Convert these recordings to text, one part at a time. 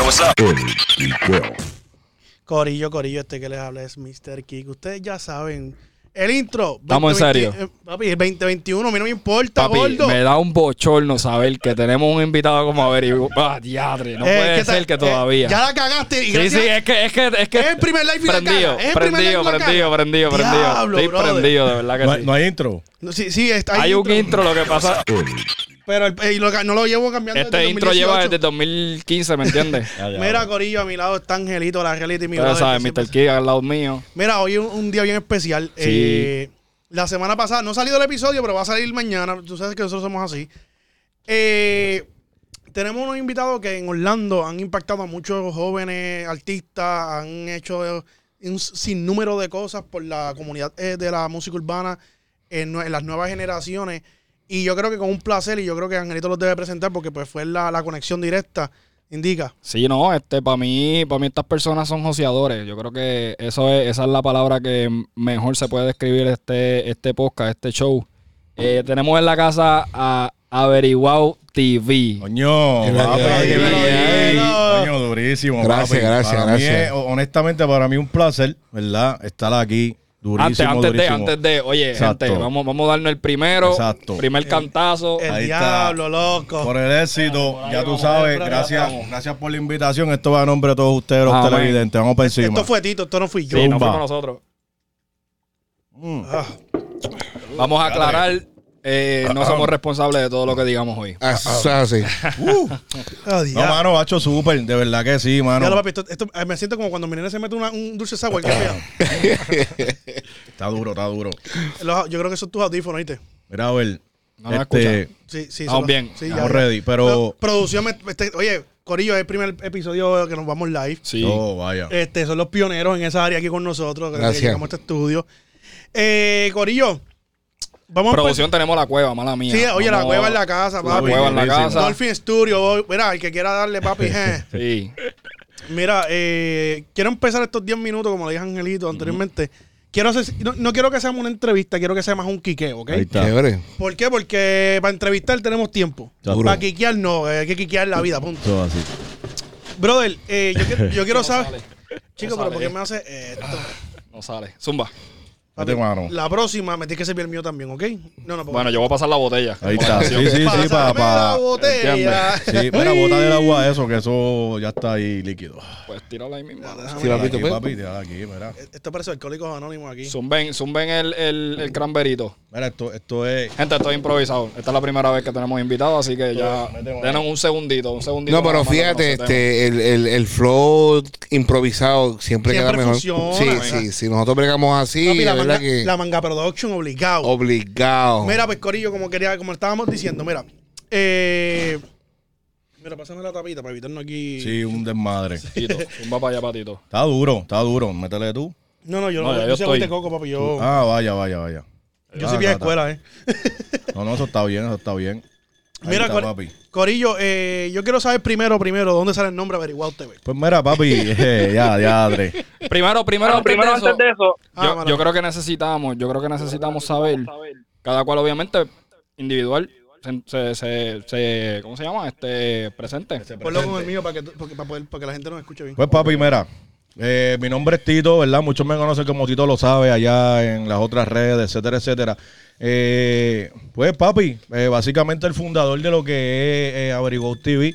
what's up? Corillo, Corillo, este que les habla es Mr. Kick. Ustedes ya saben. El intro. Estamos en 2020, serio. eh, papi, el 2021, a mí no me importa, Papi, gordo. me da un bochorno saber que tenemos un invitado como averiguo. Ah, diadre, no Eh, puede ¿qué tal? ser que Eh, todavía. ya la cagaste. Y sí, gracias- sí, es que es que es que Es el primer live y la prendido, caga, es el primer prendido, live y la prendido, caga. prendido, prendido. Diablo, Estoy brother. prendido, de verdad que No, sí. hay- no hay intro. No, sí, sí, está- hay un intro, lo que pasa. Pero el- eh, y lo ca- no lo llevo cambiando Este desde intro 2018. lleva desde 2015, ¿me entiendes? Ya, ya. Mira, Corillo, a mi lado está Angelito, la reality. Mi Ustedes brother, saben, que siempre- Mr. Kid al lado mío. Mira, hoy es un, un día bien especial. Eh, la semana pasada, no ha salido el episodio, pero va a salir mañana. Tú sabes que nosotros somos así. Eh, tenemos unos invitados que en Orlando han impactado a muchos jóvenes artistas, han hecho un sinnúmero de cosas por la comunidad eh, de la música urbana en, nue- en las nuevas generaciones. Y yo creo que con un placer, y yo creo que Angelito los debe presentar porque pues fue la, la conexión directa. Indica. Sí, no, este, para mí, para mí estas personas son joseadores. Yo creo que eso es, esa es la palabra que mejor se puede describir este, este podcast, este show. Eh, tenemos en la casa a Averiguado TV. Coño, Qué papi. verdad, qué verdad. Coño, durísimo. Gracias, papi. gracias, Para mí gracias. es, honestamente, para mí un placer, ¿verdad? Estar aquí. Durísimo, Antes, antes de, durísimo. antes de, oye, Exacto. gente, vamos, vamos a darnos el primero, Exacto. primer cantazo. Ah, El Ahí está. diablo, loco. Por el éxito, ya tú sabes. Gracias, gracias por la invitación. Esto va a nombre de todos ustedes, los Amén. televidentes. Vamos por encima. Esto fue Tito, esto no fui yo. sí, no Zumba. fuimos nosotros. Mm. Vamos a aclarar, eh, Ah. no somos responsables de todo lo que digamos hoy. Ah, eso es así. Ah, Uh. No, diablo. mano, Bacho, súper. De verdad que sí, Ya lo, mano. papi, esto- esto- eh, me siento como cuando mi nene se mete una- un dulce sour. que sea. Está duro, está duro. Los- yo creo que son tus audífonos, ¿viste? Mira, a ver. No nos este, Sí, sí. se Estamos lo- bien, sí, estamos ready, pero. Producción, me- este- oye, Corillo, es el primer episodio que nos vamos live. Sí. Oh, vaya. Este, son los pioneros en esa área aquí con nosotros. desde que Gracias. Llegamos a este estudio. Eh, Corillo, vamos Producción tenemos la cueva, mala mía. Sí, oye, la Vamos- cueva en la casa, La papi. cueva en la casa. Dolphin Studio, voy- mira, el que quiera darle, papi. je. Sí. Mira, eh, quiero empezar estos 10 minutos, como le dije a Angelito anteriormente. Quiero hacer, no, no quiero que sea una entrevista, quiero que sea más un quiqueo, ¿ok? Ahí está. Chévere. ¿Por qué? Porque para entrevistar tenemos tiempo. Seguro. Para quiquear no, eh, hay que quiquear la vida, punto. Todo así. Brother, eh, yo, quiero- yo quiero saber. sale. Chico, pero No ¿por sale, qué eh. me hace esto? No sale. Zumba. Vete, mano. La próxima me tienes que servir el mío también, ¿ok? No, no, porque- Bueno, yo voy a pasar la botella. Ahí Como la está. canción. Sí, sí, sí, Pásame para. la botella. Sí, mira, bota del agua eso, que eso ya está ahí líquido. Pues tírala ahí mismo. Déjame- Sí, papito, Aquí, pues. papi, déjala aquí, mira. Esto parece alcohólicos anónimos aquí. Zumben, zumben el, el, el cranberito. Mira, esto, esto es. Gente, estoy improvisado. Esta es la primera vez que tenemos invitados, así que ya Mete mano. denos un segundito, un segundito. No, pero nada más que fíjate, nos sentemos. este, el, el, el flow improvisado siempre, Siempre queda mejor. funciona, sí, ¿verdad? sí, sí. Nosotros bregamos así, Papi, la, de verdad manga, que la manga production obligado. obligado. Oh. Mira, pues Corillo, como quería, como estábamos diciendo, mira. Eh, mira, pásame la tapita para evitarnos aquí. Sí, un desmadre. Tito, zumba para allá, patito. Está duro, está duro. Métele tú. No, no, yo no, No, ya yo yo soy estoy. agüite de este coco, papi. Yo, Ah, vaya, vaya, vaya. yo Ah, soy vieja ta, ta. escuela, eh. No, no, eso está bien, eso está bien. Ahí Mira, está, Cor- papi. Corillo, eh, yo quiero saber primero, primero, dónde sale el nombre Averiguado TV. Pues mira, papi, eh, ya, ya, Adre. Primero, primero, antes primero de eso, antes de eso, Ah, yo, mano. yo creo que necesitamos, yo creo que necesitamos saber, cada cual obviamente individual, se, se, se- se- ¿cómo se llama? Este, presente. Ponlo con el mío para que, tú- porque- para poder- para que la gente nos escuche bien. Pues papi, mira. eh, mi nombre es Tito, ¿verdad? Muchos me conocen como Tito lo sabe allá en las otras redes, etcétera, etcétera. Eh, pues papi, eh, básicamente el fundador de lo que es eh, Averigó TV,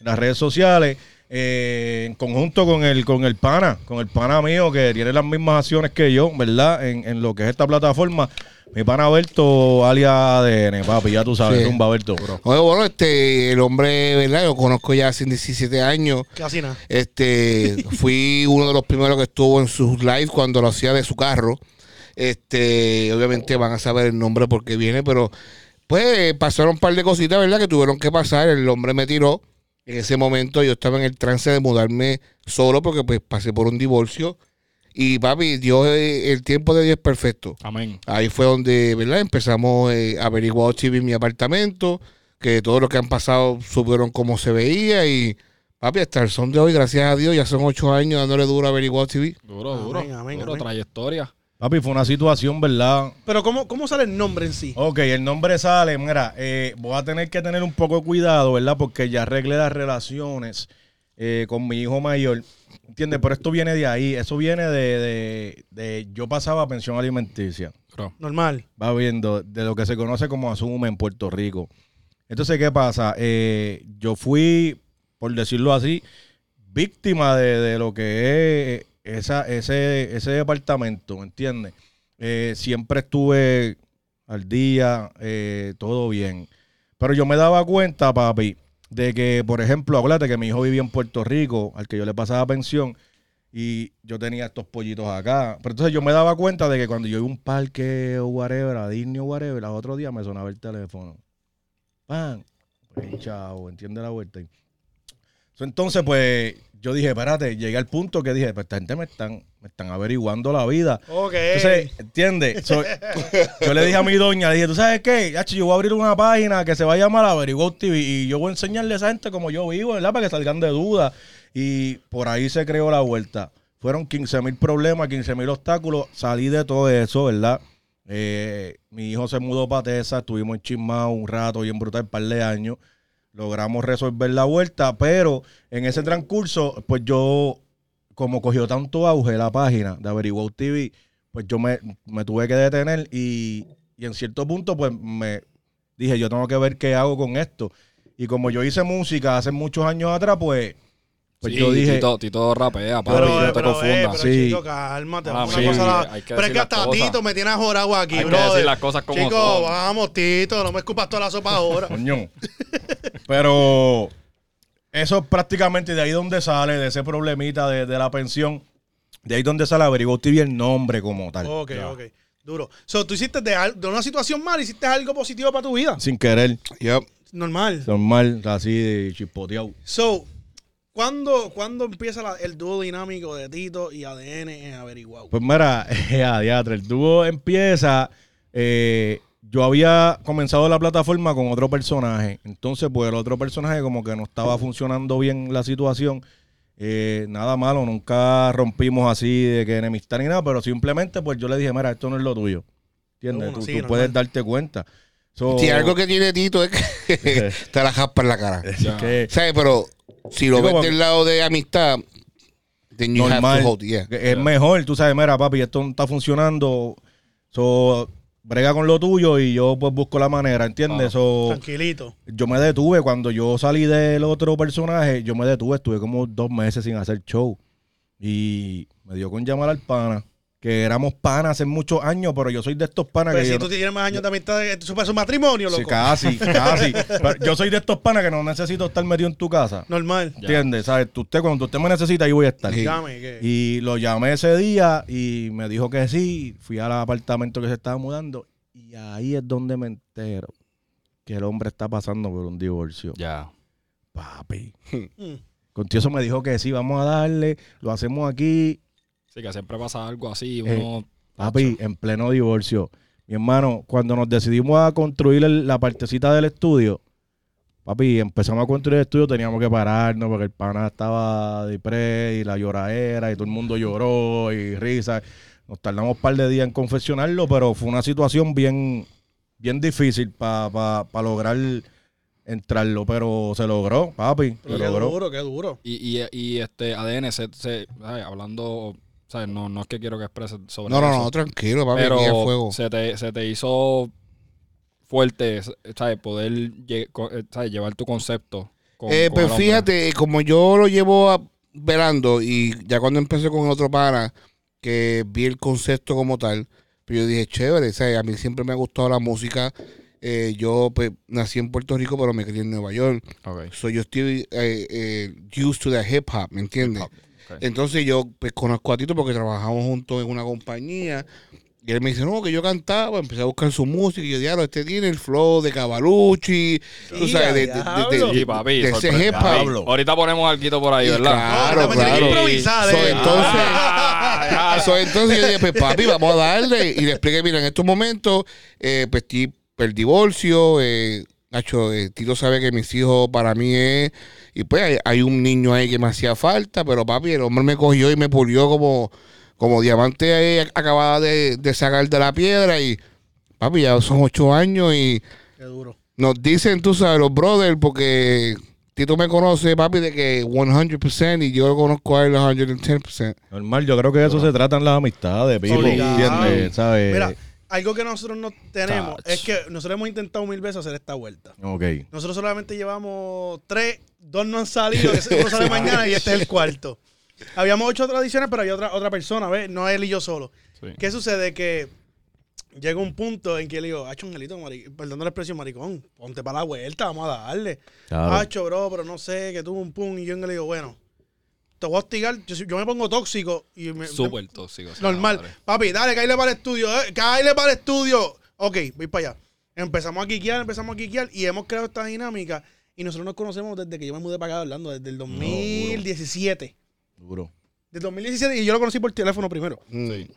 las redes sociales, eh, en conjunto con el, con el pana, con el pana mío que tiene las mismas acciones que yo, ¿verdad? En, en lo que es esta plataforma, mi pana Berto, alias ADN, papi, ya tú sabes, Sí. tumba Berto, bro. Oye, bueno, este, el hombre, ¿verdad? Lo conozco ya hace 17 años. Casi nada. Este, fui uno de los primeros que estuvo en sus live cuando lo hacía de su carro. Este, obviamente van a saber el nombre porque viene, pero pues pasaron un par de cositas, ¿verdad? Que tuvieron que pasar. El hombre me tiró. En ese momento yo estaba en el trance de mudarme solo porque pues pasé por un divorcio. Y papi, Dios, eh, el tiempo de Dios es perfecto. Amén. Ahí fue donde, ¿verdad? Empezamos eh, a averiguar TV en mi apartamento, que todos los que han pasado supieron cómo se veía y, papi, hasta el son de hoy, gracias a Dios, ya son ocho años dándole duro a averiguar TV. Duro, Amén, duro. amén, duro, amén. trayectoria. Papi, fue una situación, ¿verdad? Pero ¿cómo, ¿cómo sale el nombre en sí? Ok, el nombre sale. Mira, eh, voy a tener que tener un poco de cuidado, ¿verdad? Porque ya arreglé las relaciones eh, con mi hijo mayor. ¿Entiendes? Pero esto viene de ahí. Eso viene de, de- de- yo pasaba pensión alimenticia. Bro. Normal. Va viendo, de lo que se conoce como Asume en Puerto Rico. Entonces, ¿qué pasa? Eh, yo fui, por decirlo así, víctima de, de lo que es esa, ese, ese departamento, ¿me entiendes? Eh, siempre estuve al día, eh, todo bien. Pero yo me daba cuenta, papi, de que, por ejemplo, acuérdate que mi hijo vivía en Puerto Rico, al que yo le pasaba pensión, y yo tenía estos pollitos acá. Pero entonces yo me daba cuenta de que cuando yo iba a un parque o whatever, a Disney o whatever, al otro día me sonaba el teléfono. ¡Pam! Pues, chao, entiende la vuelta. So, Entonces, pues, yo dije, espérate, llegué al punto que dije, pues esta gente me están, me están averiguando la vida. Ok. Entonces, ¿entiendes? So, yo le dije a mi doña, le dije, ¿tú sabes qué? Yacho, yo voy a abrir una página que se va a llamar Averiguo TV y yo voy a enseñarle a esa gente como yo vivo, ¿verdad? Para que salgan de dudas. Y por ahí se creó la vuelta. Fueron 15 mil problemas, 15 mil obstáculos. Salí de todo eso, ¿verdad? Eh, mi hijo se mudó para Tesa, estuvimos chismados un rato y en brutal, un par de años. Logramos resolver la vuelta, pero en ese transcurso, pues yo, como cogió tanto auge la página de Averiguo TV, pues yo me, me tuve que detener y, y en cierto punto pues me dije, yo tengo que ver qué hago con esto. Y como yo hice música hace muchos años atrás, pues, pues Sí, yo dije... Tito, Tito rapea, papi, pero, no te eh, pero, eh, confundas. pero Sí. chico, cálmate. Ah, vamos a sí, una cosa a la- hay que pero es decir que las hasta cosas. Tito me tienes jorado aquí, Hay que brother. decir las cosas como Chico, son. vamos, Tito, no me escupas toda la sopa ahora. Coño. Pero eso es prácticamente de ahí donde sale, de ese problemita de, de la pensión, de ahí donde sale averiguó usted bien el nombre como tal. ok, Ya. ok. Duro. So, tú hiciste de, al- de una situación mala, hiciste algo positivo para tu vida. Sin querer, Yup. Normal. normal, así de chispoteado. So, ¿cuándo, cuándo empieza la- el dúo dinámico de Tito y ADN en Averiguado? Pues mira, a diatra, el dúo empieza. eh, yo había comenzado la plataforma con otro personaje. Entonces, pues el otro personaje, como que no estaba funcionando bien la situación. Eh, nada malo, nunca rompimos así de que enemistad ni nada, pero simplemente, pues yo le dije, mira, esto no es lo tuyo. ¿Entiendes? Bueno, tú sí, tú normal. puedes darte cuenta. So, Si algo que tiene Tito es que te la japa en la cara. así que- ¿Sabes? Pero si lo Digo, ves pa- del lado de amistad, then you have normal. to hold, yeah. que Es mejor, tú sabes, mira, papi, esto no está funcionando. So, brega con lo tuyo y yo pues busco la manera, ¿entiendes? Ah. So, Tranquilito. yo me detuve cuando yo salí del otro personaje, yo me detuve, estuve como dos meses sin hacer show. Y me dio con llamar al pana, que éramos panas hace muchos años, pero yo soy de estos panas Pero Pues, que si yo tú no- tienes más años de amistad, eh, super su matrimonio, Sí, loco. casi, casi. Pero yo soy de estos panas que no necesito estar metido en tu casa. Normal. ¿Entiendes? ¿Sabes? Tú, usted, cuando usted me necesita, ahí voy a estar. Sí. Llame, que- Y lo llamé ese día y me dijo que sí. Fui al apartamento que se estaba mudando y ahí es donde me entero que el hombre está pasando por un divorcio. Ya. Papi. Mm. Contigo eso me dijo que sí, vamos a darle, lo hacemos aquí. Sí, que siempre pasa algo así, Eh, uno... Papi, en pleno divorcio. Mi hermano, cuando nos decidimos a construir el- la partecita del estudio, papi, empezamos a construir el estudio, teníamos que pararnos porque el pana estaba de pre y la lloradera y todo el mundo lloró y risa. Nos tardamos un par de días en confesionarlo, pero fue una situación bien, bien difícil para lograr entrarlo, pero se logró, papi, Pero se qué logró. duro, qué duro. Y, y, y, este ADN, se, se- ¿sabes? hablando, ¿sabes? No, no es que quiero que expreses sobre No, eso, no, no, tranquilo, papi, pero aquí hay fuego. Se, te, se te hizo fuerte, ¿sabes? Poder lle- co- eh, ¿sabes? llevar tu concepto. Con, Eh, con el pues hombre. fíjate, eh, como yo lo llevo a- velando y ya cuando empecé con otro pana, que vi el concepto como tal, pero yo dije, chévere, ¿sabes? a mí siempre me ha gustado la música. Eh, yo pues, nací en Puerto Rico, pero me crié en Nueva York. Ok. So, yo estoy eh, eh, used to the hip hop, ¿me entiendes? ok. Entonces yo pues, conozco a Tito porque trabajamos juntos en una compañía. Y él me dice, no, que yo cantaba, empecé a buscar su música y yo diablo, este tiene el flow de Cabalucci, tú Sí, sabes, de, de- diablo. de- de- Sí, papi, de ese sorprende- hip papi, hop. Ahorita ponemos algo por ahí, Sí, ¿verdad? Claro, Ah, me tienes que claro. improvisar, So, eh. entonces- Ah, So, entonces yo dije, pues papi, vamos a darle. Y le expliqué, mira, en estos momentos, eh, pues ti- el divorcio, eh, Nacho, eh, Tito sabe que mis hijos para mí es, y pues hay, hay un niño ahí que me hacía falta, pero papi, el hombre me cogió y me pulió como, como diamante ahí, acababa de, de sacar de la piedra y papi, ya son ocho años y Qué duro. nos dicen, tú sabes, los brothers, porque Tito me conoce, papi, de que 100% y yo lo conozco a él 110%. Normal, yo creo que de eso se tratan las amistades, Pipo. Obligado. ¿Entiendes? ¿Sabes? Mira, algo que nosotros no tenemos Tach. es que nosotros hemos intentado mil veces hacer esta vuelta. Ok. Nosotros solamente llevamos tres, dos no han salido, ese uno sale mañana y este es el cuarto. Habíamos ocho tradiciones, pero había otra, otra persona, ¿ves? No él y yo solo. Sí. ¿Qué sucede? Que llega un punto en que le digo, hacho, Angelito, mari- perdón la expresión, maricón, ponte para la vuelta, vamos a darle. Claro. Hacho, bro, pero no sé, que tuvo un pum. Y yo le digo, bueno, te voy a hostigar, yo, soy- yo me pongo tóxico. y me- Súper tóxico. o sea, Normal. madre. Papi, dale, caíle para el estudio, eh, caíle para el estudio. Ok, voy para allá. Empezamos a quiquear, empezamos a quiquear y hemos creado esta dinámica. Y nosotros nos conocemos desde que yo me mudé para acá hablando, desde el 2017. Duro. Desde 2017 y yo lo conocí por teléfono primero. Sí.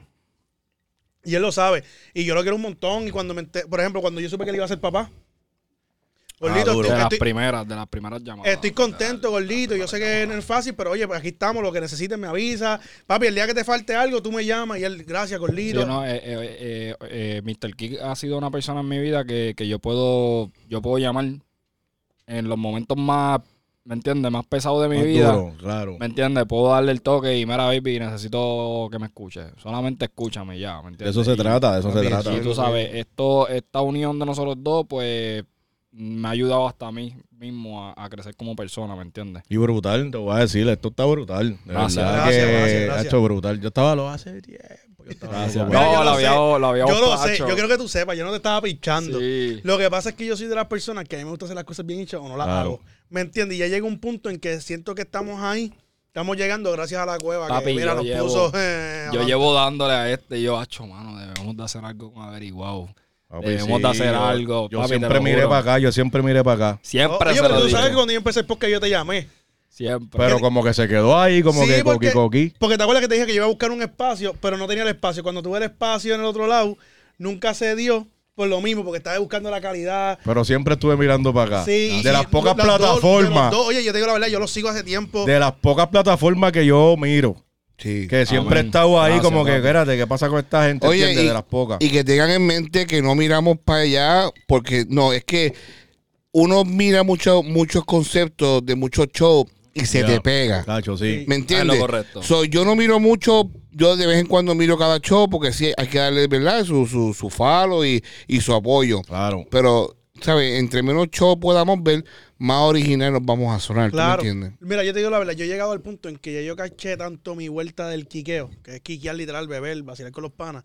Y él lo sabe. Y yo lo quiero un montón. Y cuando me enter- por ejemplo, cuando yo supe que él iba a ser papá, Ah, gordito, duro. estoy- De las estoy, primeras, de las primeras llamadas. Estoy contento, gordito. Yo sé que no es fácil, pero oye, pues aquí estamos. Lo que necesites me avisa. Papi, el día que te falte algo, tú me llamas. Y él, gracias, gordito. Sí, no, eh, eh, eh, eh, Mr. Kick ha sido una persona en mi vida que, que yo puedo yo puedo llamar en los momentos más, ¿me entiendes? Más pesados de mi Más vida. duro, claro. ¿Me entiendes? Puedo darle el toque y mira, baby, necesito que me escuches. Solamente escúchame ya, ¿me De entiendes? eso se Y- trata, de eso se Papi, trata. Y tú sabes, esto, esta unión de nosotros dos, pues, me ha ayudado hasta a mí mismo a, a crecer como persona, ¿me entiendes? Y brutal, te voy a decir, esto está brutal. De Gracias. verdad Gracias, que gracias, gracias. Esto brutal. Yo estaba lo hace tiempo. Yo estaba No, Mira, yo lo lo sé. había lo había yo lo sé. Yo quiero que tú sepas. Yo no te estaba pichando. Sí. Lo que pasa es que yo soy de las personas que a mí me gusta hacer las cosas bien hechas o no las Claro. hago. ¿Me entiendes? Y ya llega un punto en que siento que estamos ahí. Estamos llegando gracias a la cueva. Papi, que mira, yo nos llevo- puso. eh, Yo a- llevo dándole a este y yo, hacho, mano, debemos de hacer algo con averiguado. Papi, Debemos de hacer yo- algo, Yo papi, te siempre lo miré juro. para acá, yo siempre miré para acá. Siempre Oye, se pero lo tú sabes dije. que cuando yo empecé el podcast yo te llamé. Siempre. Pero como que se quedó ahí, como Sí, que coqui porque- coqui. Porque te acuerdas que te dije que yo iba a buscar un espacio, pero no tenía el espacio. Cuando tuve el espacio en el otro lado, nunca se dio por lo mismo, porque estaba buscando la calidad. Pero siempre estuve mirando para acá. Sí, Ah, de y- las pocas las dos- de los plataformas. dos- oye, yo te digo la verdad, yo lo sigo hace tiempo. de las pocas plataformas que yo miro. Sí. Que siempre he Amén. estado ahí, Gracias, como que, papi. espérate, ¿qué pasa con esta gente? Oye, ¿Entiendes? y- de las pocas. Y que tengan en mente que no miramos para allá, porque no, es que uno mira mucho, muchos conceptos de muchos shows y se Ya. te pega. Cacho, sí. ah, Sí. ¿Me entiendes? Es lo correcto. So, yo no miro mucho, yo de vez en cuando miro cada show porque sí hay que darle, ¿verdad? Su, su, su falo y, y su apoyo. Claro. Pero, ¿sabes? Entre menos show podamos ver, más original nos vamos a sonar. ¿tú Claro. me entiendes? Mira, yo te digo la verdad, yo he llegado al punto en que ya yo caché tanto mi vuelta del quiqueo, que es quiquear literal, beber, vacilar con los panas,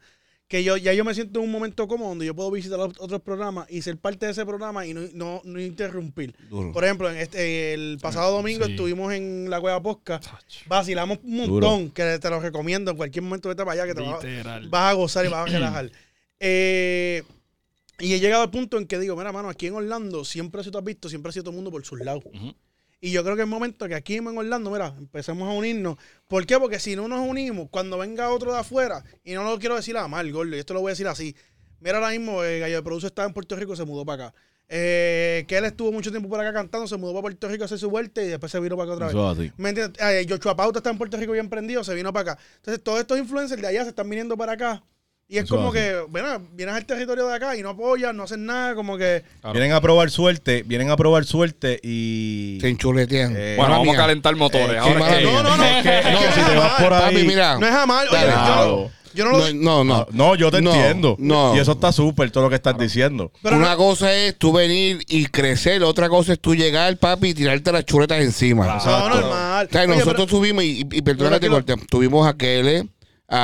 que yo ya yo me siento en un momento cómodo donde yo puedo visitar ot- otros programas y ser parte de ese programa y no, no, no interrumpir. Duro. Por ejemplo, en este, el Ah, pasado domingo sí. estuvimos en la Cueva Posca, Chacho. vacilamos un montón, que te lo recomiendo en cualquier momento vete para allá que te va- Literal. vas a gozar y vas a relajar. Eh, y he llegado al punto en que digo, mira, mano, aquí en Orlando siempre ha sido, tú has visto, siempre ha sido todo el mundo por sus lados. Ujú. Y yo creo que es momento que aquí en Orlando, mira, empecemos a unirnos. ¿Por qué? Porque si no nos unimos, cuando venga otro de afuera, y no lo quiero decir a mal, gordo, y esto lo voy a decir así. Mira, ahora mismo eh, Gallo de Produce está en Puerto Rico y se mudó para acá. Eh, que él estuvo mucho tiempo por acá cantando, se mudó para Puerto Rico a hacer su vuelta y después se vino para acá otra vez. Eso es así. ¿Me entiendes? Eh, Joshua Pauta está en Puerto Rico bien prendido, se vino para acá. Entonces, todos estos influencers de allá se están viniendo para acá. Y es Eso como hace. que, bueno, vienes al territorio de acá y no apoyas, no haces nada, como que. Claro. Vienen a probar suerte, vienen a probar suerte y. Se enchuletean. Eh, Bueno, Mala vamos mía. a calentar motores. Eh, ahora sí, mala que- mía. No, no, no. Es que- es que No, si te vas por ahí. Papi, mira. No es a mal. Oye, yo, Claro. yo no lo. Ah, No, no, no. Ah, No, yo te No, entiendo. no. Y eso está súper, todo lo que estás diciendo. pero una no- cosa es tú venir y crecer, otra cosa es tú llegar, papi, y tirarte las chuletas encima. no, normal. O sea, Oye, nosotros pero- tuvimos, y, y- y perdona que te Pero corte, tuvimos a Kele, a,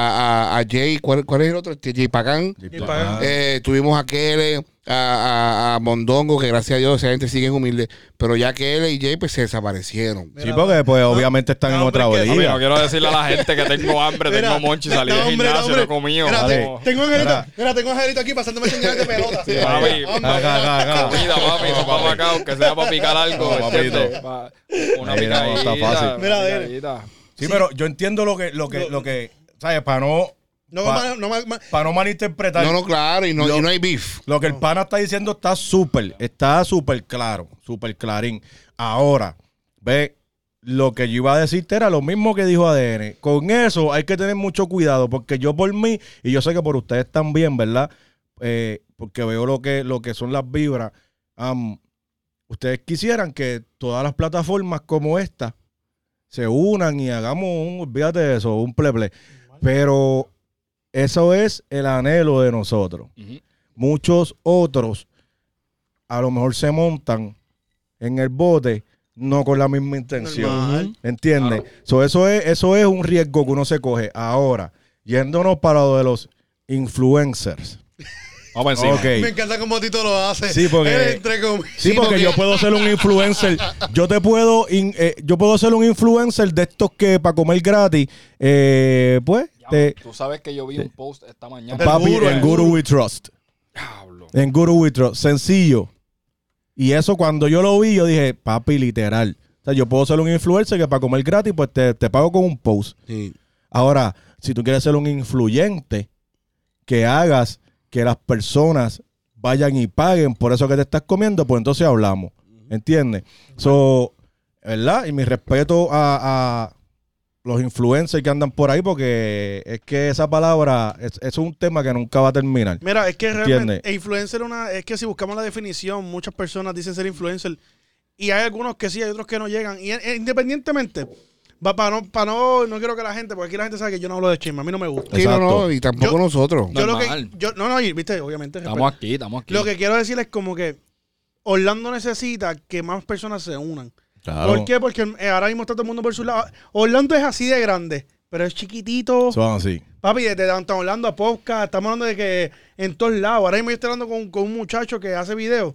a, a Jay, ¿cuál, cuál es el otro? Este, Jay Pagán. Y pues, para- Eh, tuvimos a Kele, a, a- a Mondongo, que gracias a Dios esa gente sigue humilde, pero ya Kele y Jay pues se desaparecieron. Sí, porque pues obviamente están no, en otra porque- bodega. Papi, no quiero decirle a la gente que tengo hambre, Mira, tengo monchi, salí no, del hombre, no, gimnasio, hombre. no he comido. Mira, Dale. como- Tengo a Angelito, Mira. mira, tengo a Angelito aquí pasándome señales de pelota. Sí, papi. Hombre, Acá, acá, acá. Comida, papi, No, no, para acá, aunque sea para picar algo, No, papito. ¿entiendes? Pa- Una Mira, picadita. no, está fácil. una Mira, mira. picadita. Sí, pero yo entiendo lo que, lo que, lo que, ¿sabes? Para no, No, pa- ma- no, ma- ma- para no malinterpretar. No, no, claro, y no, Lo- y no hay beef. Lo que el pana está diciendo está súper, está súper claro, súper clarín. Ahora, ve, lo que yo iba a decirte era lo mismo que dijo ADN. Con eso hay que tener mucho cuidado, porque yo por mí, y yo sé que por ustedes también, ¿verdad? Eh, porque veo lo que, lo que son las vibras. am, ustedes quisieran que todas las plataformas como esta se unan y hagamos un, olvídate de eso, un pleble. Pero eso es el anhelo de nosotros. Ujú. Muchos otros a lo mejor se montan en el bote no con la misma intención. Normal. ¿Entiendes? So, eso, es, eso es un riesgo que uno se coge. Ahora, yéndonos para lo de los influencers. Vamos encima. Ok. Me encanta cómo Tito lo hace. Sí, porque- Él entre comi- Sí, porque yo puedo ser un influencer. Yo te puedo, in- eh, yo puedo ser un influencer de estos que para comer gratis, eh, pues, Ya, te- eh. Tú sabes que yo vi un post esta mañana. El papi, guru, en el Guru guru. We Trust. Diablo. En Guru We Trust. Sencillo. Y eso cuando yo lo vi, yo dije, papi, literal. O sea, yo puedo ser un influencer que para comer gratis, pues te, te pago con un post. Sí. Ahora, si tú quieres ser un influyente, que hagas que las personas vayan y paguen por eso que te estás comiendo, pues entonces hablamos. ¿Entiendes? So, ¿verdad? Y mi respeto a, a los influencers que andan por ahí, porque es que esa palabra es, es un tema que nunca va a terminar. Mira, es que ¿Entiendes? realmente e influencer es una, es que si buscamos la definición, muchas personas dicen ser influencer y hay algunos que sí, hay otros que no llegan. Y e- independientemente, va para no, para no, no quiero que la gente, porque aquí la gente sabe que yo no hablo de chisme, a mí no me gusta. Sí, no, no, Exacto. y tampoco Yo- nosotros. Yo lo que, Normal. yo, no, no, y viste, obviamente. Estamos aquí, estamos aquí. Lo que quiero decir es como que Orlando necesita que más personas se unan. ¿Por qué? Porque eh, ahora mismo está todo el mundo por su lado. Orlando es así de grande, pero es chiquitito. Son así. Papi, desde Downtown Orlando a podcast, estamos hablando de que en todos lados. Ahora mismo yo estoy hablando con, con un muchacho que hace videos,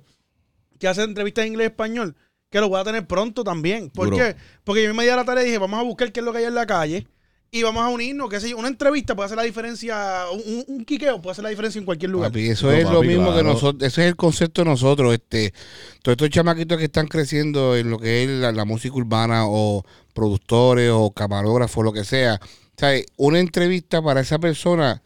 que hace entrevistas en inglés y español, que lo voy a tener pronto también. ¿Por Duro. qué? Porque yo me di a la tarea y dije, vamos a buscar qué es lo que hay en la calle y vamos a unirnos, qué sé yo. Una entrevista puede hacer la diferencia, un, un- un quiqueo puede hacer la diferencia en cualquier lugar. Papi, eso No, es lo papi, mismo que claro. nosotros, ese es el concepto de nosotros, este, todos estos chamaquitos que están creciendo en lo que es la, la música urbana o productores o camarógrafos, lo que sea, ¿sabes? Una entrevista para esa persona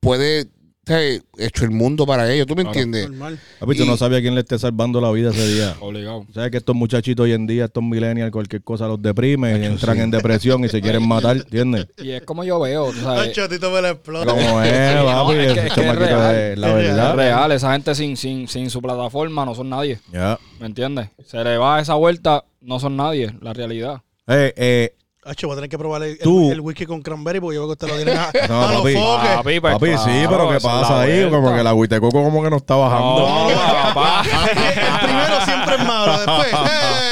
puede, ¿sabes? Hecho el mundo para ellos, ¿tú me entiendes? Normal. Papi, tú Y- no sabías quién le esté salvando la vida ese día. Obligado. ¿Sabes que estos muchachitos hoy en día, estos millennials, cualquier cosa los deprime, entran en depresión y se quieren matar, ¿entiendes? Y es como yo veo, tú Ay, sabes. chatito me la explota. Como es, No, papi, es que- esos es que es chamaquitos real. de- la Es verdad. Es real, esa gente sin, sin, sin su plataforma no son nadie. Ya. ¿Me entiendes? Se le va esa vuelta, no son nadie, la realidad. Eh, eh, Hacho, voy a tener que probar el, Tú. el, el whisky con cranberry porque yo veo que usted lo tiene a, No, a los papi. foques. Papi, pues, papi, sí, claro, pero esa ¿qué es pasa la ahí? vuelta. Como que la Huitecoco como que no está bajando. No, papá. El primero siempre es malo, después.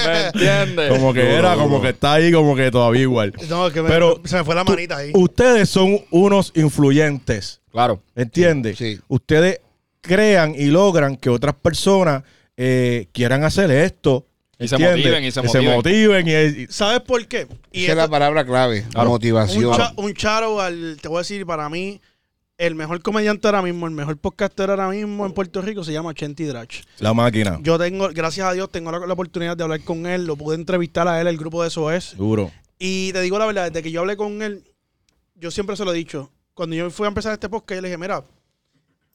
¿Me eh. entiendes? Como que era, como que está ahí, como que todavía igual. No, que me- Pero se me fue la tú- uh. manita ahí. Ustedes son unos influyentes. Claro. ¿Entiendes? Sí. Ustedes crean y logran que otras personas eh, quieran hacer esto. Y se ¿entiendes? motiven, y se motiven. motiven y- y- ¿Sabes por qué? Y Esa es esto- la palabra clave, Claro. motivación. un, cha- un charo al, te voy a decir, para mí, el mejor comediante ahora mismo, el mejor podcaster ahora mismo en Puerto Rico se llama Chenti Drach. la máquina. Yo tengo, gracias a Dios, tengo la, la oportunidad de hablar con él, lo pude entrevistar a él, el grupo de SOS. Duro. Y te digo la verdad, desde que yo hablé con él, yo siempre se lo he dicho. Cuando yo fui a empezar este podcast, yo le dije, mira,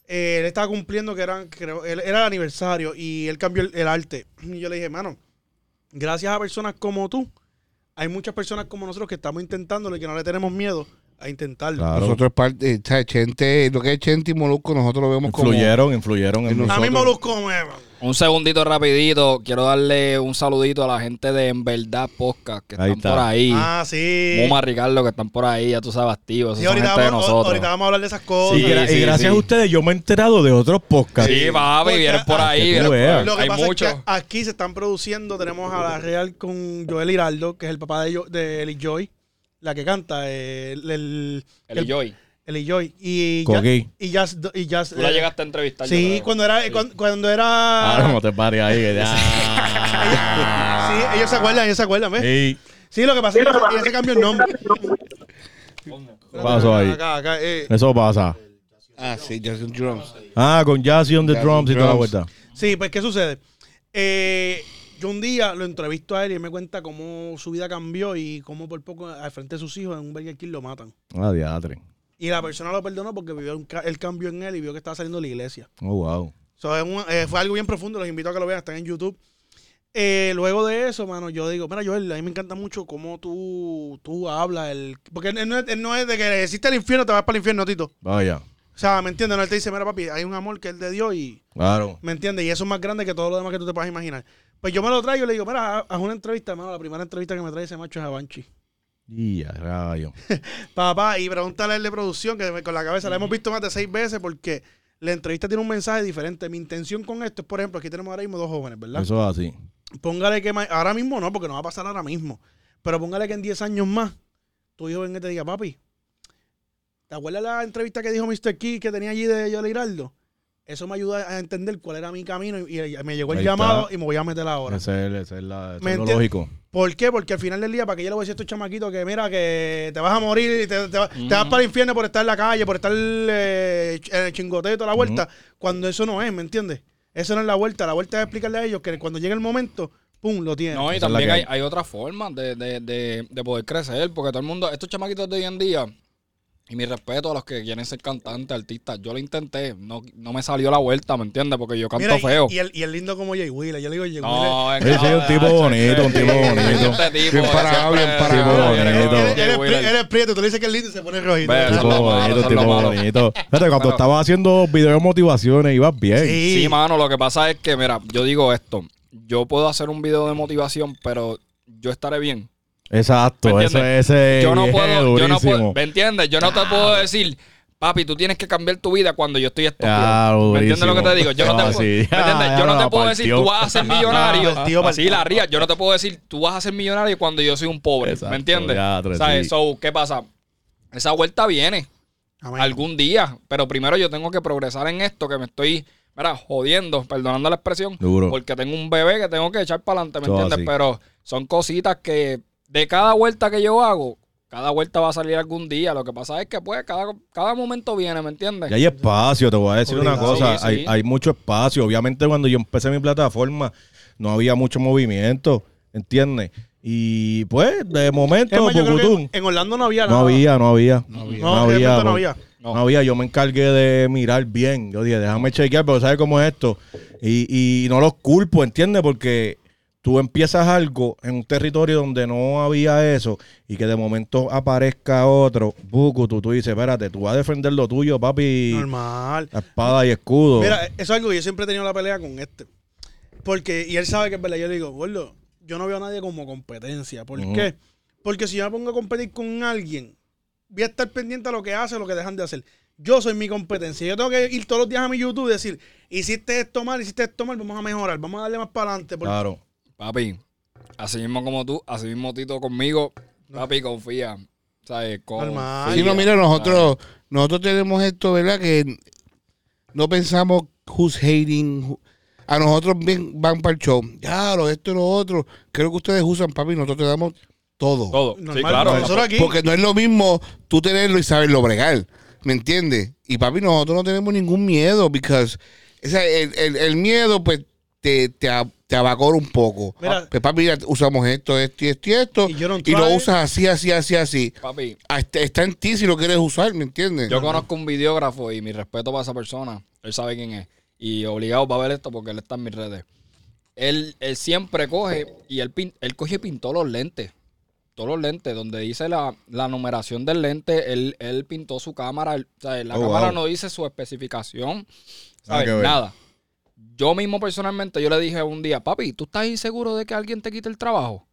eh, él estaba cumpliendo que eran, creo, él- era el aniversario y él cambió el, el arte. Y yo le dije, mano, gracias a personas como tú, hay muchas personas como nosotros que estamos intentándolo y que no le tenemos miedo a intentarlo. Claro. Nosotros parte, eh, ¿sabes? Chente, lo que es Chente y Molusco, nosotros lo vemos como... Influyeron, influyeron en en a mí nosotros. nosotros. me lo come. Un segundito rapidito, quiero darle un saludito a la gente de En Verdad Podcast que Ahí están está. por ahí. Ah, sí. Muma Ricardo que están por ahí, ya tú sabes, activos. Sí, Esa ahorita, gente de vamos, nosotros. ahorita vamos a hablar de esas cosas. Y, gra- Sí, y sí, gracias sí. a ustedes yo me he enterado de otros podcasts. Sí, papi, Porque, vienen por ah, ahí. que tú vienen por veas. ahí. Lo que Hay pasa muchos. es que aquí se están produciendo. Tenemos a la Real con Joel Hiraldo, que es el papá de, Yo- de Eli Joy, la que canta. eh, El, el, El Joy. Eli Joy. Y ya- Coqui. Y Jazz. Y Jazz Tú la eh, llegaste a entrevistar. yo Sí, creo. cuando era. Sí. Cuando, cuando era. Ah, no ah. te pares ahí. que ya. Sí, ellos se acuerdan, ellos se acuerdan, ¿ves? Ey, Sí, lo que pasa es que ella se cambió el nombre. Paso ahí. Acá, acá, eh. Eso pasa. Ah, sí, Jason Drums. Ah, con Jazzy on the Jazzy drums y toda la drums. vuelta. Sí, pues, ¿qué sucede? Eh, yo un día lo entrevisto a él y él me cuenta cómo su vida cambió y cómo por poco al frente de sus hijos en un Burger King lo matan. Ah, diatre. Y la persona lo perdonó porque vivió un ca- el cambio en él y vio que estaba saliendo de la iglesia. Oh, wow. So, es un- eh, fue algo bien profundo, los invito a que lo vean, están en YouTube. Eh, luego de eso, mano, yo digo, mira, Joel, a mí me encanta mucho cómo tú, tú hablas. El, porque él no, es, él no es de que existe el infierno, te vas para el infierno, Tito. Vaya. O sea, ¿me entiendes? No, él te dice, mira, papi, hay un amor que él te dio y... Claro. ¿Me entiendes? Y eso es más grande que todo lo demás que tú te puedas imaginar. Pues yo me lo traigo y le digo, mira, haz una entrevista, hermano. La primera entrevista que me trae ese macho es a Banshee. Y a rayo. Papá, y pregúntale al de producción, que me- con la cabeza la hemos visto más de seis veces, porque la entrevista tiene un mensaje diferente. Mi intención con esto es, por ejemplo, aquí tenemos ahora mismo dos jóvenes, ¿verdad? Eso es así. Póngale que ma- ahora mismo no, porque no va a pasar ahora mismo. Pero póngale que en 10 años más, tu hijo venga y te diga, papi, ¿te acuerdas la entrevista que dijo Mr. Key que tenía allí de Joel Hiraldo? Eso me ayuda a entender cuál era mi camino y, y me llegó el Ahí llamado está. y me voy a meter ahora. Ese es, ese es la- ese ¿Me es lo entiendes? lógico. ¿Por qué? Porque al final del día, para que yo le voy a decir a estos chamaquitos que mira, que te vas a morir y te, te va- te vas para el infierno por estar en la calle, por estar eh, ch- en el chingoteo y toda la vuelta, cuando eso no es, ¿me entiendes? Eso no es la vuelta, la vuelta es explicarle a ellos que cuando llegue el momento, ¡pum!, lo tienen. No, y Esa es la también que hay, hay. hay otras formas de, de- de- de poder crecer, porque todo el mundo, estos chamaquitos de hoy en día, y mi respeto a los que quieren ser cantantes, artistas, yo lo intenté, no, no me salió la vuelta, ¿me entiendes? Porque yo canto Mira, y- feo. Y, el, y el lindo como Jay Wheeler, yo le digo Jay Wheeler. no, es Sí, sí, un tipo bonito, un tipo bonito. Este tipo, Bien parado, siempre- bien parado. Tipo Yo quiero bonito. que- Él, él es, que pri- él Wheeler- es prieto, tú le dices que es lindo y se pone rojito. Ve, ¿verdad? eso es lo Tipo malo, bonito, eso es lo tipo malo. bonito. Fíjate, cuando Bueno. estaba haciendo videos de motivaciones, ibas bien. Sí, mano, lo que pasa es que, mira, yo digo esto, yo puedo hacer un video de motivación, pero yo estaré bien. Exacto, ¿Me eso entiendes? es ese yo no es puedo, yo no puedo, Eh, durísimo. ¿me entiendes? Yo no te puedo decir, papi, tú tienes que cambiar tu vida cuando yo estoy estúpido. Ah, ¿Me entiendes durísimo. lo que te digo? Yo no, Ah, te, puedo- sí. ¿me entiendes? Ah, Yo ya no te la puedo decir, tú partió. vas a ser millonario. Ah, el tío Así la ría. Yo no te puedo decir, tú vas a ser millonario cuando yo soy un pobre. Exacto, ¿Me entiendes? ya, tres, ¿Sabes? sí. So, ¿qué pasa? Esa vuelta viene Amén. algún día, pero primero yo tengo que progresar en esto que me estoy, mira, jodiendo, perdonando la expresión, Duro. porque tengo un bebé que tengo que echar para adelante, ¿me Eso entiendes? así. Pero son cositas que de cada vuelta que yo hago, cada vuelta va a salir algún día. Lo que pasa es que pues cada, cada momento viene, ¿me entiendes? Y hay espacio, te voy a decir una Obligado. cosa, Sí, sí. Hay, hay mucho espacio. Obviamente cuando yo empecé mi plataforma no había mucho movimiento, ¿entiendes? Y pues de momento, Es más, yo creo que pucutum. en Orlando no había no nada. había, no había. No, realmente no había. No. había, yo me encargué de mirar bien. Yo dije, déjame chequear, pero ¿sabes cómo es esto? Y, y no los culpo, ¿entiendes? Porque tú empiezas algo en un territorio donde no había eso y que de momento aparezca otro, buco, tú, tú dices, espérate, tú vas a defender lo tuyo, papi. Normal. La Espada y escudo. Mira, eso es algo que yo siempre he tenido la pelea con este. Porque, y él sabe que es verdad, yo le digo, gordo, yo no veo a nadie como competencia. ¿Por Ujú. qué? Porque si yo me pongo a competir con alguien, voy a estar pendiente a lo que hace, a lo que dejan de hacer. Yo soy mi competencia. Yo tengo que ir todos los días a mi YouTube y decir, hiciste esto mal, hiciste esto mal, vamos a mejorar, vamos a darle más para adelante. porque- claro. Papi, así mismo como tú, así mismo Tito conmigo, papi, confía. ¿Sabes? Confía. Normal. Si no, mira, nosotros, nosotros tenemos esto, ¿verdad? Que no pensamos who's hating. who- A nosotros bien- van para el show. Ya, lo esto y lo otro. Creo que ustedes usan, papi. Nosotros te damos todo. Todo. sí, Normal, claro. nosotros aquí. Porque no es lo mismo tú tenerlo y saberlo bregar. ¿Me entiendes? Y papi, nosotros no tenemos ningún miedo. Because o sea, el, el- el miedo, pues, te, te, a- te abacora un poco. Mira. pues, papi, mira, usamos esto, esto y esto y esto. Y yo no y lo try. usas así, así, así, así. Papi, Ah, Está, está en ti si lo quieres usar, ¿me entiendes? Yo conozco un videógrafo y mi respeto para esa persona. Él sabe quién es. Y obligado va a ver esto porque él está en mis redes. Él, él siempre coge y él, pin- él coge y pintó los lentes. Todos los lentes, donde dice la, la numeración del lente, él, él pintó su cámara. él- o sea, la Oh, cámara wow. no dice su especificación. Nada ¿sabes? que ver. Nada. Yo mismo personalmente, yo le dije un día, papi, ¿tú estás inseguro de que alguien te quite el trabajo?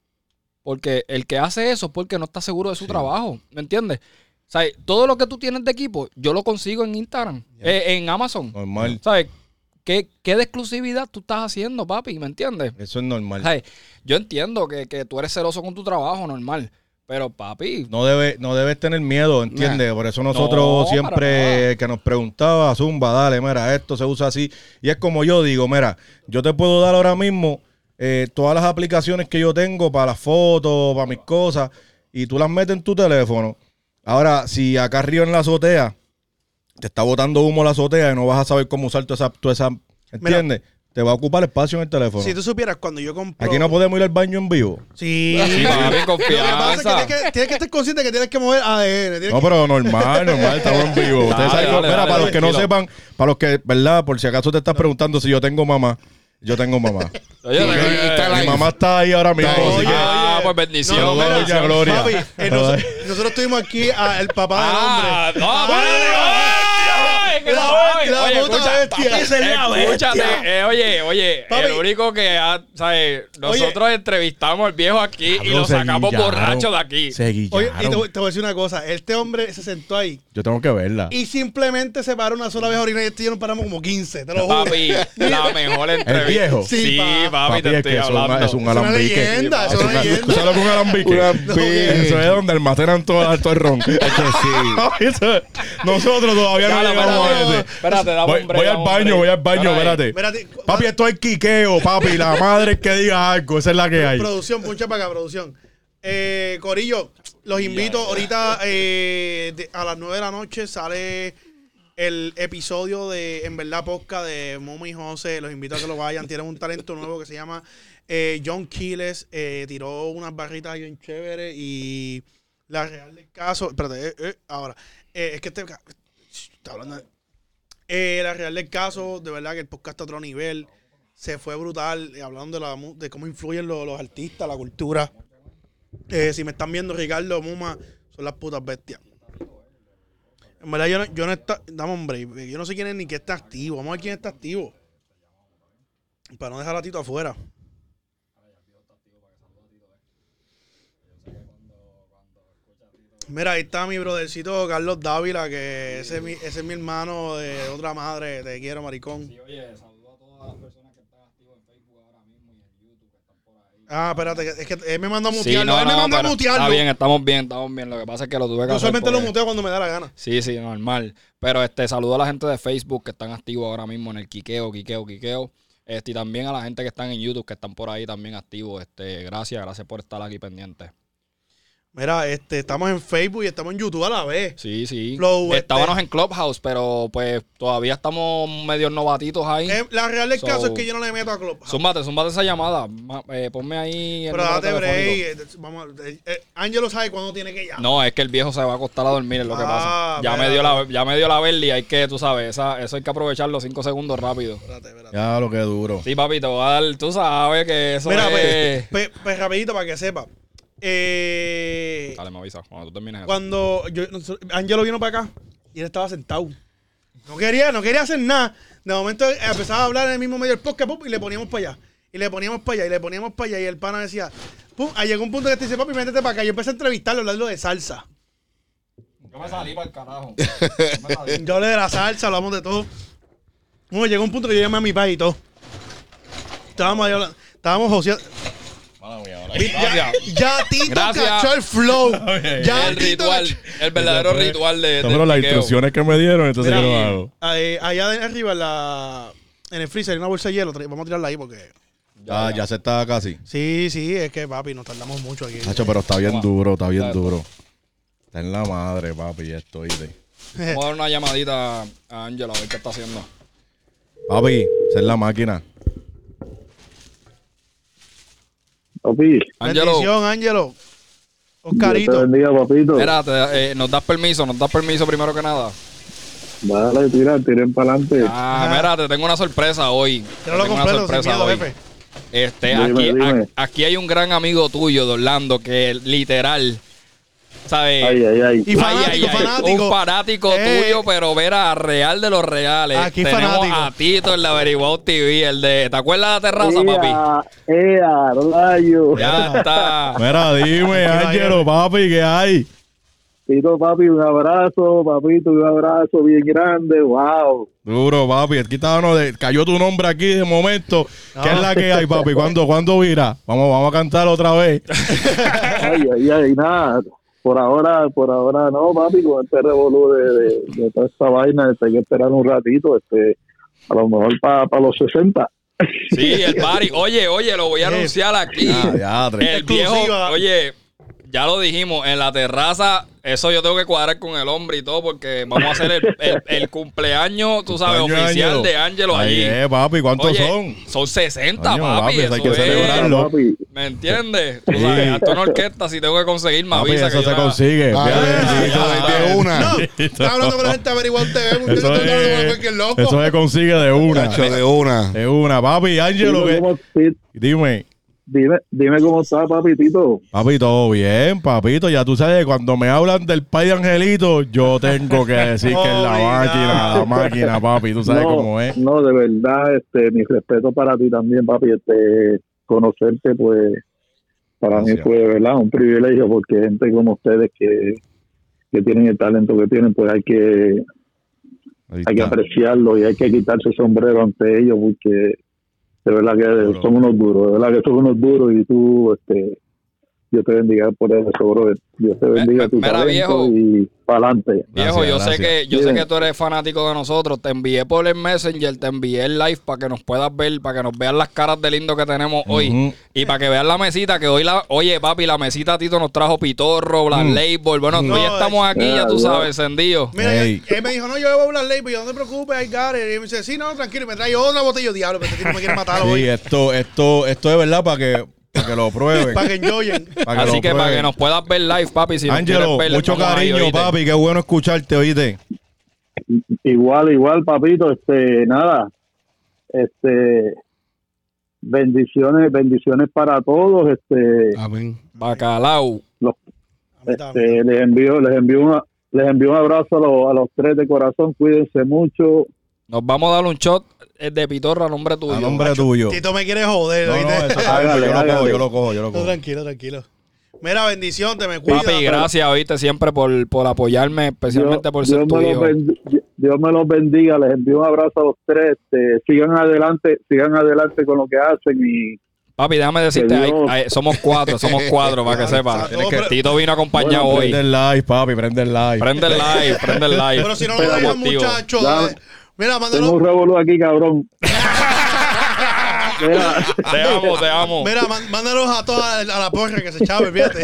Porque el que hace eso es porque no está seguro de su trabajo, ¿me entiendes? O sea, todo lo que tú tienes de equipo, yo lo consigo en Instagram, eh, en Amazon. Normal. ¿Sabes? ¿Qué, ¿Qué de exclusividad tú estás haciendo, papi? ¿Me entiendes? Eso es normal. ¿Sabes? Yo entiendo que, que tú eres celoso con tu trabajo, normal. Pero, papi, No, debe, no debes tener miedo, ¿entiendes? Por eso No, nosotros para siempre nada. eh, que nos preguntaba, Zumba, dale, mira, esto se usa así. Y es como yo digo, mira, yo te puedo dar ahora mismo eh, todas las aplicaciones que yo tengo para las fotos, para mis cosas, y tú las metes en tu teléfono. Ahora, si acá arriba en la azotea te está botando humo la azotea y no vas a saber cómo usar toda esa, toda esa ¿entiendes? te va a ocupar espacio en el teléfono. Si tú supieras, cuando yo compro... Aquí no podemos ir al baño en vivo. Sí. sí, papi, Lo que pasa es que confianza. tienes que, tienes que estar consciente que tienes que mover ADN. tienes No, pero normal, normal, estamos en vivo. Dale, Ustedes saben, dale, espera, dale, para los que no tranquilo. sepan, para los que, ¿verdad? Por si acaso te estás preguntando si yo tengo mamá, yo tengo mamá. Oye, Sí, oye, está oye. la- Mi mamá está ahí ahora mismo. Está ahí. así que- Ah, pues bendición. No, mira, bendición. ya, Gloria. Papi, eh, nos- nosotros tuvimos aquí al papá del hombre. Ah, no, espérate, saben que La no saben. bestia, la Oye, puta escucha, bestia. papi, Esa es la Escúchate, eh, oye, oye, Papi. el único que ha, ¿sabes? Nosotros entrevistamos al viejo aquí y Cabrón, lo se sacamos guillaron. borracho de aquí. Se Oye, y te, guillaron. voy- te voy a decir una cosa. Este hombre se sentó ahí Yo tengo que verla. y simplemente se paró una sola vez a orinar y este y yo nos paramos como 15, te lo juro. Papi, la mejor entrevista. viejo? Sí, Sí, papi. papi, Papi, te es estoy que eso es una- hablando. es un una alambique. leyenda, eso es una una- leyenda. ¿Tú sabes lo que es un alambique? Una Eso es donde almacenan todo, todo el ron. Eso es- Nosotros todavía no Dale, llegamos a espérate, ese. espérate, dame Voy, un break, voy al dame un baño, break. voy al baño, Dale. espérate. Espérate, Papi, esto es quiqueo, papi. La madre que diga algo, esa es la que hay. Producción, puncha para acá, producción. Eh, Corillo, los invito ahorita eh, de- a las 9 de la noche sale el episodio de En verdad Posca de Momo y José. Los invito a que lo vayan. Tienen un talento nuevo que se llama eh, John Quiles. Eh, tiró unas barritas bien chéveres y la real del caso. Espérate, eh, eh, ahora. Eh, es que este. ca- Está hablando de- eh, la real del caso, de verdad que el podcast está a otro nivel. Se fue brutal, eh, hablando de, la mu- de cómo influyen lo- los artistas, la cultura. Eh, si me están viendo, Ricardo, Muma, son las putas bestias. En verdad, yo no, yo no está, dame hombre, yo no sé quién es ni qué está activo. Vamos a ver quién está activo. Para no dejar a Tito afuera. Mira, ahí está mi brothercito Carlos Dávila, que ese es mi, ese es mi hermano de otra madre. Te quiero, maricón. Oye, saludo a todas las personas que están activas en Facebook ahora mismo y en YouTube que están por ahí. Ah, espérate, que- es que él me mandó a Sí, mutearlo. no, él me no, mandó a pero Está mutearlo. bien, estamos bien, estamos bien. Lo que pasa es que lo tuve que Yo hacer. usualmente lo porque- muteo cuando me da la gana. Sí, sí, normal. Pero este, saludo a la gente de Facebook que están activos ahora mismo en el Quiqueo, Quiqueo, Quiqueo. Este, y también a la gente que están en YouTube, que están por ahí también activos. Este, gracias, gracias por estar aquí pendientes. Mira, este, estamos en Facebook y estamos en YouTube a la vez. Sí, sí. Flow, este- Estábamos en Clubhouse, pero pues todavía estamos medio novatitos ahí. Eh, la real del So- caso es que yo no le meto a Club. Zúmbate, zúmbate esa llamada. Ma- eh, ponme ahí el pero número date break. telefónico. eh, Vamos, a- eh, eh, Ángelo sabe cuándo tiene que llamar. No, es que el viejo se va a acostar a dormir, es lo que Ah, pasa. Ya me, espérate. dio la, ya me dio la belly, hay que, tú sabes, esa, eso hay que aprovechar los cinco segundos rápido. Espérate, espérate. Ya, lo que duro. Sí, papi, te voy a dar, tú sabes que eso Mira, es... pues, pe- pues, rapidito para que sepa. Eh, Dale, me avisa cuando tú termines eso. cuando yo- nosotros- Angelo vino para acá y él estaba sentado. No quería, no quería hacer nada. De momento eh, empezaba a hablar en el mismo medio del podcast pum, y le poníamos para allá. Y le poníamos para allá y le poníamos para allá. Y el pana decía, pum, ahí llegó un punto que te dice, papi, métete para acá. Yo empecé a entrevistarlo, a hablarlo de salsa. Yo me salí para el carajo. Yo hablé de la salsa, hablamos de todo. Bueno, llegó un punto que yo llamé a mi país y todo. Estábamos ahí hablando, estábamos joseando. Ya, ya Tito Gracias. cachó el flow. Ya el Tito ritual, cachó- el verdadero ritual de. Estas del fueron las piqueo. instrucciones que me dieron, entonces Mira, yo lo hago. ahí- allá de arriba en, la, en el freezer hay una bolsa de hielo. tra- Vamos a tirarla ahí porque. Ya, ya se está casi. Sí, sí, es que papi, nos tardamos mucho aquí. Nacho, pero está bien Toma. duro, está bien Dale. duro. Está en la madre, papi, esto, ¿viste? Vamos a dar una llamadita a Ángela a ver qué está haciendo. Papi, esa es la máquina. Papi, yo Ángelo, Bendición, Ángelo. te Oscarito. bendiga, papito. mira, te- eh, nos das permiso, nos das permiso primero que nada. Dale, tira, tiren para adelante. Ah, mira, te tengo una sorpresa hoy. Te Tíralo tengo una completo, sin sorpresa miedo, hoy. jefe. Este, Dime, aquí, dime. a- aquí hay un gran amigo tuyo de Orlando que literal, ¿sabes? Ay, ay, ay. Y fanático, Ay, ay, ay. fanático. Un fanático Eh. tuyo, pero verá, real de los reales. Aquí Tenemos fanático. a Tito, el de Averiguado TV, el de... ¿Te acuerdas de la terraza, papi? Ea, ea, rayo. Ya está. Mira, dime, Ángelo, papi, ¿qué hay? Tito, papi, un abrazo, papito, un abrazo bien grande. Wow. Duro, papi. Aquí está, no, de- cayó tu nombre aquí de momento. ¿Qué Ah. es la que hay, papi? ¿Cuándo, cuándo vira? Vamos, vamos a cantar otra vez. Ay, ay, ay, nada. Por ahora, por ahora no, papi, con este revolú de, de- de toda esta vaina, este, hay que esperar un ratito, este, a lo mejor para los 60. Sí, el party. Oye, oye, lo voy a Sí. anunciar aquí. Ah, ya, tres. el viejo, Exclusiva. oye, ya lo dijimos, en la terraza, eso yo tengo que cuadrar con el hombre y todo, porque vamos a hacer el, el- el cumpleaños, tú sabes, Coño, oficial Ángelo. de Ángelo Ahí allí. es, papi. eh, ¿Cuántos Oye, son? Son 60, Coño, papi. papi, eso hay eso que es. celebrar. Celebrarlo. Papi, ¿Me entiendes? Tú sabes, hasta una orquesta, si tengo que conseguir, me Papi, avisa. eso que yo se la- consigue. Ah, Fíjate, bendito, sí, de una. No, está hablando con la gente de Averiguar TV. muchachos, Eso, está hablando con es, cualquier loco. eso se consigue de una. Nacho, de una. De una, papi, Ángelo. Tito, que- ¿cómo- Tito, Dime. Dime, dime cómo está, papitito. Papito, todo bien, papito. Ya tú sabes, cuando me hablan del país de Angelito, yo tengo que decir que es la máquina, la máquina, papi. Tú sabes no, cómo es. No, de verdad, este, mi respeto para ti también, papi. Este, conocerte, pues, para mí Gracias. fue, de ¿verdad? Un privilegio, porque gente como ustedes que, que tienen el talento que tienen, pues hay que, Ahí hay que está. apreciarlo y hay que quitarse el sombrero ante ellos, porque de verdad que Duro. son unos duros, de verdad que son unos duros y tú, este, Dios te bendiga por eso, bro. Dios te bendiga tu mira, viejo. talento y para adelante. Viejo, yo Gracias, sé gracias. que yo sé Bien. que tú eres fanático de nosotros. Te envié por el Messenger, te envié el live para que nos puedas ver, para que nos vean las caras de lindo que tenemos hoy Ujú. y para que vean la mesita que hoy la, oye papi, la mesita Tito nos trajo pitorro, Black Mm. Label, bueno, tú No, ya estamos aquí, es- ya tú Ya, sabes, encendido. Mira, Ey. él me dijo, no, yo bebo Black Label, yo no te preocupes, I got it. Y me dice, sí, no, tranquilo, y me trae otra botella, diablo, pero este tipo me quiere matar Sí, hoy. esto, esto, esto es verdad para que, para que lo prueben. Para que enjoyen. para Así lo que para prueben. que nos puedas ver live, papi, si nos Ángelo, quieres ver, mucho estamos ahí, cariño, ¿oíste? papi. Qué bueno escucharte, oíste. Igual, igual, papito, este, nada, este, bendiciones, bendiciones para todos, este, Amén. Bacalao. este, les envío, les envío una, les envío un abrazo a los, a los tres de corazón, cuídense mucho, Nos vamos a dar un shot eh, de pitorra a nombre tuyo. A nombre tuyo. Tito me quiere joder, No, no, ¿oíste? eso está bien, yo lo Hágale, cojo, hágale. yo lo cojo, yo lo No, cojo. tranquilo, tranquilo. Mira, bendición, te me cuidas. Papi, gracias, oíste, siempre por, por apoyarme, especialmente Dios- por Dios ser tu me los hijo. bendi- Dios me los bendiga, les envío un abrazo a los tres, este, sigan adelante, sigan adelante con lo que hacen y Papi, déjame decirte, Que hay- Dios- hay- somos cuatro, somos cuatro, para que Ah, sepas. está todo, pero- Tito vino acompañado Bueno, hoy. Prende el live, papi, prende el live. Prende el live, prende el live. Pero si no lo dejan, Motivo. muchachos. Dame. eh, Mira, tengo mándalo. un revolú aquí, cabrón. Mira, Te amo, te amo. Mira, man- mándalos a todos a la porra que se chave, fíjate.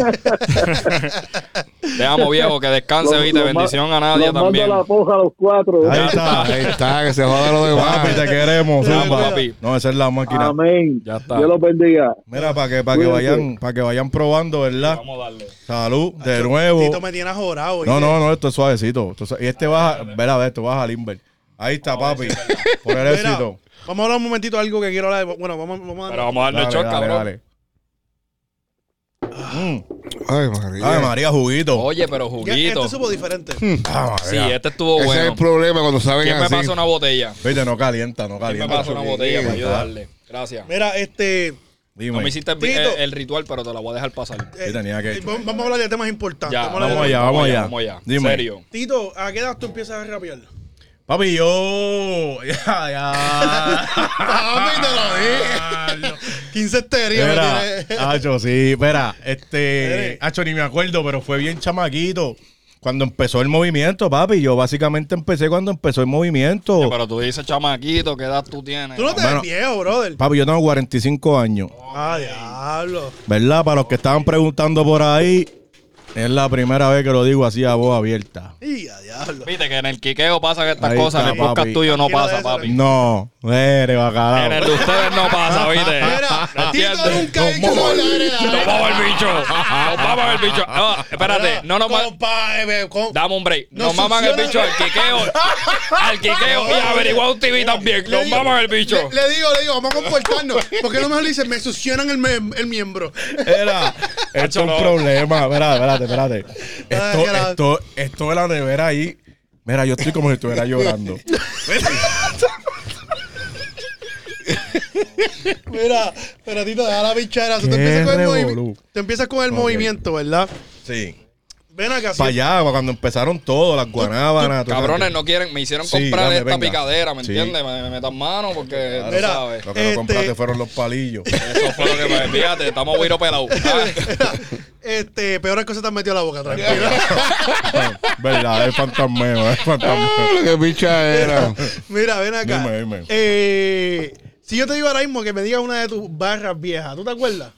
Te amo, viejo. Que descanse, los- viste. los ma- Bendición a nadie los mando también. a la poja a los cuatro. Ahí está. Ahí está, que se joda lo Papi, te demás. queremos, Te amo, zumba. papi. No, esa es la máquina. Amén. Ya está. Dios los bendiga. Mira, para que, para que Cuídate. vayan, para que vayan probando, ¿verdad? Vamos a darle. Salud, de nuevo. Tito me tiene ajorado. No, ¿oíste? no, no, esto es suavecito. Esto es suave- y este baja, verá, ve, esto baja al Inver. Ahí está, papi. Por el Mira, éxito. vamos a hablar un momentito de algo que quiero hablar. de- Bueno, vamos, vamos a Pero vamos a darle Dale, shot, dale, cabrón. dale. Ay, Ay, María. María, juguito. Oye, pero Ya, juguito. Este supo diferente. Ah, Sí, María. este estuvo Ese es bueno. el problema cuando saben ¿Quién me así. pasa una botella? Viste, no calienta, no ¿Quién me calienta. pasa una botella para yo darle? Gracias. Mira, este. Dime. No me hiciste el, Tito. el ritual, pero te la voy a dejar pasar. eh, Sí, tenía que- eh, vamos vamos a hablar de temas importantes. Ya, vamos a hablar de- allá, vamos allá. Vamos allá. Dime. Serio. Tito, ¿a qué edad tú empiezas a rapear? Papi, yo. Ya, ya. Papi, te lo Diablo. 15 esterios. Espera, me tiré. Hacho, sí, espera. Este, Espere. Hacho, ni me acuerdo, pero fue bien chamaquito. Cuando empezó el movimiento, papi, yo básicamente empecé cuando empezó el movimiento. Pero tú dices, chamaquito, ¿qué edad tú tienes? Tú no te Bueno. ves viejo, brother. Papi, yo tengo 45 años, Ah, diablo. ¿verdad? Para los que estaban preguntando por ahí, es la primera vez que lo digo así a voz abierta. Y a diablo. Viste que en el quiqueo pasan estas Ahí cosas, en está, el podcast papi. tuyo no Tranquilo pasa, de eso, papi. No, eres bacalao. En el de ustedes no pasa, viste. Mira, Tito nunca ha dicho vamos sobre la Nos heredad. vamos al bicho. Nos vamos al bicho. Ah, espérate, no nos ma- Compa, eh, eh, com- Dame un break. Nos Nos maman el succiona- bicho al quiqueo. Al quiqueo y averiguado TV también. Le Nos digo- maman el bicho. Le, le digo, le digo, vamos a comportarnos. Porque no me le dicen, me succionan el, mem- el miembro. Era, esto es un problema. Mira, espérate, espérate. Ay, Esto, era- esto, esto de la nevera ahí. Mira, yo estoy como si estuviera llorando. Mira, pero Tito, deja la bichera. Tú te Qué empiezas con el, revolú. movimiento. te empiezas con el Ok. movimiento, ¿verdad? Sí. Ven acá. Para si- allá, pa' cuando empezaron todo, las guanábanas. todo Cabrones, eso. no quieren, me hicieron Sí, comprar dame, esta venga. picadera, ¿me Sí. entiendes? Me, me metan mano porque tú Mira, sabes. Lo que no compraste Este- fueron los palillos. Eso fue lo que me fíjate, estamos güiro pelado. Este, peores cosas te han metido a la boca, tranquilo. Verdad, es fantasmeo, es Ah, fantasmeo. lo que picha era. Mira, ven acá. Dime, dime. Eh, si yo te digo ahora mismo que me digas una de tus barras viejas, ¿tú te acuerdas?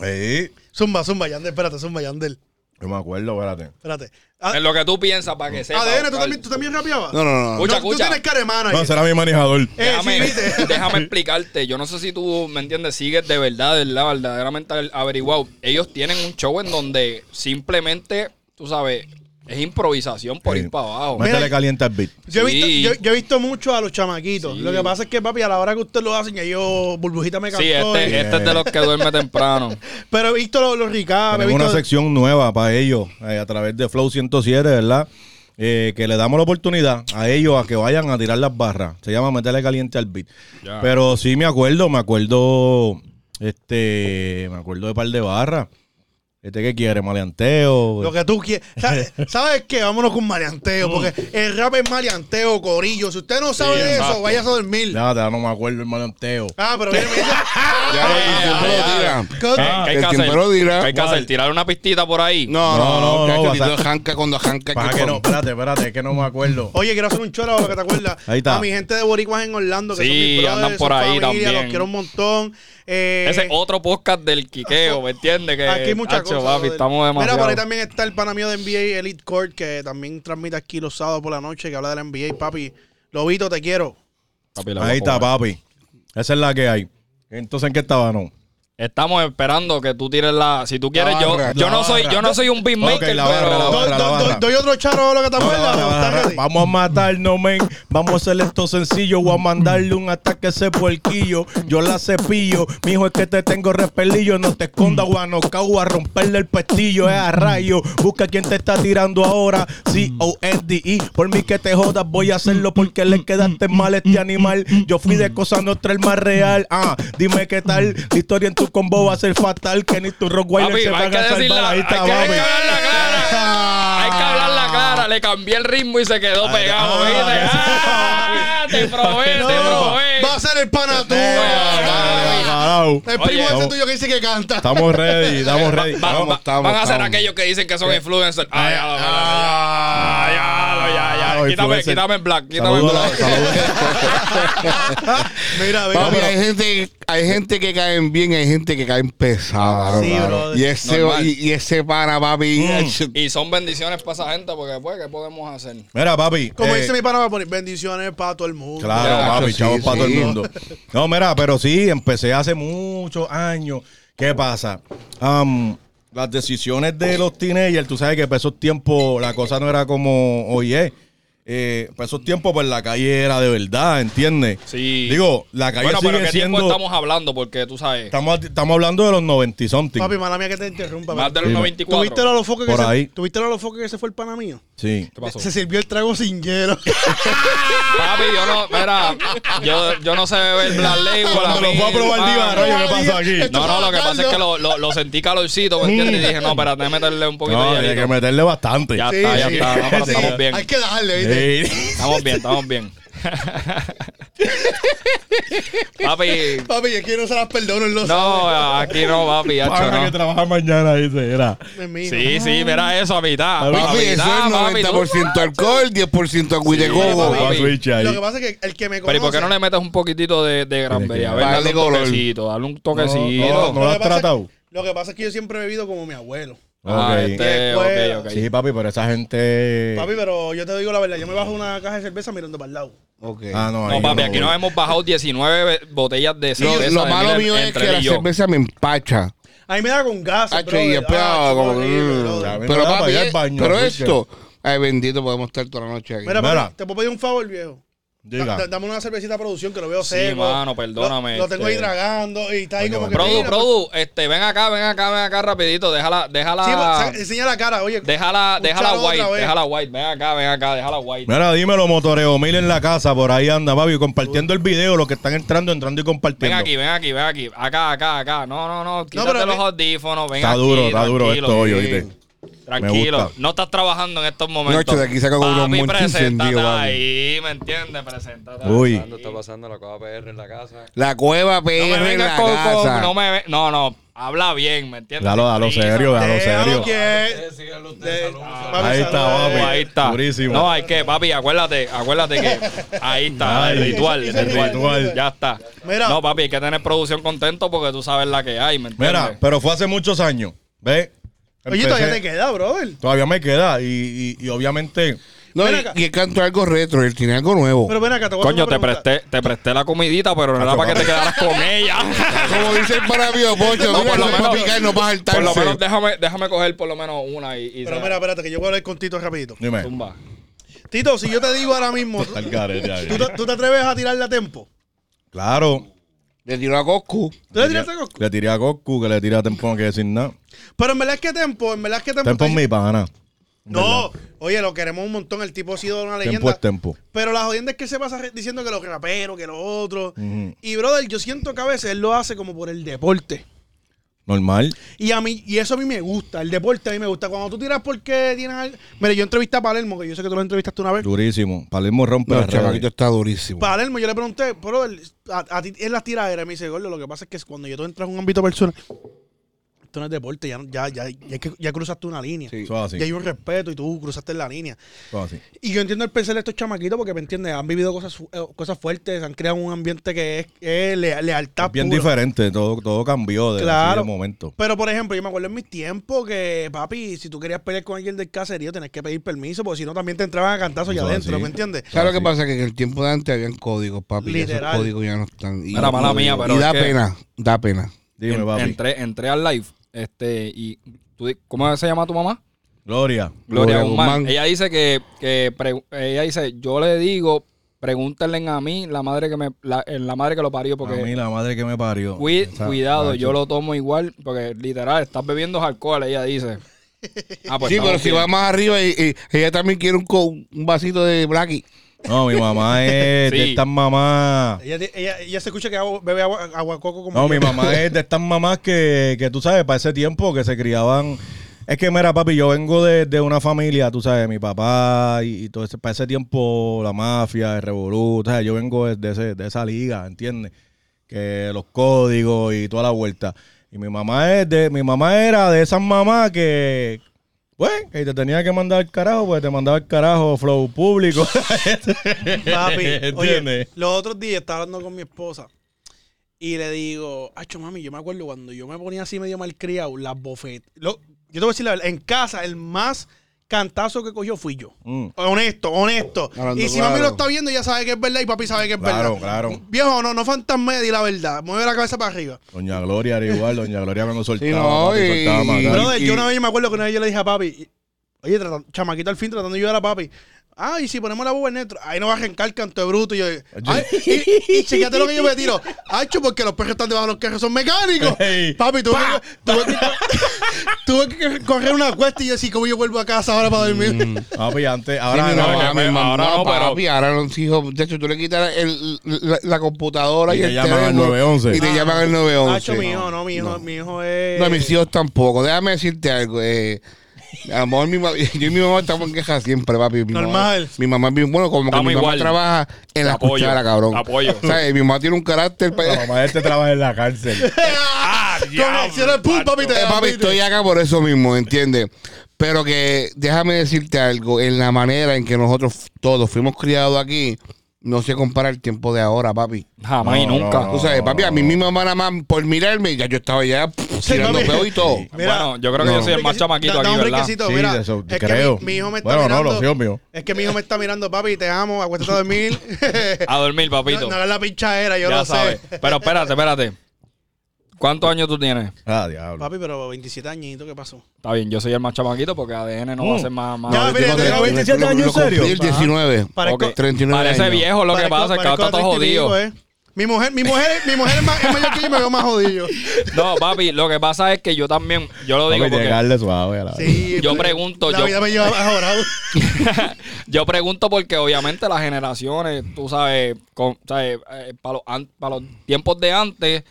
Sí, Zumba, zumba, Yandel, espérate, zumba, Yandel. yo me acuerdo, espérate. Espérate. A- Ah, en lo que tú piensas para que sepas. ADN, ¿tú Oscar. también, ¿tú también rapeabas? No, no, no. Escucha, tú escucha. tienes cara de manager. No, será mi manejador. Eh, Déjame, sí, viste. déjame explicarte. Yo no sé si tú, ¿me entiendes? Sigues de verdad, de verdad, verdaderamente averiguado. Ellos tienen un show en donde simplemente, tú sabes, Es improvisación por Sí. ir para abajo. Me- Métele Mira, caliente al beat. Yo he, visto, Sí. yo, yo he visto mucho a los chamaquitos. Sí. Lo que pasa es que, papi, a la hora que usted lo hacen, ya yo, burbujita me eh. Sí, cantó. este, y- este es de los que duerme temprano. Pero he visto los, los recaps, he Tenemos una visto- sección nueva para ellos eh, a través de Flow 107, ¿verdad? Eh, que le damos la oportunidad a ellos a que vayan a tirar las barras. Se llama meterle caliente al beat. Ya. Pero sí me acuerdo, me acuerdo, este, me acuerdo de par de barras. Este que quiere, maleanteo. Lo que tú quieres. ¿Sabes, ¿sabes qué? Vámonos con maleanteo. Porque el rap es maleanteo, corillo. Si usted no sabe de eso, Mm. exacto. váyase a dormir. Nada, no me acuerdo el maleanteo. Ah, pero viene, mira. Ya, Ah, el tiempo ya, lo ya. tira. Co- Eh, ¿Qué hay Ah, El que hacer? tiempo lo dirá. ¿Qué hay que hacer? ¿Tirar una pistita por ahí? No, No, no, no, no. no, chacho, vas a- Tito Janca cuando Janca. Para que que no, con- espérate, espérate, que no me acuerdo. Oye, quiero hacer un choro ahora que te acuerdas. Ahí está. A mi gente de Boricuas en Orlando, que Sí, son mis brothers, andan por son ahí familia, también. Los quiero un montón. Eh, Ese es otro podcast del quiqueo, ¿me entiendes? Que, Aquí hay muchas hacho, cosas. papi, brother. estamos demasiado. Mira, por ahí también está el pana mío de NBA Elite Court, que también transmite aquí los sábados por la noche, que habla de la NBA. Papi, Lobito, te quiero. Papi, la voy a Ahí está, comer. papi. Esa es la que hay. Entonces, ¿en qué estaba, no? Estamos esperando que tú tires la. Si tú quieres, La yo, barra, yo la no soy, yo no soy un beatmaker, Ok, la barra, pero- la barra. Doy- doy- barra. Doy otro charo ahora que te acuerdas. ¿Estás ready? Vamos a matarnos, men. Vamos a hacer esto sencillo. Voy a mandarle un ataque a ese puerquillo. Yo la cepillo. Mijo, es que te tengo repelillo. No te escondas, guanocao, a romperle el pestillo. Es a rayo. Busca quién te está tirando ahora. c o d E. Por mí que te jodas, voy a hacerlo porque le quedaste mal a este animal. Yo fui de cosa nuestra, el más real. Ah, dime qué tal. La historia en tu combo va a ser fatal. Que ni tu Rockwilder Papi, se hay van que a decirla. salvar. Ahí Hay que está, hay que papi. hablarla clara. Hay que hablarla clara. Le cambié el ritmo y se quedó pegado. ah, ¿viste? eso. Ah, Te probé, te No, probé. Va a ser el pana tuyo. Eh, papi. Carajo. El primo Oye, este no. tuyo que dice que canta. Estamos ready, estamos ready. Va- Estamos, va- estamos, van a ser estamos. aquellos que dicen que son influencers. Ah, ya, ya, Ah, ya, ya, ya, ya. ah, Quítame, influencer. quítame en black. Quítame en Saludos a la- black. saludos Mira, mira. Papi, hay gente, hay gente que caen bien, hay gente que caen pesada. Sí, claro. brother. Y ese, Normal. y, y ese pana, papi. Y son bendiciones para esa gente porque después, ¿qué podemos hacer? Mira, papi. Como eh, dice mi pana, va a poner bendiciones para todo el mundo. Claro, Ya, papi, sí, chavos para sí. todo el mundo. No, mira, pero sí, empecé hace muchos años. ¿Qué pasa? Am, las decisiones de los teenagers, tú sabes que para esos tiempos la cosa no era como hoy es. Eh, para esos tiempos, pues la calle era de verdad, ¿entiendes? Sí. Digo, la calle Bueno, pero sigue ¿qué tiempo siendo. estamos hablando? Porque tú sabes, Estamos, estamos hablando de los 90 y something. Papi, mala mía que te interrumpa. más papi. de los Sí, 94. ¿Tuviste lo foco que Por se, ahí. ¿Tuviste lo foco que se fue el pana mío? Sí. ¿Qué pasó? Se sirvió el trago sin hielo. Papi, yo no, mira, yo, yo no sé beber Black Label. Cuando lo fue a probar Ah, Diva, rayo, ¿qué pasó aquí? No, no, lo que pasa es que lo, lo, lo sentí calorcito, ¿me entiendes? Y dije, no, espérate, meterle un poquito No, de hay que hielito. meterle bastante. Ya está, ya está, no, pero estamos bien. Hay que dejarle, ¿viste? Sí. Estamos bien, estamos bien. papi, Papi, es que yo no se las perdono en los no, aquí no, papi, hacho, Pana que no. trabaja mañana, dice, era. Es mío. Sí, sí, mira eso a mitad. a Papi, eso mitad, es papi, tú- 90% alcohol, 10% agüite Sí, cobo. papi. Pa' switch ahí. Lo que pasa es que el que me Pero conoce... ¿y por qué no le metes un poquitito de, de granberry? A ver, Dale dale un color. toquecito, dale un No, toquecito. no. lo has que pasa es- tratado? Lo que pasa es que yo siempre he bebido como mi abuelo. Ah, Ok. este, Después- ok, ok. Sí, papi, pero esa gente. Papi, pero yo te digo la verdad. Yo me bajo una caja de cerveza mirando para el lado. Ok. Ah, no, ahí No, papi, yo aquí nos voy. hemos bajado 19 be- botellas de Lo, cerveza. lo de malo Miller mío es entre que él la y yo. cerveza me empacha. A mí me da con gas. Hacho, y yo esperaba como- A mí me Pero, da para papi, eh, ir al baño, pero así que- esto, ay bendito, podemos estar toda la noche aquí. Mira, Mira. papi, te puedo pedir un favor, viejo. Da- da- Diga. dame una cervecita a producción que lo veo Sí, seco. mano, perdóname, Lo, lo tengo ahí este- tragando y está ahí Coño, como que. Produ, mira, Produ, este, ven acá, ven acá, ven acá rapidito. Déjala, déjala. Sí, pues, sa- enseña la cara, oye. déjala, un déjala charo otra white, vez. déjala white. Ven acá, ven acá, déjala white. Mira, dímelo, motoreo mil en la casa, por ahí anda, papi, compartiendo el video, los que están entrando, entrando y Ven compartiendo. aquí, ven aquí, ven aquí. Acá, acá, acá. No, no, no. Quítate pero- los audífonos. Ven Está aquí, duro, está duro tranquilo. esto hoy, oíste. Me Tranquilo, gusta. no estás trabajando en estos momentos. Noche de aquí saca como unos Papi, monchis preséntate encendidos, papi. ahí, ¿me entiendes? Preséntate. Uy. ahí. Cuando está pasando la copa PR en la casa. La cueva PR No me en la vengas con, con- casa. no me ve- no, no, habla bien, ¿me entiendes? Dalo, dalo, Prisa, serio, dalo, Déjalo serio. quieto. Síganlo ustedes. De- papi, Ahí está, saluda. papi. ahí está. Durísimo. No, hay que, papi, acuérdate, acuérdate que ahí está, Ay, el ritual, el ese ritual. ritual. Ya está. Mira. No, papi, hay que tener producción contento porque tú sabes la que hay, ¿me entiendes? Mira, pero fue hace muchos años, ¿ves? Oye, Empecé- todavía te queda, brother. Todavía me queda, y, y- y obviamente. No, Ven y, acá. y él cantó algo retro, él tiene algo nuevo. Pero ven acá, te voy a hacer Coño, una te pregunta. presté, te presté la comidita, pero no era para que te quedaras con ella. Como dice el paravio, Poncho, No, mira, por no lo va a menos- picar, no va a saltarse. Por lo menos déjame, déjame coger por lo menos una y, y Pero se- mira, espérate, que yo voy a hablar con Tito rapidito. Dime. tumba. Tito, si yo te digo ahora mismo, ¿tú, Está el garete ahí. tú te, tú te atreves a tirarle a tiempo? Claro. Le tiró a Coscu. ¿Tú le tiraste a Goku? Le tiré a Goku, que le tiré a Tempón, que decir nada. Pero en verdad es que Tempo, en verdad es que Tempo... Tempón mi pana. No, oye, lo queremos un montón, el tipo ha sido una leyenda. Tempo es Tempo. Pero la jodienda es que él se pasa re- diciendo que los raperos, que los otros. Ujú. Y, brother, yo siento que a veces él lo hace como por el deporte. Normal. Y a mí, y eso a mí me gusta, el deporte a mí me gusta. Cuando tú tiras porque tienes al- Mira, yo entrevisté a Palermo, que yo sé que tú lo entrevistaste una vez. Durísimo. Palermo rompe No, las el chamaquito redes. está durísimo. Palermo, yo le pregunté, pero a, a ti es las tiraderas. Y Me dice, Gordo, lo que pasa es que cuando yo tú entras en un ámbito personal, esto no es deporte, ya, ya, ya, ya, es que- ya cruzaste una línea. Sí. Eso es así. Ya hay un respeto y tú cruzaste la línea. eso es así. Y yo entiendo el pensar de estos chamaquitos porque, ¿me entiendes? Han vivido cosas, fu- eh, cosas fuertes, han creado un ambiente que es, es le- lealtad Es bien pura. diferente. Todo, todo cambió de, Claro. así de momento. Pero, por ejemplo, yo me acuerdo en mis tiempos que, papi, si tú querías pelear con alguien del caserío, tenías que pedir permiso, porque si no, también te entraban a cantazo allá Eso es adentro, así. ¿me entiendes? ¿Sabes lo que pasa? Que en el tiempo de antes habían códigos, papi. y Esos Literal. códigos ya no están. Y, Mira, mala mía, pero y da es que- pena, da pena. Dime, En- papi. entré, entré al live. Este, y tú di- ¿cómo se llama tu mamá? Gloria. Gloria, Gloria Guzmán. Guzmán. Ella dice que, que pre- ella dice, yo le digo, pregúntenle a mí la madre que me, la, eh, la madre que lo parió, a mí porque la madre que me parió. cui- Esa- cuidado, macho. yo lo tomo igual, porque literal, estás bebiendo alcohol, ella dice. Ah, pues sí, estamos pero si bien. va más arriba, y, y- ella también quiere un, co- un vasito de Blackie. No, mi mamá es de Sí. estas mamás. Ella, ella- ella se escucha que agua- bebe agua, agua coco como. No, yo. mi mamá es de estas mamás que, que tú sabes, para ese tiempo que se criaban. Es que, mira, papi, yo vengo de, de una familia, tú sabes, mi papá y, y todo ese, para ese tiempo la mafia, el revolú, tú sabes, yo vengo de, de ese- de esa liga, ¿entiendes? Que los códigos y toda la vuelta. Y mi mamá es de, mi mamá era de esas mamás que, pues, que te tenía que mandar al carajo, pues te mandaba al carajo, flow público. Papi, oye, ¿Entiendes? los otros días estaba hablando con mi esposa y le digo, Acho, mami, yo me acuerdo cuando yo me ponía así medio malcriado, las bofetas. Lo- yo te voy a decir la verdad, en casa el más cantazo que cogió fui yo. Mm. Honesto, honesto. Hablando y si claro. mami lo está viendo, ya sabe que es verdad y papi sabe que es Claro, verdad. claro. Viejo, no, no fantasme, di la verdad. Mueve la cabeza para arriba. Doña Gloria era igual, Doña Gloria cuando soltaba, no, papi, y- soltaba más. Claro, Brother, y- yo una vez yo me acuerdo que una vez yo le dije a papi, oye, tratan- chamaquito al fin tratando de ayudar a papi. Ah, y si ponemos la boba en neutro, ahí no va a arrancar canto de bruto. Y yo, ay, y, y chequéate lo que yo me tiro. Hacho, porque los perros están debajo de los carros, son mecánicos. Ey. Papi, tuve, que, tuve, que, tuve que correr una cuesta y yo así, ¿cómo yo vuelvo a casa ahora para dormir? Mm, Papi, antes, Sí, ahora mi no, mamá, que mi me- mamá, ahora no, pero- papi, ahora los hijos, de hecho, tú le quitas el- la, la computadora y, Y te el llaman al teléfono 911. Y te llaman el 911. Hacho, mi hijo, no, mi hijo, mi hijo es... No, mis hijos tampoco. Déjame decirte algo. Eh, a lo mejor mi ma- yo y mi mamá estamos en queja siempre, papi. Mi Normal. Mamá, mi mamá es bien bueno, como que Estamos mi mamá igual. trabaja en la Apoyo, cuchara, cabrón. apoyo. O sea, eh, mi mamá tiene un carácter. pa- La mamá de este trabaja en la cárcel. Con acciones, pum, papi, te Eh, papi, papi, estoy acá por eso mismo, ¿entiendes? Pero que déjame decirte algo, en la manera en que nosotros f- todos fuimos criados aquí, no se compara el tiempo de ahora, papi. Jamás y No, no, nunca. no. Tú sabes, papi, a mí mi mamá nada más por mirarme, ya yo estaba ya pff, Sí, tirando papi. peo y todo. Bueno, yo creo que yo soy el más chamaquito Da- da aquí, un ¿verdad? brequecito, Sí, mira, de eso, es que creo. mi, mi hijo me está Bueno, no, mirando. los hijos míos. Es que mi hijo me está mirando, papi, te amo, acuéstate a dormir. A dormir, no, papito. no hagas la pinchadera, yo ya lo sabes. sé. Pero espérate, espérate. ¿Cuántos años tú tienes? Ah, diablo. Papi, pero 27 añitos, ¿qué pasó? Está bien, yo soy el más chamaquito porque ADN no va a ser más... más Mm. Ya, Yo mira, tengo- tengo yo 27 lo- años, lo ¿en serio? cumplí el 19. Ah, Parezco- Ok. 39 Parece años. viejo lo que Parezco- pasa, el cabrón parezco está todo treinta y pico, jodido. eh. Mi mujer, mi mujer, mi mujer es más, es mayor que yo y me veo más jodido. No, papi, lo que pasa es que yo también, yo lo digo Papi, porque llegarle suave a la Sí, pues, Yo pregunto, la yo- vida me lleva mejorado. yo pregunto porque obviamente las generaciones, tú sabes, con- sabes para, los, an- pa' los tiempos de antes,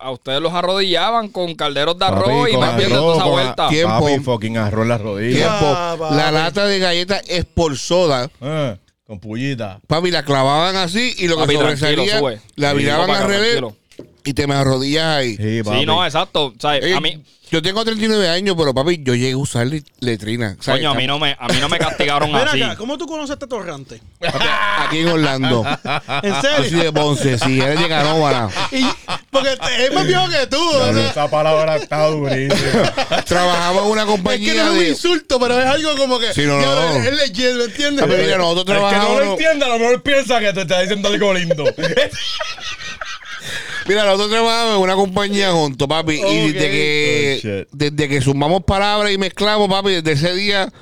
a ustedes los arrodillaban con calderos de arroz Papi, y con más bien de toda esa con vuelta. a- Tiempo. Papi, fucking arroz en las rodillas. Tiempo. Ah, papi. la lata de galletas es por soda. Eh, con pullita. Papi, la clavaban así y lo que Papi, tranquilo, sobresalía sube. la Sí, miraban papá, al revés tranquilo. y te me arrodillas ahí. Sí, papi. Sí, no, exacto. O sea, Oye, a mí, Yo tengo 39 años, pero papi, yo llegué a usar lit- letrina. O sea, coño, a mí no me, a mí no me castigaron Ven así. acá, ¿cómo tú conoces a este torrante? papi, Aquí en Orlando. Ah, ¿En Yo soy serio? de Ponce, sí, eres de Canóvana. Y- porque te- es más viejo que tú. o Claro, sea, Esa palabra está durísima. Trabajamos en una es que compañía no es un de... insulto, pero es algo como que. Sí, no, no. diablo, Es legit, ¿me entiendes? Papi, mira, nosotros El que no trabajamos... lo entienda, a lo mejor piensa que te está diciendo algo lindo. Mira, nosotros trabajamos en una compañía juntos, papi. Y desde que, Oh, shit. desde que sumamos palabras y mezclamos, papi, desde ese día,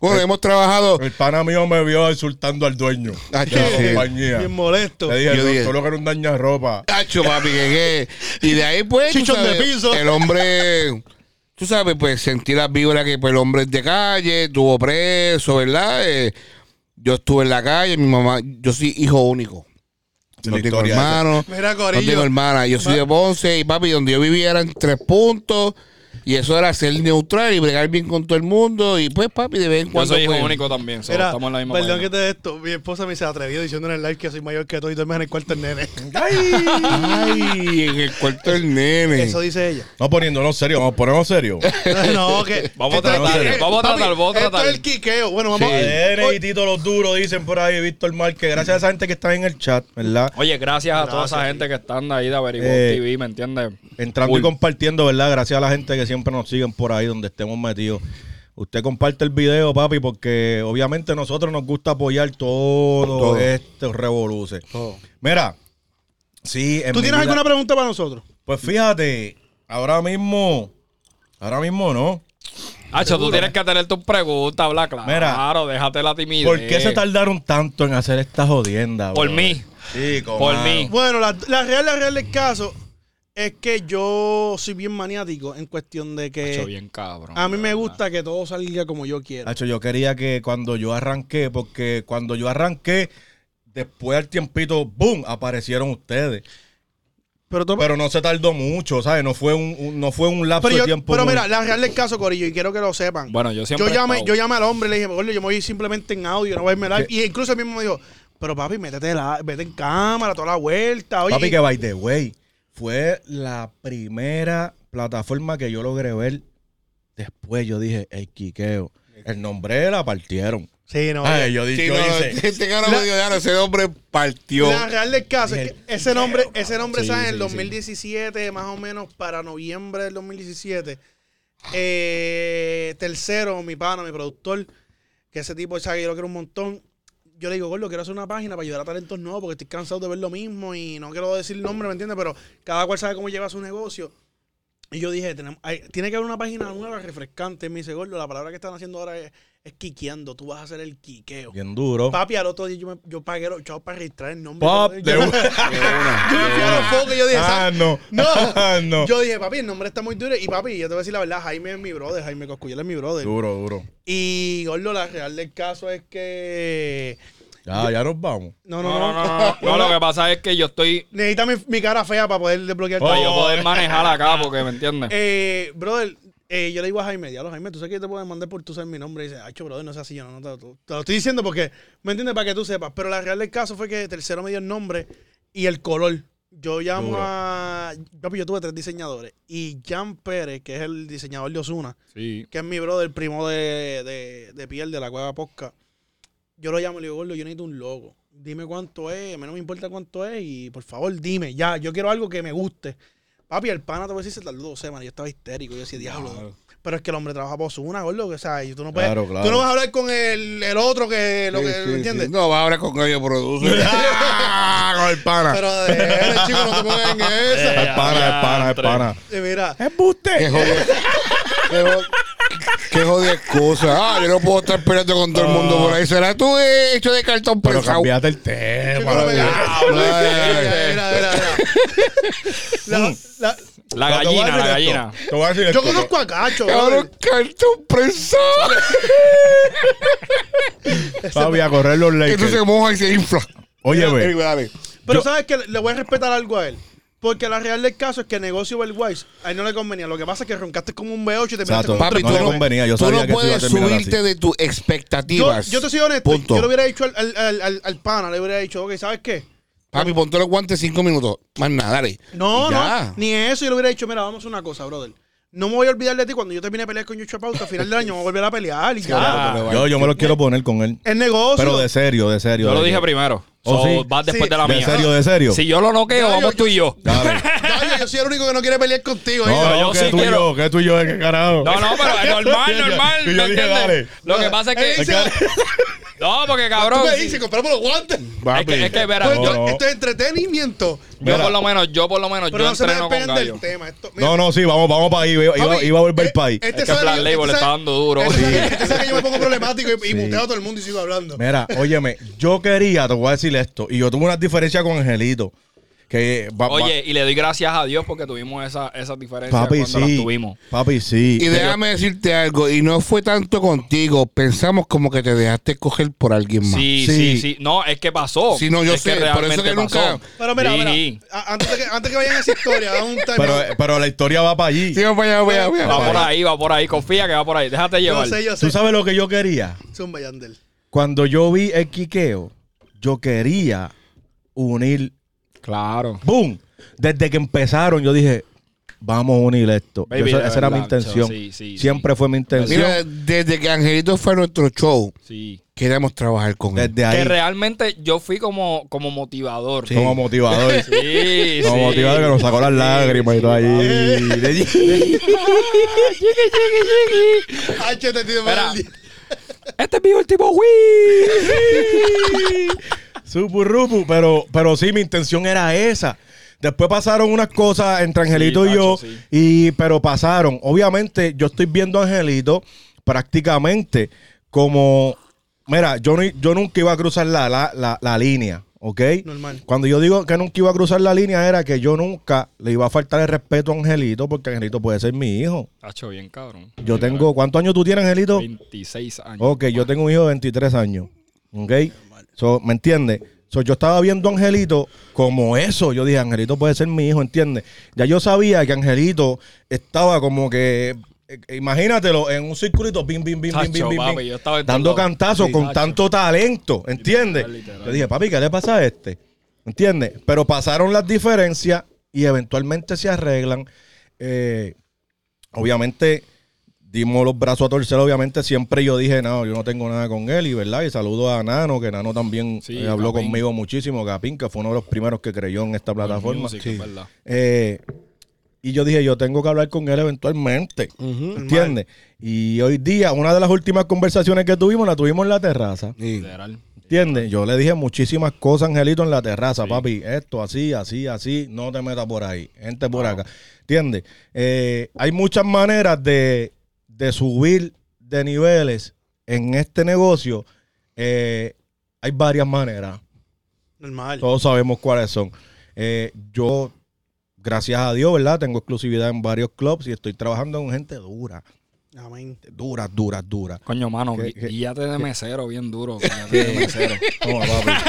bueno, hemos trabajado. El pana mío me vio insultando al dueño Ah, de la sí. compañía. Bien molesto. Le dije, Yo no, dije- tú lo que eres un dañarropa. Cacho, papi, que qué. Y de ahí, pues. tú Chichón de piso. El hombre. Tú sabes, pues sentí las vibras que pues, el hombre es de calle, estuvo preso, ¿verdad? Eh, yo estuve en la calle, mi mamá, yo soy hijo único. Sí, no la tengo historia esa. hermano. Mira, No tengo Corillo. hermana, yo soy de Ponce y papi, donde yo vivía eran tres puntos y eso era ser neutral y bregar bien con todo el mundo y pues papi, de vez en Yo cuando... soy hijo pues, único también. so, Mira, estamos en la misma perdón página. que te dé esto. Mi esposa me se atrevió diciendo en el live que soy mayor que tú y duermes en el cuarto del nene. Ay, en el cuarto del nene. Eso dice ella. No poniéndonos serio, vamos a ponernos serio. No, que. Vamos a esto es el tratar, quiqueo. vamos a tratar, Papi, vamos a tratar. Esto es el quiqueo. Bueno, vamos a. ADN y Tito los duros dicen por ahí, Víctor Márquez. Gracias a esa gente que está en el chat, ¿verdad? Oye, gracias a toda esa gente que están ahí de Averiguar Eh, TV, ¿me entiendes? Entrando y Full. compartiendo, ¿verdad? Gracias a la gente que siempre nos siguen por ahí donde estemos metidos. Usted comparte el video, papi, porque obviamente nosotros nos gusta apoyar todo, Todo. este revoluce. Mira, sí, en ¿Tú mi tienes vida- alguna pregunta para nosotros? Pues fíjate, ahora mismo, ahora mismo no. Hacho, tú Ah, tienes que tener tus preguntas, habla claro. Mira. claro, déjate la timidez. ¿Por qué se tardaron tanto en hacer esta jodienda? eh. Por bro? mí. Chico, Por mano. mí. Bueno, la, la real, la real del caso es que yo soy bien maniático en cuestión de Eh, Hacho, que bien cabrón. a mí me ¿verdad? gusta que todo salga como yo quiero. Hacho, yo quería que cuando yo arranqué, porque cuando yo arranqué, después al tiempito, ¡boom! aparecieron ustedes. Pero, tú- Pero no se tardó mucho, ¿sabes? No fue un, un- no fue un lapso pero, de yo- tiempo. pero muy- mira, la real del caso, Corillo, y quiero que lo sepan. Bueno, yo siempre yo he llamé, estado- yo llamé al hombre y le dije, "Oye, yo me voy simplemente en audio, no voy a irme live. Y incluso él mismo me dijo, pero papi, métete, la, vete en cámara, toda la vuelta. Oye, Papi, y- que by the way, fue la primera plataforma que yo logré ver. Después yo dije, el quiqueo. El nombre la partieron. Sí, no. Ay, yo Sí, dije, no, yo no, hice- este cara me dijo, "Ya, ese hombre partió. La real del caso es que ese nombre, ese nombre Sí, sale en sí, el 2017, más o menos para noviembre del 2017. Eh, tercero, mi pana, mi productor, que ese tipo, sabe que yo lo quiero un montón. Yo le digo, gordo, quiero hacer una página para ayudar a talentos nuevos porque estoy cansado de ver lo mismo y no quiero decir nombre, ¿me entiendes? Pero cada cual sabe cómo lleva su negocio. Y yo dije, "Tenem- hay- tiene que haber una página nueva, refrescante. Y Me dice, gordo, la palabra que están haciendo ahora es, es quiqueando. Tú vas a hacer el quiqueo. bien duro. Papi, al otro día yo, me, yo pagué los chavos para registrar el nombre. Pop, yo, de yo una. me fui a los focos y yo dije, Ah, "Sa-". no. No. Ah, no. yo dije, papi, el nombre está muy duro. Y papi, yo te voy a decir la verdad, Jaime es mi brother, Jaime Coscuyel es mi brother. Duro, duro. Y, gordo, la real del caso es que... Ya, ya nos vamos. No, no, No, no. no, no, no, no, lo que pasa es que yo estoy. Necesita mi, mi cara fea para poder desbloquear Para Oh, yo Oh. todo. poder manejar acá, porque, ¿me entiendes? Eh, brother, eh, yo le digo a Jaime, diablo, Jaime, tú sabes que yo te puedo mandar por tu ser mi nombre. Y dice, acho, brother, no seas así, yo no, no te, te lo estoy diciendo porque, ¿me entiendes? Para que tú sepas. Pero la real del caso fue que tercero me dio el nombre y el color. Yo llamo Duro. a. Papi, yo tuve tres diseñadores. Y Jan Pérez, que es el diseñador de Osuna, sí. que es mi brother, primo de, de, de piel de la cueva Posca. Yo lo llamo y le digo, gordo, yo necesito un logo. Dime cuánto es, a mí no me importa cuánto es y por favor dime, ya, yo quiero algo que me guste. Papi, el pana te voy a decir, se tardó dos semanas, yo estaba histérico, yo decía, diablo. Pero es que el hombre trabaja por su una, gordo, o sea, y tú no puedes, Claro, claro. tú no vas a hablar con el, el otro que lo Sí, que, sí, ¿me ¿entiendes? sí. No, va a hablar con ellos, produce. Ah, con el pana. Pero eh, de eres, chico, no te pongas en esa. Es pana, es pana, es pana. Y eh, mira, Es buste. Qué jodida. qué, jo- qué jodida excusa. Ah, yo no puedo estar peleando con todo el Ah. mundo por ahí. Será tú eh, hecho de cartón Pero pensado. cambiate el chico, tema. no me- güey. ah, Mira, mira, mira, mira. La- la- La Pero te voy a gallina, la decir gallina. esto. Te voy a decir yo esto. conozco a Cacho, Cabrón, brother. cartón prensado. Papi, a correr los Esto se Lakers. moja y se infla. Oye, Anyway, ve. dale. Pero Yo- sabes que le voy a respetar algo a él. Porque la real del caso es que el negocio Wise a él no le convenía. Lo que pasa es que roncaste como un B8 y te metiste como Exacto. un Papi, No tú le no, convenía, yo tú sabía no que esto iba a puedes terminar subirte así. de tus yo, expectativas. yo te soy honesto. Punto. Yo le hubiera dicho al, al- al- al pana, le hubiera dicho, ok, ¿sabes qué? Papi, ponte los guantes cinco minutos. Más nada, dale. No, Y ya. no, ni eso. Yo le hubiera dicho, mira, vamos a hacer una cosa, brother. No me voy a olvidar de ti cuando yo termine de pelear con Yucho Pauta. A final del año vamos a volver a pelear y claro, ya. pero- Yo, yo me lo quiero poner con él. Es negocio. Pero de serio, de serio. Yo lo de- dije primero. Oh, So, sí. Vas después Sí. de la De mía. serio, de serio. Si yo lo noqueo, Ya, vamos yo- tú y yo. Dale. Yayo, yo soy el único que no quiere pelear contigo. No, ¿eh? yo yo, que sí tú y quiero. yo, que tú y yo, que carajo. No, no, pero es normal, normal. Y ¿me yo dije, entiendes? dale. Lo que pasa es Él que. dice, No, porque cabrón. tú me dices, compramos los guantes. Es que, es que, verá, Pues, No, yo- no. Esto es entretenimiento. yo, yo Mira. por lo menos, yo por lo menos, Pero yo no se me entreno con despeguen gallo. del tema. Esto, mira, No, no, sí, vamos, vamos para ahí. Iba, iba, papi, iba a volver eh, para ahí. Este Es que sabe- Black este Label le sabe- está dando duro. Este sabe- este sabe que yo me pongo problemático y, y Sí. muteo a todo el mundo y sigo hablando. Mira, óyeme, yo quería, te voy a decir esto, y yo tuve una diferencia con Angelito. Que va- va- Oye, y le doy gracias a Dios porque tuvimos esa, esas diferencias papi, cuando las sí. tuvimos. Papi, sí. Y déjame decirte algo, y no fue tanto contigo, pensamos como que te dejaste coger por alguien más. Sí, Sí. sí, sí, No, es que pasó. Sí, no, yo Es sé, por eso realmente que nunca- pasó. Pero mira, Sí. mira, a- antes de que, antes que vayan a esa historia, da un time pero, eh, out. pero la historia va para allí. Sí, vamos para allá, vamos para allá, vamos Va para por allá. ahí, va por ahí. Confía que va por ahí. Déjate yo llevar. sé, yo sé. ¿Tú sabes lo que yo quería? Zumba, Yandel. Cuando yo vi el quiqueo, yo quería unir. Claro. ¡Boom! Desde que empezaron, yo dije, vamos a unir esto. Baby, Eso- de esa era mi verdad, intención. chao, sí, sí, Siempre fue mi intención. Mira, desde que Angelito fue a nuestro show, Sí. queríamos trabajar con él. Desde Que ahí, realmente yo fui como, como motivador. Sí, como motivador. sí. Como motivador que nos sacó las lágrimas y todo allí. Ay, che, Ah, te tío, Espera. maldito. Este es mi último Wii. Supurrupu, pero, pero sí, mi intención era esa. Después pasaron unas cosas entre Angelito Sí, y yo, tacho, sí. y, pero pasaron. Obviamente, yo estoy viendo a Angelito prácticamente como. Mira, yo, ni- yo nunca iba a cruzar la, la, la- la línea, ¿ok? Normal. Cuando yo digo que nunca iba a cruzar la línea, era que yo nunca le iba a faltar el respeto a Angelito, porque Angelito puede ser mi hijo. Hacho, bien cabrón. Yo tengo. ¿Cuántos años tú tienes, Angelito? 26 años. Ok, yo tengo un hijo de 23 años. Ok. So, ¿Me entiendes? So, yo estaba viendo a Angelito como eso. Yo dije, Angelito puede ser mi hijo, ¿entiendes? Ya yo sabía que Angelito estaba como que. eh, Imagínatelo en un circulito, bim, bim, bim, bim, Tacho, bim, bim, papi, bim, yo estaba en dando todos lados. cantazos Sí, con tacho. tanto talento, ¿entiendes? Literal, literal. Yo dije, papi, ¿qué le pasa a este? ¿Entiendes? Pero pasaron las diferencias y eventualmente se arreglan. Eh, obviamente dimos los brazos a torcer, obviamente siempre yo dije, no, yo no tengo nada con él y verdad, y saludo a Nano, que Nano también Sí, eh, habló Capín. conmigo muchísimo, Capín, que fue uno de los primeros que creyó en esta plataforma. Music, es verdad. Eh, y yo dije, yo tengo que hablar con él eventualmente, ¿entiendes? Y hoy día, una de las últimas conversaciones que tuvimos, la tuvimos en la terraza. Sí. Literal. ¿Entiendes? Yo le dije muchísimas cosas, Angelito, en la terraza, papi. Esto, así, así, así, no te metas por ahí. Gente por acá. ¿Entiendes? Eh, hay muchas maneras de, de subir de niveles en este negocio. Eh, hay varias maneras. Normal. Todos sabemos cuáles son. Eh, yo, gracias a Dios, ¿verdad? Tengo exclusividad en varios clubs y estoy trabajando con gente dura. Amén. Dura, dura, dura. Coño, mano, ¿Qué- gui- qué- guíate de mesero bien duro. guíate de mesero. Toma, papi.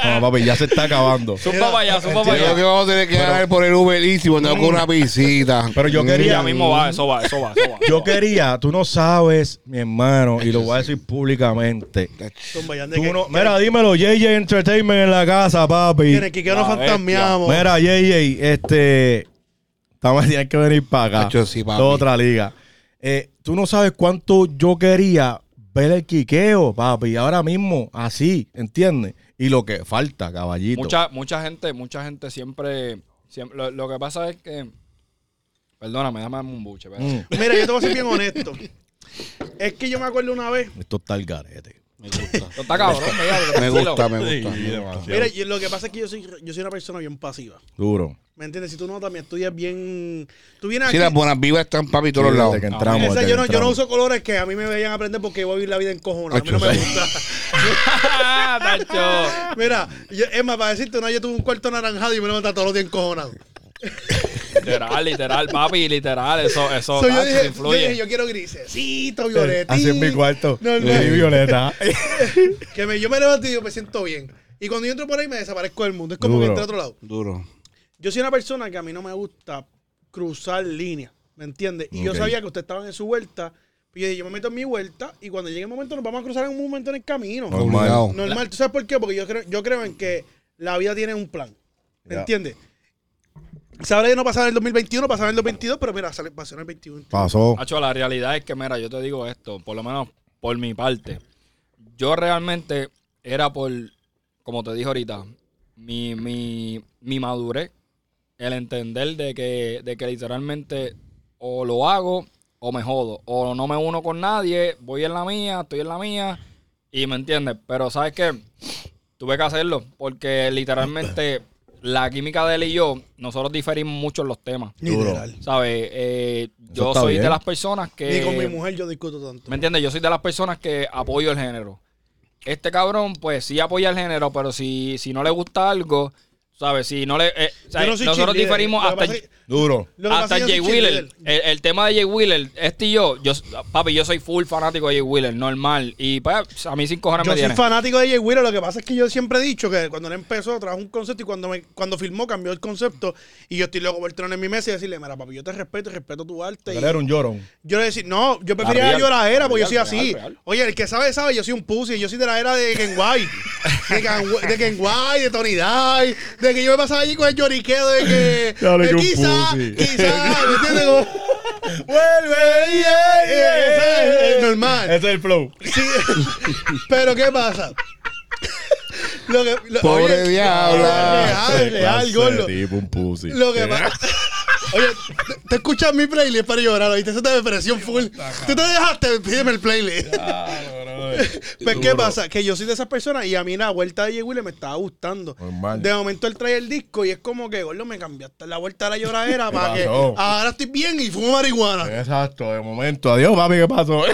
Toma, papi, ya se está acabando. Zumba para allá, zumba para Creo que allá. vamos a tener que ganar por el Uber Eats y mandamos con una visita. Mm. Pero yo quería- Ya mismo va, eso va, eso va, eso va. Yo quería, tú no sabes, mi hermano, y lo voy a decir públicamente. Zumba, Yandel. Tú que- no- mira, dímelo, JJ Entertainment en la casa, papi. Tiene que que nos La bestia. fantasmeamos. Mira, JJ, este. Estamos tienes que venir para acá. Nacho, sí, papi. Esto es otra liga. Eh, tú no sabes cuánto yo quería ver el quiqueo, papi. Ahora mismo, así, ¿entiendes? Y lo que falta, caballito. Mucha, mucha gente, mucha gente siempre. siempre lo, lo que pasa es que. Perdóname, dame un buche. espérate. Mm, Mira, yo te voy a ser bien honesto. Es que yo me acuerdo una vez. esto está el garete. Esto Está cabrón, pégalo, Me tranquilo. gusta, me gusta. me gusta. Mira, yo- lo que pasa es que yo soy, yo soy una persona bien pasiva. Duro. ¿Me entiendes? Si tú no también estudias bien. Tú vienes Sí, aquí. las buenas vivas están papi todos los Desde lados. que entramos, Esa, desde yo, no, que yo no entramos. uso colores que a mí me vayan a aprender porque voy a vivir la vida en cojones. A mí no Ocho, me sí. gusta. Ah, Tacho. Mira, yo, es más, para decirte una, vez yo tuve un cuarto naranjado y me levantaba todos los días encojonado. Literal, literal, papi, literal. Eso, eso, So, yo, tacho, dije, yo influye. dije, yo quiero grisecito, violetito. Eh, Así es mi cuarto. No, no. Y violeta. Que me, yo me levanto y yo me siento bien. Y cuando yo entro por ahí me desaparezco del mundo. Es como Duro. que entré a otro lado. Duro. Yo soy una persona que a mí no me gusta cruzar líneas, ¿me entiendes? Y yo Ok. sabía que ustedes estaban en su vuelta. Y yo dije, yo me meto en mi vuelta y cuando llegue el momento nos vamos a cruzar en un momento en el camino. Normal. Obligado. Normal, ¿tú sabes por qué? Porque yo creo, yo creo en que la vida tiene un plan. ¿Me Ya. entiendes? Sabrá que no pasará en el 2021, pasará en el 2022, pero mira, sale, pasó en el 21. Pasó. Hacho, la realidad es que, mira, yo te digo esto, por lo menos por mi parte. Yo realmente era por, como te dije ahorita, mi, mi, mi madurez, el entender de que, de que literalmente o lo hago o me jodo, o no me uno con nadie, voy en la mía, estoy en la mía, y me entiendes, pero ¿sabes qué? Tuve que hacerlo, porque literalmente la química de él y yo, nosotros diferimos mucho en los temas. Duro. Literal. ¿Sabes? Eh, yo está soy de bien. las personas que. Ni con mi mujer yo discuto tanto. ¿Me entiendes? Yo soy de las personas que apoyo el género. Este cabrón, pues sí apoya el género, pero si, si no le gusta algo, ¿sabes? Si no le. eh, ¿sabes? Yo no soy Nosotros cheerleader. diferimos Lo que hasta. pasa es que- Duro. lo que pasa Hasta es que Jay yo soy Wheeler, cheerleader. el, el tema de Jay Wheeler, este y yo, yo, papi, yo soy full fanático de Jay Wheeler, normal. Y pues a mí sin cojones Yo me soy tienen. fanático de Jay Wheeler. Lo que pasa es que yo siempre he dicho que cuando él empezó trajo un concepto y cuando, me, cuando filmó cambió el concepto. Y yo estoy loco por tener en mi mesa y decirle: Mira, papi, yo te respeto y respeto tu arte. y- Él era un llorón. Yo le decía, no, yo prefería la real, lloradera porque real, yo soy así. real, real. Oye, el que sabe, sabe, yo soy un pussy, yo soy de la era de Ken White. de, Ken, de Ken White, de Tony Dye, de que yo me pasaba allí con el lloriqueo de que Dale, eh, que un quizá, pussy. quizá, ¿me entiendes? Como- ¡Vuelve! Ese es el normal. Ese es el flow. sí. Pero ¿qué pasa? Lo que- lo- Pobre oye, diabla. Real, real, gordo. tipo, un pussy. Lo que pasa. Oye, te- te escuchas mi playlist para llorar, ¿oíste? Eso te depresión full. Tú te dejaste, pídeme el playlist. Pues, ¿qué pasa? Que yo soy de esas personas y a mí la vuelta de J. Wheeler me estaba gustando. Normal. De momento él trae el disco y es como que, gordo, me cambiaste la vuelta de la lloradera ¿Qué para que pasó? Eh. ahora estoy bien y fumo marihuana. Exacto, de momento. Adiós, papi, ¿qué pasó?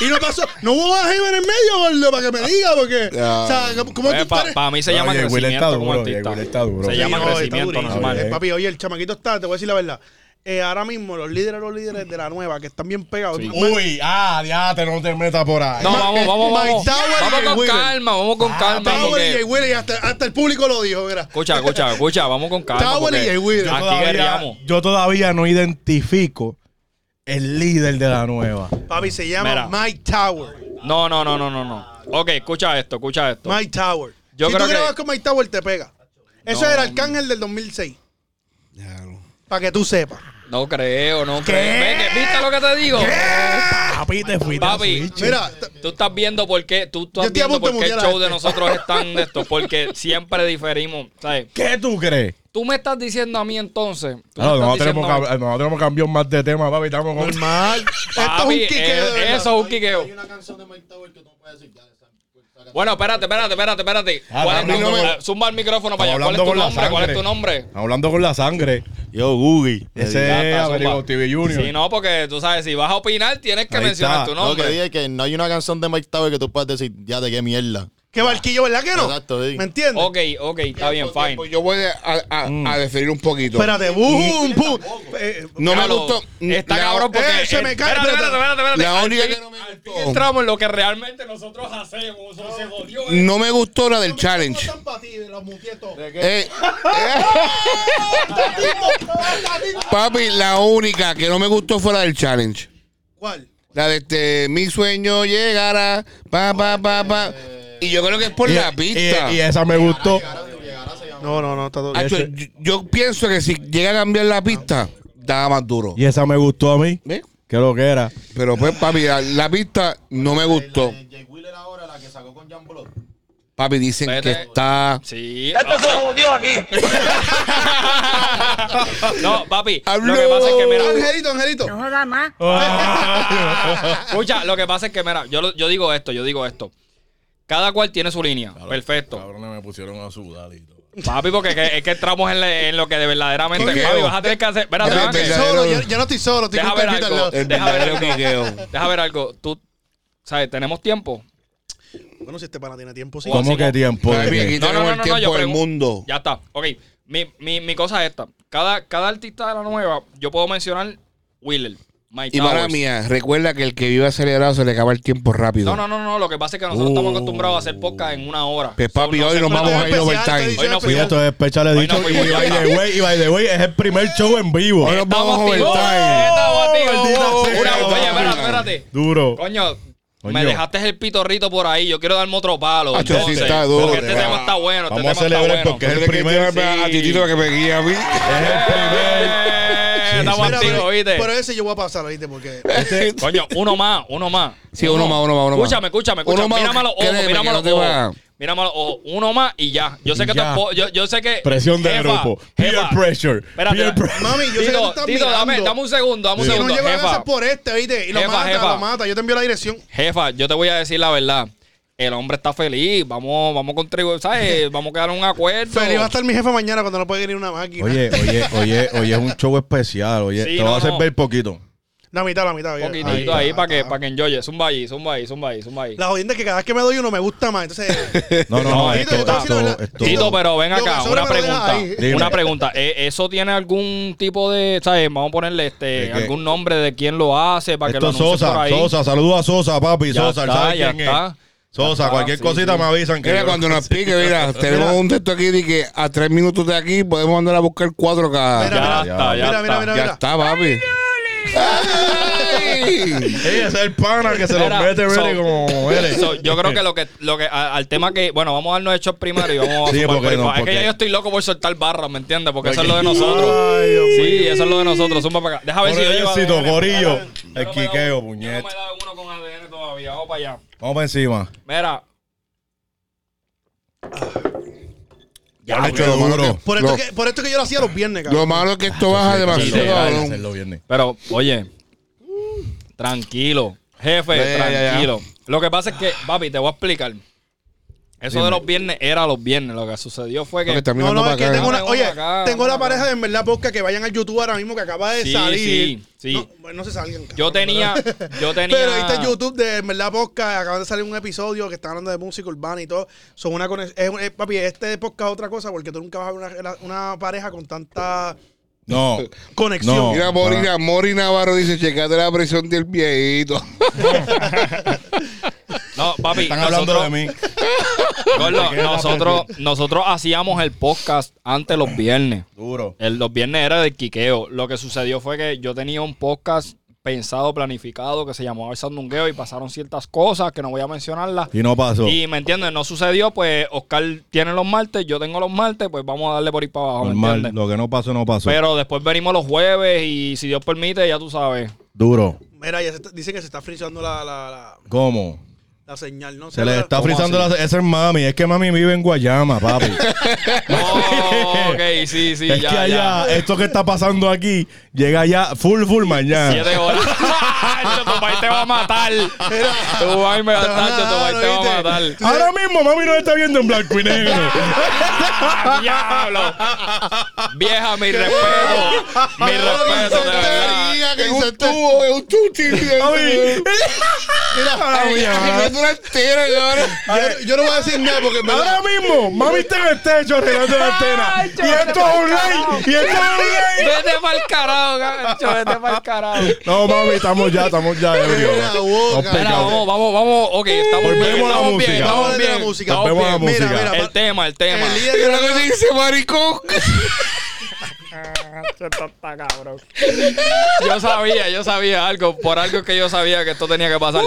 Y no pasó, no hubo más Heber en el medio, gordo, para que me diga, porque. Ya. O sea, ¿cómo- ¿cómo tú Para eres? Pues, mí se No, llama Jay Wheeler crecimiento está como duro, artista. Jay Wheeler está duro. Se Sí, llama no, está crecimiento durísimo. normal. Eh, papi, oye, el chamaquito está, te voy a decir la verdad. Eh, ahora mismo, los líderes, los líderes de la nueva, que están bien pegados. Sí. Más- Uy, ah, diate, no te metas por ahí. No, vamos, vamos, Mike vamos. Tower y Vamos Jay con Wheeler. Ah, calma, vamos con calma. Tower porque- y Jay Wheeler, y hasta, hasta el público lo dijo, mira. Escucha, escucha, escucha, vamos con calma. Tower porque y Jay Wheeler. yo, Aquí todavía, guerreamos. yo todavía no identifico el líder de la nueva. Papi, se llama Mira. Mike Tower. No, no, no, no, no, no. Ok, escucha esto, escucha esto. Mike Tower. Yo si creo tú que- grabas con Mike Tower, te pega. Eso No, era Arcángel del 2006. Para que tú sepas. No creo, no creo. Ve que- ¿Viste lo que te digo? Papi, te fuiste. Papi, Mira, t- tú estás viendo por qué, tú Yo estás estoy a viendo punto de por qué el mutear a show de este. nosotros es tan de esto, porque siempre diferimos, ¿sabes? ¿Qué tú creres? Tú me estás diciendo a mí entonces. tú me Claro, estás nosotros tenemos, diciendo a mí- cab- nosotros tenemos cambiado más de tema, papi. Estamos con. normal. Esto es un Papi, quiqueo. eh, de verdad. Eso es un quiqueo. Bueno, espérate, espérate, espérate, espérate. Ah, ¿Cuál es hablando tu- con- eh, Zumba el micrófono para allá. ¿Cuál Hablando es tu con la nombre? ¿Cuál es sangre. tu nombre? Hablando con la sangre. Yo, Googie. Ya Ese es está, Averiguo zumba. TV Junior. Sí, no, porque tú sabes, si vas a opinar, tienes que Ahí mencionar está. tu No, que nombre. dije que no hay una canción de Mike Tower que tú puedas decir, ya de qué mierda. Qué barquillo, ¿verdad que no? Exacto, sí. ¿Me entiendes? ok, ok, está bien, fine. Pues yo voy a, a, a- a definir un poquito. Espérate, boom, boom. Eh, No me Claro, gustó. Está La- cabrón porque. eh, se me cae, Espérate, espérate. espérate, espérate, espérate. La Al única fin- que no me al fin gustó. entramos en lo que realmente nosotros hacemos. O sea, se jodió esto. No me gustó la del challenge. Eh, papi, la única que no me gustó fue la del challenge. ¿Cuál? La de este, mi sueño llegará, pa, pa, pa, pa. Y yo creo que es por la pista. Y, y esa me gustó. No, no, no, está todo Acho, Ah, yo, yo pienso que si llega a cambiar la pista, da más duro. Y esa me gustó a mí. ¿Ve? Que lo que era. Pero pues, papi, la, la pista no me gustó. Jay Wheeler ahora, la que sacó con Jan Blood. Papi, dicen Vete. que está. Sí. Esto se jodió aquí. no, papi. Lo que Habló. pasa es que, mira. Angelito, Angelito. Escucha, lo que pasa es que, mira, yo, lo- yo digo esto, yo digo esto. Cada cual tiene su línea. Perfecto. me pusieron a sudar y todo. Papi, porque que- es que entramos en, la- en lo que de verdaderamente. Quiqueo. Papi, vas a tener que hacer. Espérate, Ya, Ángel. te- Estoy solo, ya, ya no estoy solo, estoy Deja con ver Carlito al algo. lado. El Deja ver verdadero algo. quiqueo. Deja ver algo. Tú, ¿sabes? ¿Tenemos tiempo? Bueno, si este pana tiene tiempo, sí. ¿Cómo que tiempo? ¿De Papi, qué? aquí No, no, tenemos no, el no, yo tiempo del pregunto. mundo. Ya está. Ok. Mi, mi, mi cosa es esta. Cada, cada artista de la nueva, yo puedo mencionar Wheeler, Mike Y para Towers. mía, recuerda que el que vive acelerado se le acaba el tiempo rápido. No, no, no, no. Lo que pasa es que nosotros estamos Uh. acostumbrados a hacer podcast en una hora. Pues, papi, no hoy se nos puede- vamos a ir Especial, overtime. Hoy no Sí, fui especial. esto es especial Hoy no edition. fui y, yo. by the way, y by the way, es el primer show en vivo. Hoy nos vamos Estamos activos. overtime. Estamos activos. Maldita sea, Una- Oye, vamos. espérate, espérate. Duro. Coño, Coño. Me dejaste el pitorrito por ahí, yo quiero darme otro palo. Ah, esto sí entonces, está duro, porque este ya. tema está bueno, este Vamos a tema está celebrar bueno. porque- Es el primer- llevarme a- a sí. Titito para que me guíe a mí. Es el primer. Eh, Sí, Estamos Mira, activos, pero, ¿viste? pero ese yo voy a pasar, ¿viste? Porque. Este Coño, uno más, uno más. Sí, uno más, uno más, uno más. Escúchame, escúchame, Uno escúchame. más, Mírame a los ojos, créeme que mírame a no los te va. ojos. Mírame a los ojos. Uno más y ya. Yo sé Y que ya. tampoco. Yo, yo sé que. Presión de grupo. Peer pressure. Espérate. Peer pressure. Mami, yo sé que tú Tito, estás Tito, dame, mirando. dame un segundo, dame un Si no segundo. llego a jefa. casa por este, ¿viste? Y lo Jefa, mata, jefa. lo mata. Yo te envío la dirección. Jefa, yo te voy a decir la verdad. El hombre está feliz. Vamos, vamos a contribuir, ¿sabes? Vamos a quedar en un acuerdo. Feliz va a estar mi jefa mañana cuando no puede venir una máquina. Oye, oye, oye, oye, es un show especial. Oye, Sí, te vas no, a hacer no. ver poquito. La mitad, la mitad. oye. poquitito ahí, está, para, que, está. para que enjoye. Zumba ahí, zumba ahí, zumba ahí, zumba ahí. La jodienda es que cada vez que me doy uno me gusta más. Entonces. No, no, No, no, Tito, esto, yo te voy decir la a esto, verdad. esto- Tito, pero ven Lo que acá, sobra una me lo dejas pregunta. ahí. Dime. Una pregunta. ¿E- ¿Eso tiene algún tipo de, sabes? Vamos a ponerle ¿De este, qué? algún nombre de quién lo hace para que lo esto es anuncie por Sosa, ahí. Sosa, saludos a Sosa, papi, Ya Sosa, él está, sabe ya quién es. está. Ya Sosa, está, cualquier sí, cosita sí. me avisan que Mira, yo- cuando nos pique, mira, tenemos un texto aquí de que a tres minutos de aquí podemos andar a buscar cuatro cada. Mira, Ya, Ya, mira, está, ya mira, mira, está. mira, mira. está, papi. ¡Ay! Ey, ese es el pana que se lo Mira, mete, so- ready como eres. So, yo creo que lo que, lo que a- al tema que, bueno, vamos a darnos hechos primero y vamos a Sí, zumbar porque por ahí. no, Es que porque- ya yo estoy loco por soltar barras, ¿me entiendes? Porque eso es lo de Ah, nosotros. Sí, eso es lo de nosotros. Zumba para acá. Deja ver Por si yo el llevo éxito, ADN. gorillo. Yo no El me he quiqueo, dado- Yo puñet. no me he dado uno con ADN todavía. Vamos para allá. Vamos para encima. Mira. Ya, macho, lo malo que- Por lo- esto, que, por esto que yo lo hacía los viernes, Lo cabrón. malo es que esto baja demasiado, legal, cabrón. Hacerlo viernes. Pero, oye, tranquilo, jefe, Ya, ya, ya, ya. tranquilo. Lo que pasa es que, papi, te voy a explicar. Eso de los viernes era los viernes. Lo que sucedió fue Porque que. está No, mirando no, es para que acá. tengo una. Dame Oye, uno acá, tengo dame la uno acá. pareja de en verdad podcast que vayan al YouTube ahora mismo que acaba de Sí, salir. sí, sí. No, bueno, no se salgan. Yo cabrón, tenía. ¿verdad? Yo tenía. Pero ahí está YouTube de en verdad podcast. Acaban de salir un episodio que está hablando de música urbana y todo. Son una conex- es un- eh, papi, este podcast es otra cosa porque tú nunca vas a ver una, una pareja con tanta No. conexión. No. Mira, Mori, Ah. Mori Navarro dice, checate la presión del viejito. No, papi. Están hablando de nosotros- mí. Gordo, nosotros, nosotros hacíamos el podcast antes los viernes. Duro. El, los viernes era del quiqueo. Lo que sucedió fue que yo tenía un podcast pensado, planificado, que se llamaba El Sandungueo y pasaron ciertas cosas que no voy a mencionarlas. Y no pasó. Y me entiendes, no sucedió, pues Oscar tiene los martes, yo tengo los martes, pues vamos a darle por ir para abajo, ¿me Normal, entiendes? lo que no pasó, no pasó. Pero después venimos los jueves y si Dios permite, ya tú sabes. Duro. Mira, ya se está- dicen que se está frizando la, la, la, ¿Cómo? la señal, ¿no? Se le está ¿Cómo frizando así? la... Esa es mami. Es que mami vive en Guayama, papi. Oh, ok, sí, sí, es ya, que ya. allá, esto que está pasando aquí, llega allá full, full mañana. Siete horas. Nacho, tu país te va a matar. Tu país me va a Nacho, tu país te va a matar. Ahora mismo mami nos está viendo en blanco y negro. ¡Diablo! Vieja, mi respeto. Mi respeto, de verdad. Es un tubo, es un tubo chillante. Mira, Es una entera, cabrón. Yo, yo no voy a decir nada porque en verdad- Ahora mismo, mami está en el techo arreglando la antena. Y esto es online. Y esto es online. Vete pa'l carajo, gancho. Vete pa'l carajo. No, mami, estamos ya, estamos ya. ebrio. Mira, boca. Nos Mira, picamos. vamos, vamos, vamos. Ok, estamos Volvemos bien, a la estamos bien, música. Vamos a hablar estamos de la bien. música. Volvemos a Mira, la música. mira, El pa- tema, el tema. el líder de Mira la- lo que dice, maricón. Yo sabía, yo sabía algo. Por algo que yo sabía que esto tenía que pasar.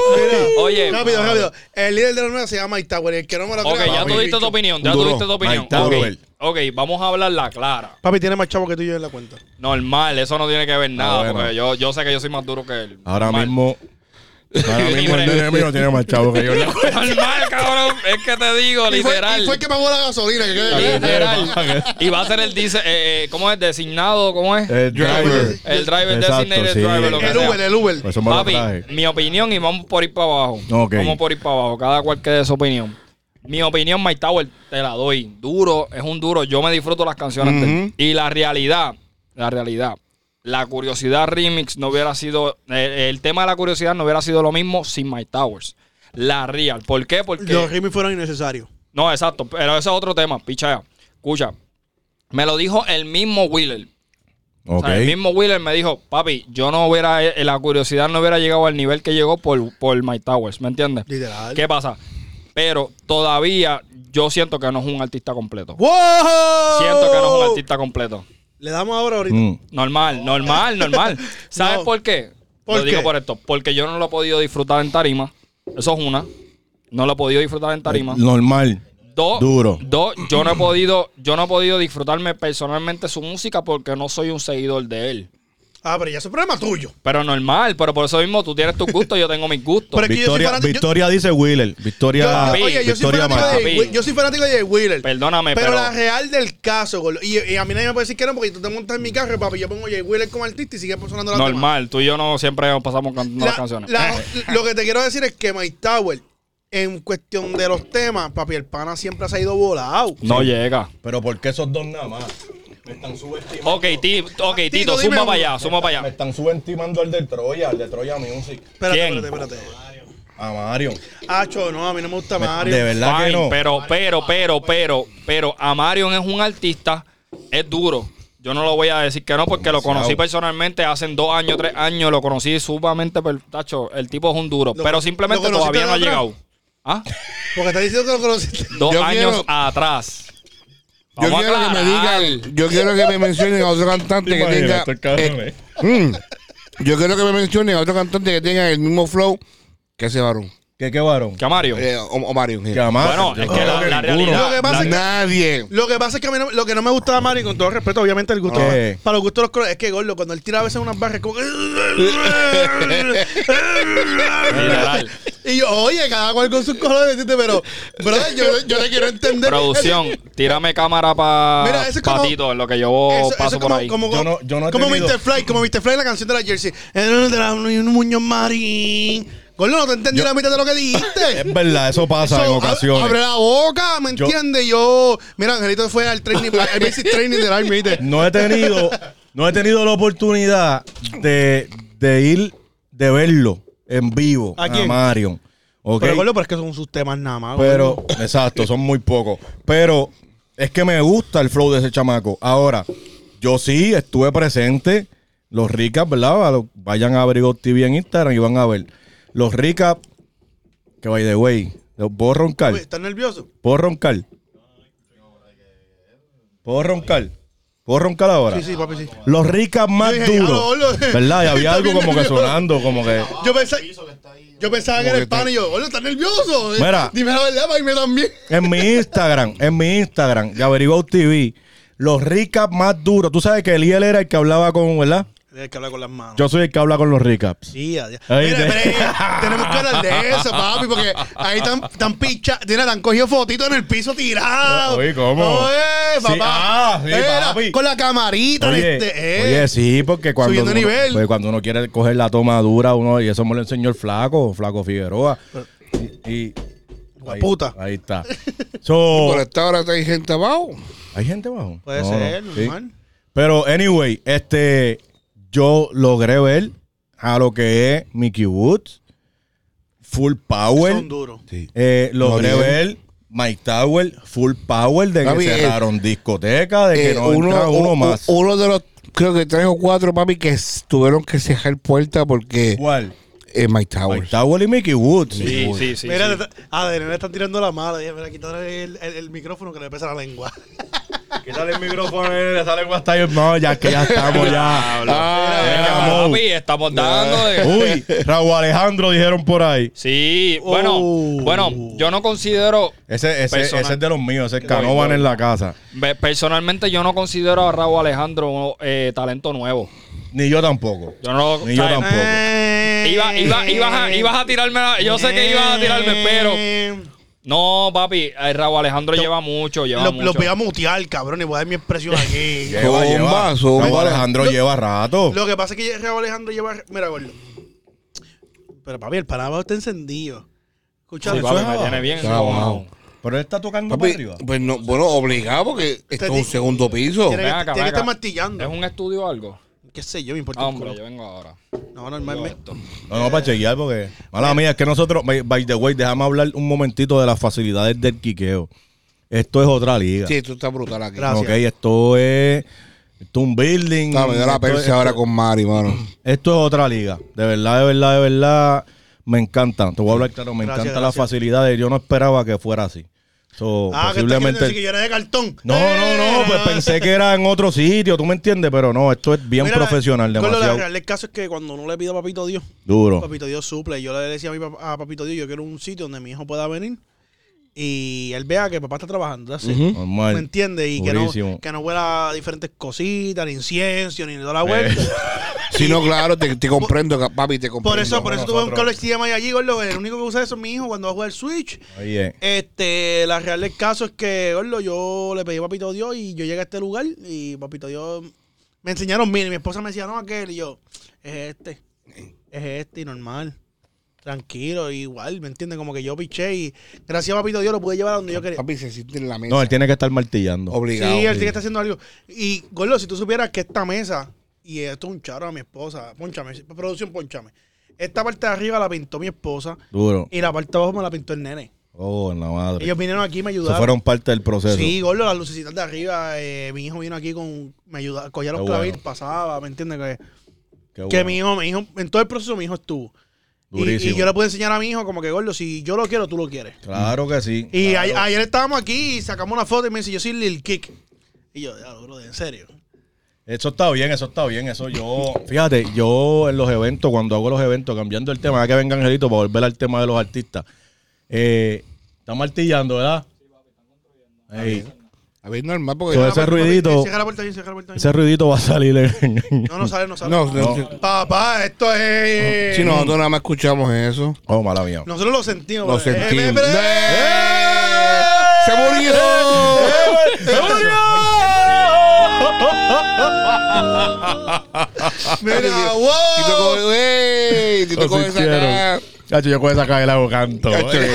Oye. Rápido, rápido. El líder de la nueva se llama Mike Tower. El que no me lo Ok, crea, ya papi, tú diste tu bicho. opinión. Ya Duro. tuviste tu opinión. Ahí está, Ok, Robert. Ok, vamos a hablarla clara. Papi tiene más chavo que tú y yo en la cuenta. Normal, eso no tiene que ver nada, Ah, bueno. porque yo, yo sé que yo soy más duro que él. Ahora Normal. mismo. Ahora mismo el nene mío tiene más chavo que yo. Normal, cabrón. Es que te digo, Y fue, literal. y fue el que pagó la gasolina. Que quede claro. Literal. Y va a ser el dice, eh, eh, ¿cómo es? Designado, ¿cómo es? El driver. El driver, Exacto, designated sí. driver, lo que el sea. Uber, el Uber. Por Pues eso me lo Papi, traje. mi opinión y vamos por ir para abajo. Ok. Vamos por ir para abajo. Cada cual que dé su opinión. Mi opinión, Mike Tower, te la doy. Duro, es un duro. Yo me disfruto las canciones. de él. Y la realidad, la realidad. La curiosidad remix no hubiera sido. El, el tema de la curiosidad no hubiera sido lo mismo sin Mike Towers. La real. ¿Por qué? Porque. Los remix fueron innecesarios. No, exacto. Pero ese es otro tema. Pichea. Escucha. Me lo dijo el mismo Wheeler. O Ok. sea, el mismo Wheeler me dijo, papi, yo no hubiera, eh, la curiosidad no hubiera llegado al nivel que llegó por, por Mike Towers, ¿me entiendes? Literal. ¿Qué pasa? Pero todavía yo siento que no es un artista completo. ¡Wow! Siento que no es un artista completo. Le damos ahora ahorita. Mm. Normal, normal, normal. ¿Sabes No. por qué? ¿Por lo digo qué? por esto. Porque yo no lo he podido disfrutar en tarima. Eso es una. No lo he podido disfrutar en tarima. Normal. Dos, Duro. dos, yo no he podido, yo no he podido disfrutarme personalmente su música porque no soy un seguidor de él. Ah, pero ya es un problema tuyo. Pero normal, pero por eso mismo tú tienes tus gustos, yo tengo mis gustos. Pero es que yo soy Victoria, fanático- yo- Victoria dice Wheeler. Victoria, Yo- oye, yo soy, Victoria fanático Martínez. de, Martí. Will- yo soy fanático de Jay Wheeler. Perdóname, pero, pero- la real del caso, gordo, y, y a mí nadie me puede decir que no, porque tú te montas en mi carro, papi, yo pongo Jay Wheeler como artista y sigue sonando la normal, tú y yo no siempre nos pasamos cantando las canciones. Eh. la- lo que te quiero decir es que Mike Tower, en cuestión de los temas, papi, el pana siempre se ha ido volado. no llega. Pero ¿por qué esos dos nada más? Me están subestimando. Ok, ti- ok, Tito, Tito, dime suma uno. para allá, suma para Me allá. están subestimando al de Troya, al de Troya Music. Espérate, ¿Quién? espérate, espérate. A Mario. Acho, no, a mí no me gusta Me- Mario. de verdad que Fine, no. Pero, pero, pero, pero, pero, a Marion es un artista, es duro. Yo no lo voy a decir que no, porque lo conocí personalmente hace dos años, tres años, lo conocí sumamente, per- tacho, el tipo es un duro, Lo- pero simplemente ¿lo conociste todavía no ha de atrás? llegado. ¿Ah? Porque estás diciendo que lo conociste. Dos Yo años quiero- atrás. Yo Vamos a quiero que me aclarar. digan, yo quiero que me mencionen a otro cantante que tenga. eh, mm, yo quiero que me mencionen a otro cantante que tenga el mismo flow que ese varón. ¿Qué, qué varón? Que a Marion. Eh, o, o Mario. eh. Que a Mario. ah, Bueno, es Yo que creo la, la ninguno. realidad. Lo que pasa es Nadie. Lo que pasa es que a mí no- lo que no me gusta de Mario, y con todo respeto, obviamente, el gusto. Ok. Para los gustos de los colores, es que Gordo, cuando él tira a veces unas barras, es como. que- Literal. y yo, oye, cada cual con sus colores, ¿viste? pero. brother, yo, yo le quiero entender. Producción, tírame cámara para Mira, eso es como- Patito, en lo que yo Eso- eso paso es por ahí. como, Yo Como, no- yo no he como tenido- Mr. Fly, como Mr. Fly, la canción de la Jersey. Un Muñoz Marín. Gordo, no te entendí la mitad de lo que dijiste. Es verdad, eso pasa So, en ab- ocasiones. Abre la boca, ¿me Yo- entiendes? Yo, mira, Angelito fue al training, al basic training del Army, ¿viste? no he tenido no he tenido la oportunidad de, de ir de verlo en vivo ¿A a, quién? Marion ¿ok? Pero, gordo, pero es que son sus temas nada más. Pero, gordo. exacto, son muy pocos. Pero es que me gusta el flow de ese chamaco. Ahora, yo sí estuve presente. Los ricas, ¿verdad? A lo- Vayan a Abrigo TV en Instagram y van a ver. Los ricas, que by the way, los puedo roncar. Uy, ¿Estás nervioso? Puedo roncar. Puedo roncar. Puedo roncar ahora. Sí, sí, papi, sí. Los ricas más Yo dije, duros. "Diablo, boludo". ¿Verdad? Y había Está algo bien como que nervioso. sonando, como que. Yo pensaba, yo pensaba que era el pan y yo, gordo, ¿estás nervioso? Eh, Mira. Dime la verdad, para irme también. En mi Instagram, en mi Instagram, de Averiguado TV, los ricas más duros. Tú sabes que Eliel era el que hablaba con, ¿verdad? Tienes que hablar con las manos. Yo soy el que habla con los recaps. Sí, adiós. Ahí Mira, te- mira, eh, tenemos que hablar de eso, papi, porque ahí están, están picha, tienen, han cogido fotitos en el piso tirados. Oye, ¿cómo? Oye, Sí, papá. ah, sí, Mira, papi. Con la camarita, Oye, este, eh. oye, sí, porque cuando Subiendo uno, nivel. porque cuando uno quiere coger la toma dura, uno, y eso me lo enseñó el flaco, flaco Figueroa. Y, y- ahí, Guaputa. ahí está. So, Por esta hora hay gente abajo. ¿Hay gente bajo? Puede No, ser, no, sí. normal. Pero, anyway, este, yo logré ver a lo que es Mickey Woods, Full Power. Son duros. Eh, logré Gabriel. ver Mike Tower, Full Power, de que Papi, eh, cerraron discoteca, de que Eh, no entra uno u- más. uno de los, creo que tres o cuatro, papi, que s- tuvieron que cerrar puerta porque ¿Cuál? eh, Mike Towers. Mike Tower y Mickey Woods. Sí, sí, sí. mira, sí. le está- a Daniel le están tirando la mala. Dije, Mira, quítale el, el- el micrófono que le pesa la lengua. Quítale el micrófono, eh, le sale hasta ahí. No, ya que ya estamos ya. Ah, eh. Mira, Mira, Mou. papi, estamos dando. de- Uh. Uy, Raúl Alejandro dijeron por ahí. Sí, bueno, Oh. bueno, yo no considero, Ese, ese, Personal. ese es de los míos, ese es Canovan en la casa. ve- personalmente yo no considero a Raúl Alejandro eh, talento nuevo. Ni yo tampoco. Yo no, Ni yo o sea, tampoco. Eh, Iba, iba, ibas a, ibas a tirarme, la- yo sé que ibas a tirarme, pero Eh, no, papi, eh, Raúl Alejandro lleva mucho, lleva Lo, mucho. lo voy a mutear, cabrón, y voy a dar mi expresión aquí. Lleva, lleva. Zumba, zumba. Raúl Alejandro lleva rato. Lo que pasa es que Raúl Alejandro lleva. Mira, gordo. Pero papi, el panaba está encendido. Escucha, Sí, eso papi, es me abajo. tiene bien. Claro, encojonado. wow. Pero él está tocando para Papi, arriba. pues no, bueno, obligado porque esto es un segundo piso. Tiene, que- Ven tiene acá, ven que estar acá. martillando. ¿Es un estudio o algo? Qué sé yo, me importa. Ah, un hombre, culo. yo vengo ahora. No, normalmente. Ah, No, no, para chequear, porque. Mala mía, es que nosotros. by- By the way, déjame hablar un momentito de las facilidades del quiqueo. Esto es otra liga. Sí, esto está brutal aquí. Gracias. Ok, esto es. Esto es un building. No, me dio la esto es- persia ahora con Mari, mano. Esto es otra liga. De verdad, de verdad, de verdad. Me encanta. Te voy a hablar claro. Me Gracias, encantan las gracias. facilidades. Yo no esperaba que fuera así. So, Ah, que te posiblemente. decir que yo Eh, era de cartón. No, no, no, pues pensé que era en otro sitio, tú me entiendes, pero no, esto es bien Mira, profesional, con lo de la demasiado real, el caso es que cuando uno le pide a Papito Dios, duro. Papito Dios suple. Yo le decía a, mi papá, a Papito Dios, yo quiero un sitio donde mi hijo pueda venir y él vea que papá está trabajando. así. Normal. ¿Me entiendes? Y que no, Durísimo. que no huela a diferentes cositas, ni incienso, ni toda la vuelta. Si no, claro, te, te comprendo, ca- papi, te comprendo. por eso, por eso tuve un nosotros. cable HDMI allí, gordo. El único que usa eso es mi hijo cuando va a jugar Switch. Ahí es. Este, la real del caso es que, gordo, yo le pedí a Papito Dios y yo llegué a este lugar y Papito Dios me enseñaron mil y mi esposa me decía, no, aquel, y yo, es este, es este y normal. Tranquilo, igual, ¿me entiendes? Como que yo piché y gracias a Papito Dios lo pude llevar a donde yo quería. Papi, se siente en la mesa. No, él tiene que estar martillando. Sí, Obligado. él tiene que estar haciendo algo. Y, Gordo, si tú supieras que esta mesa, y esto es un charo a mi esposa, ponchame, producción, ponchame. Esta parte de arriba la pintó mi esposa Duro. y la parte de abajo me la pintó el nene. Oh, en la madre. Ellos vinieron aquí y me Eso ayudaron. fueron parte del proceso. Sí, gordo, las lucecitas de arriba. eh, mi hijo vino aquí con. Me ayudaba, cogía los Qué clavitos, bueno. pasaba, ¿me entiendes? Que, Qué bueno. que mi hijo, mi hijo, en todo el proceso mi hijo estuvo. Y- Y, Durísimo. yo le pude enseñar a mi hijo, como que, gordo, si yo lo quiero, tú lo quieres. Claro que sí. Y a- ayer estábamos aquí y sacamos una foto y me dice, yo soy Lil Kick. Y yo, ya, bro, en serio. Eso está bien, eso está bien. Eso yo. Fíjate, yo en los eventos, cuando hago los eventos, cambiando el tema, ya que venga Angelito para volver al tema de los artistas. Eh, está martillando, ¿verdad? Ey, A ver, normal, porque. Todo ese ruidito, Cierra la puerta ahí, cierra la puerta ahí. ese ruidito va a salir en- No, no sale, no sale. No, no, si- Papá, esto es. si nosotros nada más escuchamos eso. Oh, mala mía. Nosotros lo sentimos. Lo bro. sentimos. Eh, eh, eh. ¡Se murió! ¡Se murió! Mira, Tito- wow. Tito con- ¡Ey! Tito con esa cara. Cacho, yo con esa cae la canto. Cacho, eh.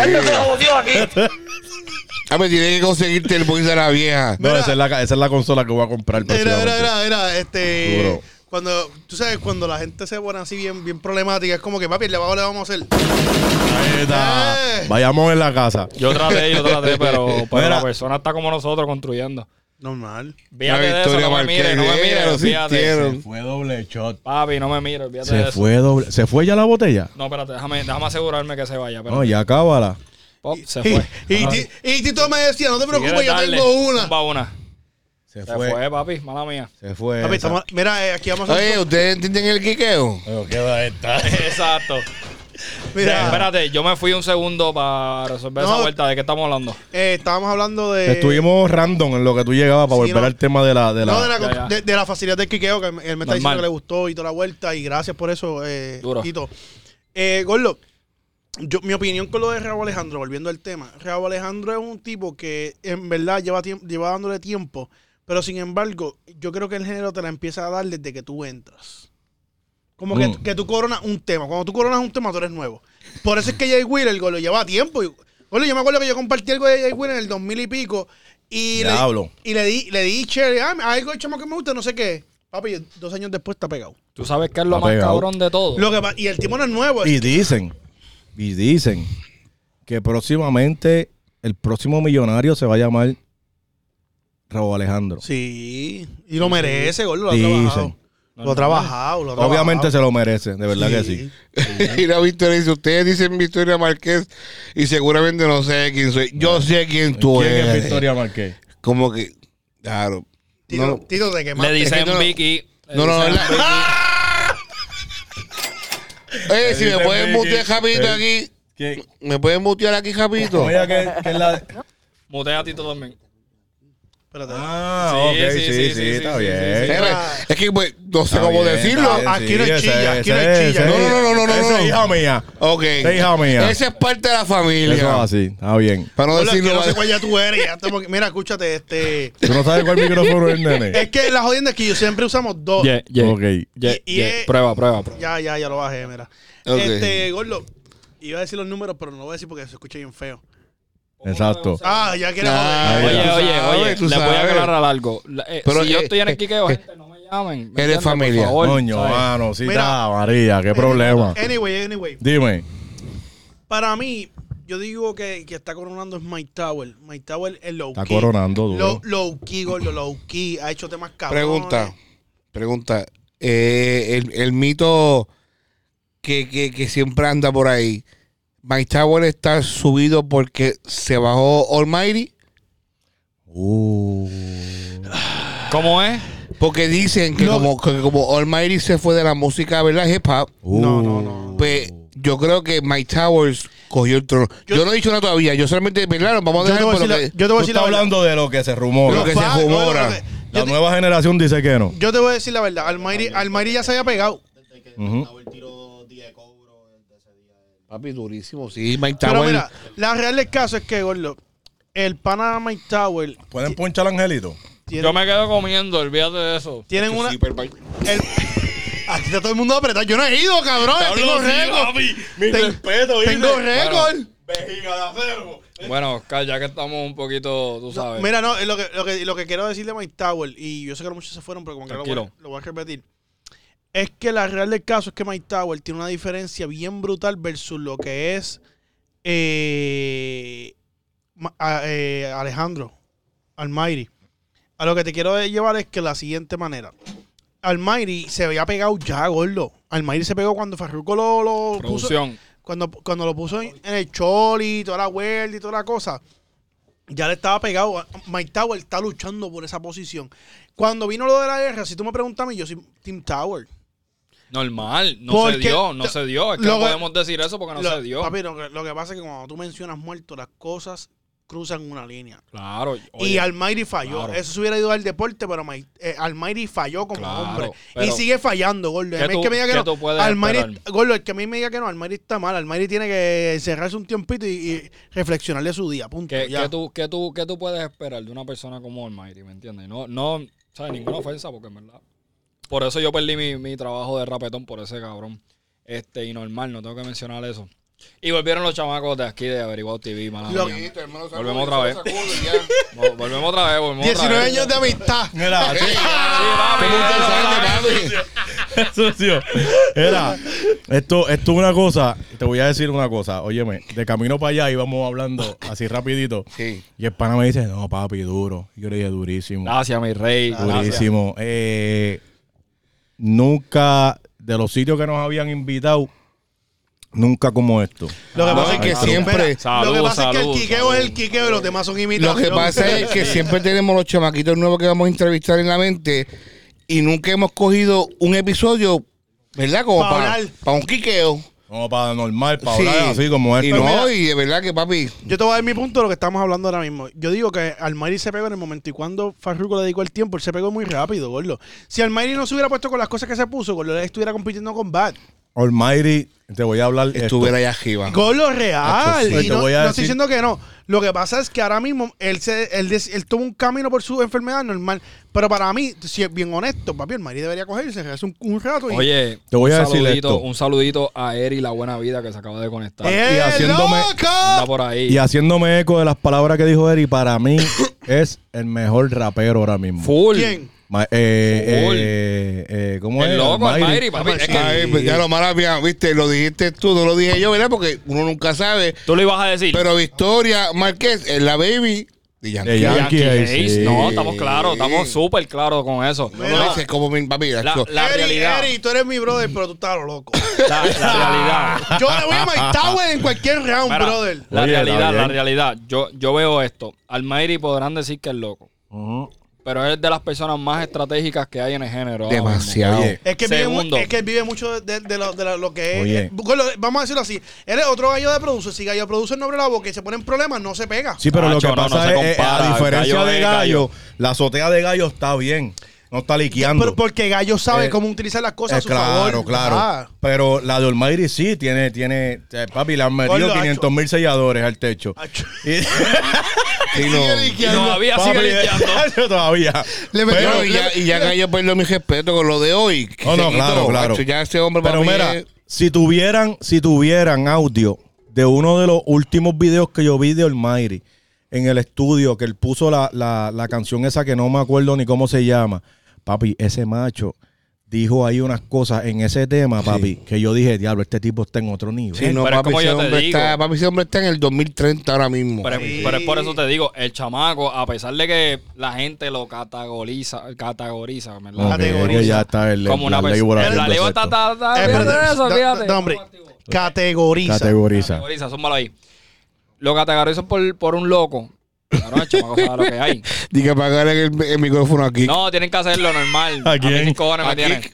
Ah, me tiene que conseguirte el boys de la vieja. No, esa es, la, esa es la consola que voy a comprar. Era, próximamente. era, era, era, este. Duro. Cuando, tú sabes, cuando la gente se pone así bien, bien problemática, es como que, papi, el de abajo le vamos a hacer. Ahí está. Eh. Vayamos en la casa. Yo traté, yo traté, pero, pero Mira. la persona está como nosotros construyendo. Normal. La Fíjate de eso, no me mires, no me Marqués, mires, lo fíjate. sintieron. Fue doble shot. Papi, no me mires, fíjate de Se eso. fue doble. ¿Se fue ya la botella? No, espérate, déjame, déjame asegurarme que se vaya. espérate. No, ya acábala. Pop, se Y, fue. y Ti- y Tito me decía, no te preocupes, ¿Quieres yo darle? tengo una. Zumba una. Se Se fue. papi, mala mía. Se fue. Papi, esa. estamos- mira, eh, aquí vamos a Oye, ¿ustedes entienden el quiqueo? Pero queda esta. Eh. Exacto. Mira, Espérate, yo me fui un segundo para resolver No. esa vuelta. ¿De qué estamos hablando? eh, estábamos hablando de. Estuvimos random en lo que tú llegabas para Sí, volver no. al tema de la. De la... no, de la, Ya, ya. de- de la facilidad del quiqueo, que él me está diciendo Normal. que le gustó y toda la vuelta, y gracias por eso, eh, Duro. Tito. Eh, Gordo, yo, mi opinión con lo de Raúl Alejandro, volviendo al tema. Raúl Alejandro es un tipo que en verdad lleva, tiemp- lleva dándole tiempo, pero sin embargo, yo creo que el género te la empieza a dar desde que tú entras. Como que, Mm. que tú coronas un tema. Cuando tú coronas un tema, tú eres nuevo. Por eso es que Jay Wheeler, Gordo, lleva tiempo. Y- Gordo, yo me acuerdo que yo compartí algo de Jay Wheeler en el 2000 y pico. Y le, Diablo. y le di, le di chévere, ah, algo de chamo que me gusta, no sé qué. Papi, dos años después está pegado. Tú sabes que es lo Ha más pegado. cabrón de todo. Lo que pa- y el tipo no es nuevo. Y dicen, y dicen que próximamente el próximo millonario se va a llamar Raúl Alejandro. Sí, y lo merece, gordo, lo ha Dicen. trabajado. Lo ha trabajado, lo ha Obviamente trabajado. se lo merece, de verdad que sí. y la Victoria dice, ustedes dicen Victoria Márquez y seguramente no sé quién soy. Yo sé quién tú ¿Quién eres. es Victoria Marqués? Como que, claro. Tito, No, Tito te quemaste. Le dicen Es que no- Vicky. le no, no, no, dicen la- Vicky. Oye, si me dicen pueden Vicky. mutear rapidito aquí. ¿Quién? ¿Me pueden mutear aquí rapidito? Oye, que, que es la... Mutea a Tito también. Espérate. Ah, Sí, ok, sí, sí, sí, sí, sí, está sí, sí, bien. sí. Espera, Es que pues, no sé Está cómo bien, decirlo. está bien, Aquí no hay ese- chilla, aquí no hay ese- chilla. ese- No, no, no, no, no, ese no. es hija mía. Ok. Esa es hija mía. Esa es parte de la familia. Eso es así, está bien. Para no Gordo, es que decirlo. no sé mal. cuál ya tú eres. ya estamos aquí. Mira, escúchate, este. Tú no sabes cuál micrófono es, Es nene. que la jodienda es que yo siempre usamos dos. Yeah, yeah, Ok. yeah, Y- y yeah. es- Prueba, prueba, prueba. Ya, ya, ya lo bajé, mira. Ok. Este, gordo, iba a decir los números, pero no lo voy a decir porque se escucha bien feo. Exacto. Ah, ya que Ah, era Ahí Oye, está. oye, Tú sabes, oye, tú les voy a sabes. aclarar algo. La- eh, Pero, si yo eh, estoy en eh, el quiqueo, gente, no me llamen. ¿me eres entiendes? Por familia. favor, Coño, ah. ¿sabes? mano, sí, Mira. Eh, está, María, qué Anyway, problema. Anyway, anyway. Dime. Para mí, yo digo que, que está coronando es Mike Tower. Mike Tower es low Está key. coronando duro. Low, low key, gordo, low key. Ha hecho temas cabrones. Pregunta, pregunta. Eh, el, el mito que, que, que siempre anda por ahí. Mike Tower está subido porque se bajó Almighty. ¿Cómo es? Porque dicen que, No. como, que como Almighty se fue de la música, ¿verdad? Hip hop. No, Uh. no, no. Pues yo creo que Mike Towers cogió el trono. Yo, Yo- no he dicho nada todavía. Yo solamente, ¿verdad? Nos Yo Vamos a te dejar voy a por decir lo la- que. yo te Tú voy a decir estás la verdad. hablando de lo que se rumora. Lo que se Fa- no, no, no, rumora. no, no. La Yo te- nueva generación dice que no. Yo te voy a decir la verdad. Almighty, Almighty ya se había pegado. Papi, durísimo. Sí, Mike Pero Towers. mira, la real del caso es que, Gordo, el Panama Mike Tower ¿Pueden ponchar al angelito? tiene, Yo me quedo comiendo, olvídate de eso. tienen una. el- Aquí está todo el mundo apretado. Yo no he ido, cabrón. Tengo récord. Mi Ten- respeto, tengo récord. Vejiga de acero. Bueno, Oscar, ya que estamos un poquito, tú sabes. Mira, no, es lo que, lo, que, lo que quiero decir de Mike Tower, y yo sé que no muchos se fueron, pero como que lo voy, a- Tranquilo. lo voy a repetir, es que la real del caso es que Mike Tower tiene una diferencia bien brutal versus lo que es eh, Ma- a- eh, Alejandro Almighty. A lo que te quiero llevar es que la siguiente manera. Almighty se había pegado ya, gordo. Almighty se pegó cuando Farruko lo, lo puso producción. cuando, cuando lo puso en, en el Choli, toda la vuelta y toda la cosa, ya le estaba pegado. Mike Tower está luchando por esa posición. Cuando vino lo de la guerra, si tú me preguntas a mí, yo soy Team Tower. Normal, no Porque- se dio, no se dio. Es que lo no que- podemos decir eso porque no lo, se dio. Papi, lo que, lo que pasa es que cuando tú mencionas muerto, las cosas cruzan una línea. Claro. y oye, Almighty falló. claro. Eso se hubiera ido al deporte, pero Mike- eh, Almighty falló como Claro, hombre. Y pero- sigue fallando, Gordo. ¿Qué A mí el tú- que me diga que qué no, tú puedes Almighty- esperar? Gordo, el que a mí me diga que no, Almighty está mal. Almighty tiene que cerrarse un tiempito y, y reflexionarle su día. Punto. ¿Qué, ya. qué tú, qué tú, qué tú puedes esperar de una persona como Almighty, me entiendes? No, no, ¿sabes? Ninguna ofensa, porque en verdad. Por eso yo perdí mi, mi trabajo de rapetón por ese cabrón. Este, y normal, no tengo que mencionar eso. Y volvieron los chamacos de aquí de Averiguado TV, mala Lo- mía. Listo, hermano, sacudo, Volvemos otra vez. sacudo, ya. Vol- Volvemos otra vez, volvemos otra 19 vez. años de amistad. Mira, sí. Sí, papi, Sucio. Era, esto, esto es una cosa, te voy a decir una cosa, óyeme, de camino para allá íbamos hablando así rapidito Sí. y el pana me dice, no papi, duro, Y yo le dije durísimo, Ah, Gracias, mi rey. Gracias. durísimo, Eh, nunca, de los sitios que nos habían invitado, nunca como esto. Lo que Ah, pasa es que que siempre- espera, lo que Salud, pasa es que salud, el quiqueo salud. es el quiqueo y los demás son Lo imitados. que pasa es que siempre tenemos los chamaquitos nuevos que vamos a entrevistar en la mente y nunca hemos cogido un episodio, ¿verdad? Como Pa' para hablar. un quiqueo. Como para normal, para Sí. hablar así como esto. Y no, y de verdad que papi, Yo te voy a dar mi punto de lo que estamos hablando ahora mismo. Yo digo que Almighty se pegó en el momento y cuando Farruko le dedicó el tiempo, él se pegó muy rápido, gordo. Si Almighty no se hubiera puesto con las cosas que se puso, gordo, él estuviera compitiendo con Bad. Almighty, te voy a hablar esto. estuviera allá arriba. Gordo real. Esto sí. Y Te no, voy a no estoy decir- diciendo que no. Lo que pasa es que ahora mismo él, se, él, des- él tuvo un camino por su enfermedad normal. Pero para mí, si es bien honesto, papi, Almighty debería cogerse, hace un, un rato y... Oye, Te voy a un decir saludito, esto. Un saludito a Eri La Buena Vida que se acaba de conectar. ¡Eh, y haciéndome- loco! Anda por ahí. Y haciéndome eco de las palabras que dijo Eri, para mí es el mejor rapero ahora mismo. Full. ¿Quién? Ma- eh, eh, Full. eh, ¿Cómo El es? loco, Almighty. Almighty, papi. Es que Ay, pues ya lo mala mía, viste, lo dijiste tú, no lo dije yo, ¿verdad? Porque uno nunca sabe. tú lo ibas a decir. Pero Victoria Márquez es la baby de Yankee. De Yankee. Yankee Ace, Ace, sí. No, estamos claros, estamos súper claros con eso. No lo dices como mi papi. La, yo- la Eri, realidad. Eri, tú eres mi brother, pero tú estás a lo loco. La, la realidad. Yo le voy a Mike Tower en cualquier round, Mira, brother. La Oye, está realidad, bien. la realidad. Yo, yo veo esto. Almighty podrán decir que es loco. Ujú. Pero es de las personas más estratégicas que hay en el género. ahora mismo. demasiado. Oye, Es que, vive, mu- Segundo. es que vive mucho de, de lo, de la- lo que es. Oye. eh, bueno, vamos a decirlo así. Él es otro gallo de producer. Si gallo producer no abre la boca y se pone en problemas, no se pega. Sí, pero lo Nacho, no, que no se pasa es, eh, compara, a diferencia gallo de es gallo, gallo. la azotea de gallo está bien. No está liqueando. Pero porque gallo sabe Eh, cómo utilizar las cosas Eh, a su claro, favor. claro. Ah. Pero la de Almighty sí tiene, tiene, eh, papi, le han metido Gordo, 500 mil selladores al techo. Ah, Ach- Y- Sí, no. Y todavía sigue Papi, limpiando. yo todavía. Le Pero- metieron- y ya, y ya Gallo perdió mi respeto con lo de hoy. Oh, que No, se no, quitó, claro, claro. macho, ya ese hombre Pero papi, mira, eh, es- si tuvieran, si tuvieran audio de uno de los últimos videos que yo vi de Almighty en el estudio, que él puso la, la- la canción esa que no me acuerdo ni cómo se llama. Papi, ese macho dijo ahí unas cosas en ese tema, papi, que yo dije, diablo, este tipo está en otro nivel. Sí, no, pero es papi, como ese yo te hombre digo. está, papi, ese hombre está en el 2030 ahora mismo. Pero, Sí. pero es por eso te digo, el chamaco, a pesar de que la gente lo categoriza, categoriza, ¿verdad? Ok, Categoriza. ya está el, Como la una ley persona. voladora La haciendo ley va esto. ta- ta- Eh, ta- olvídate espérate, de eso, da- olvídate. da- hombre. Categoriza. Categoriza. Categoriza, zúmbalo ahí. Lo categorizan por, por un loco. Cabrón, el chamaco sabe lo que hay. Dije que apagar el, el micrófono aquí. No, tienen que hacerlo normal. ¿A ¿A, quién? mí sin cojones me Aquí. tienen.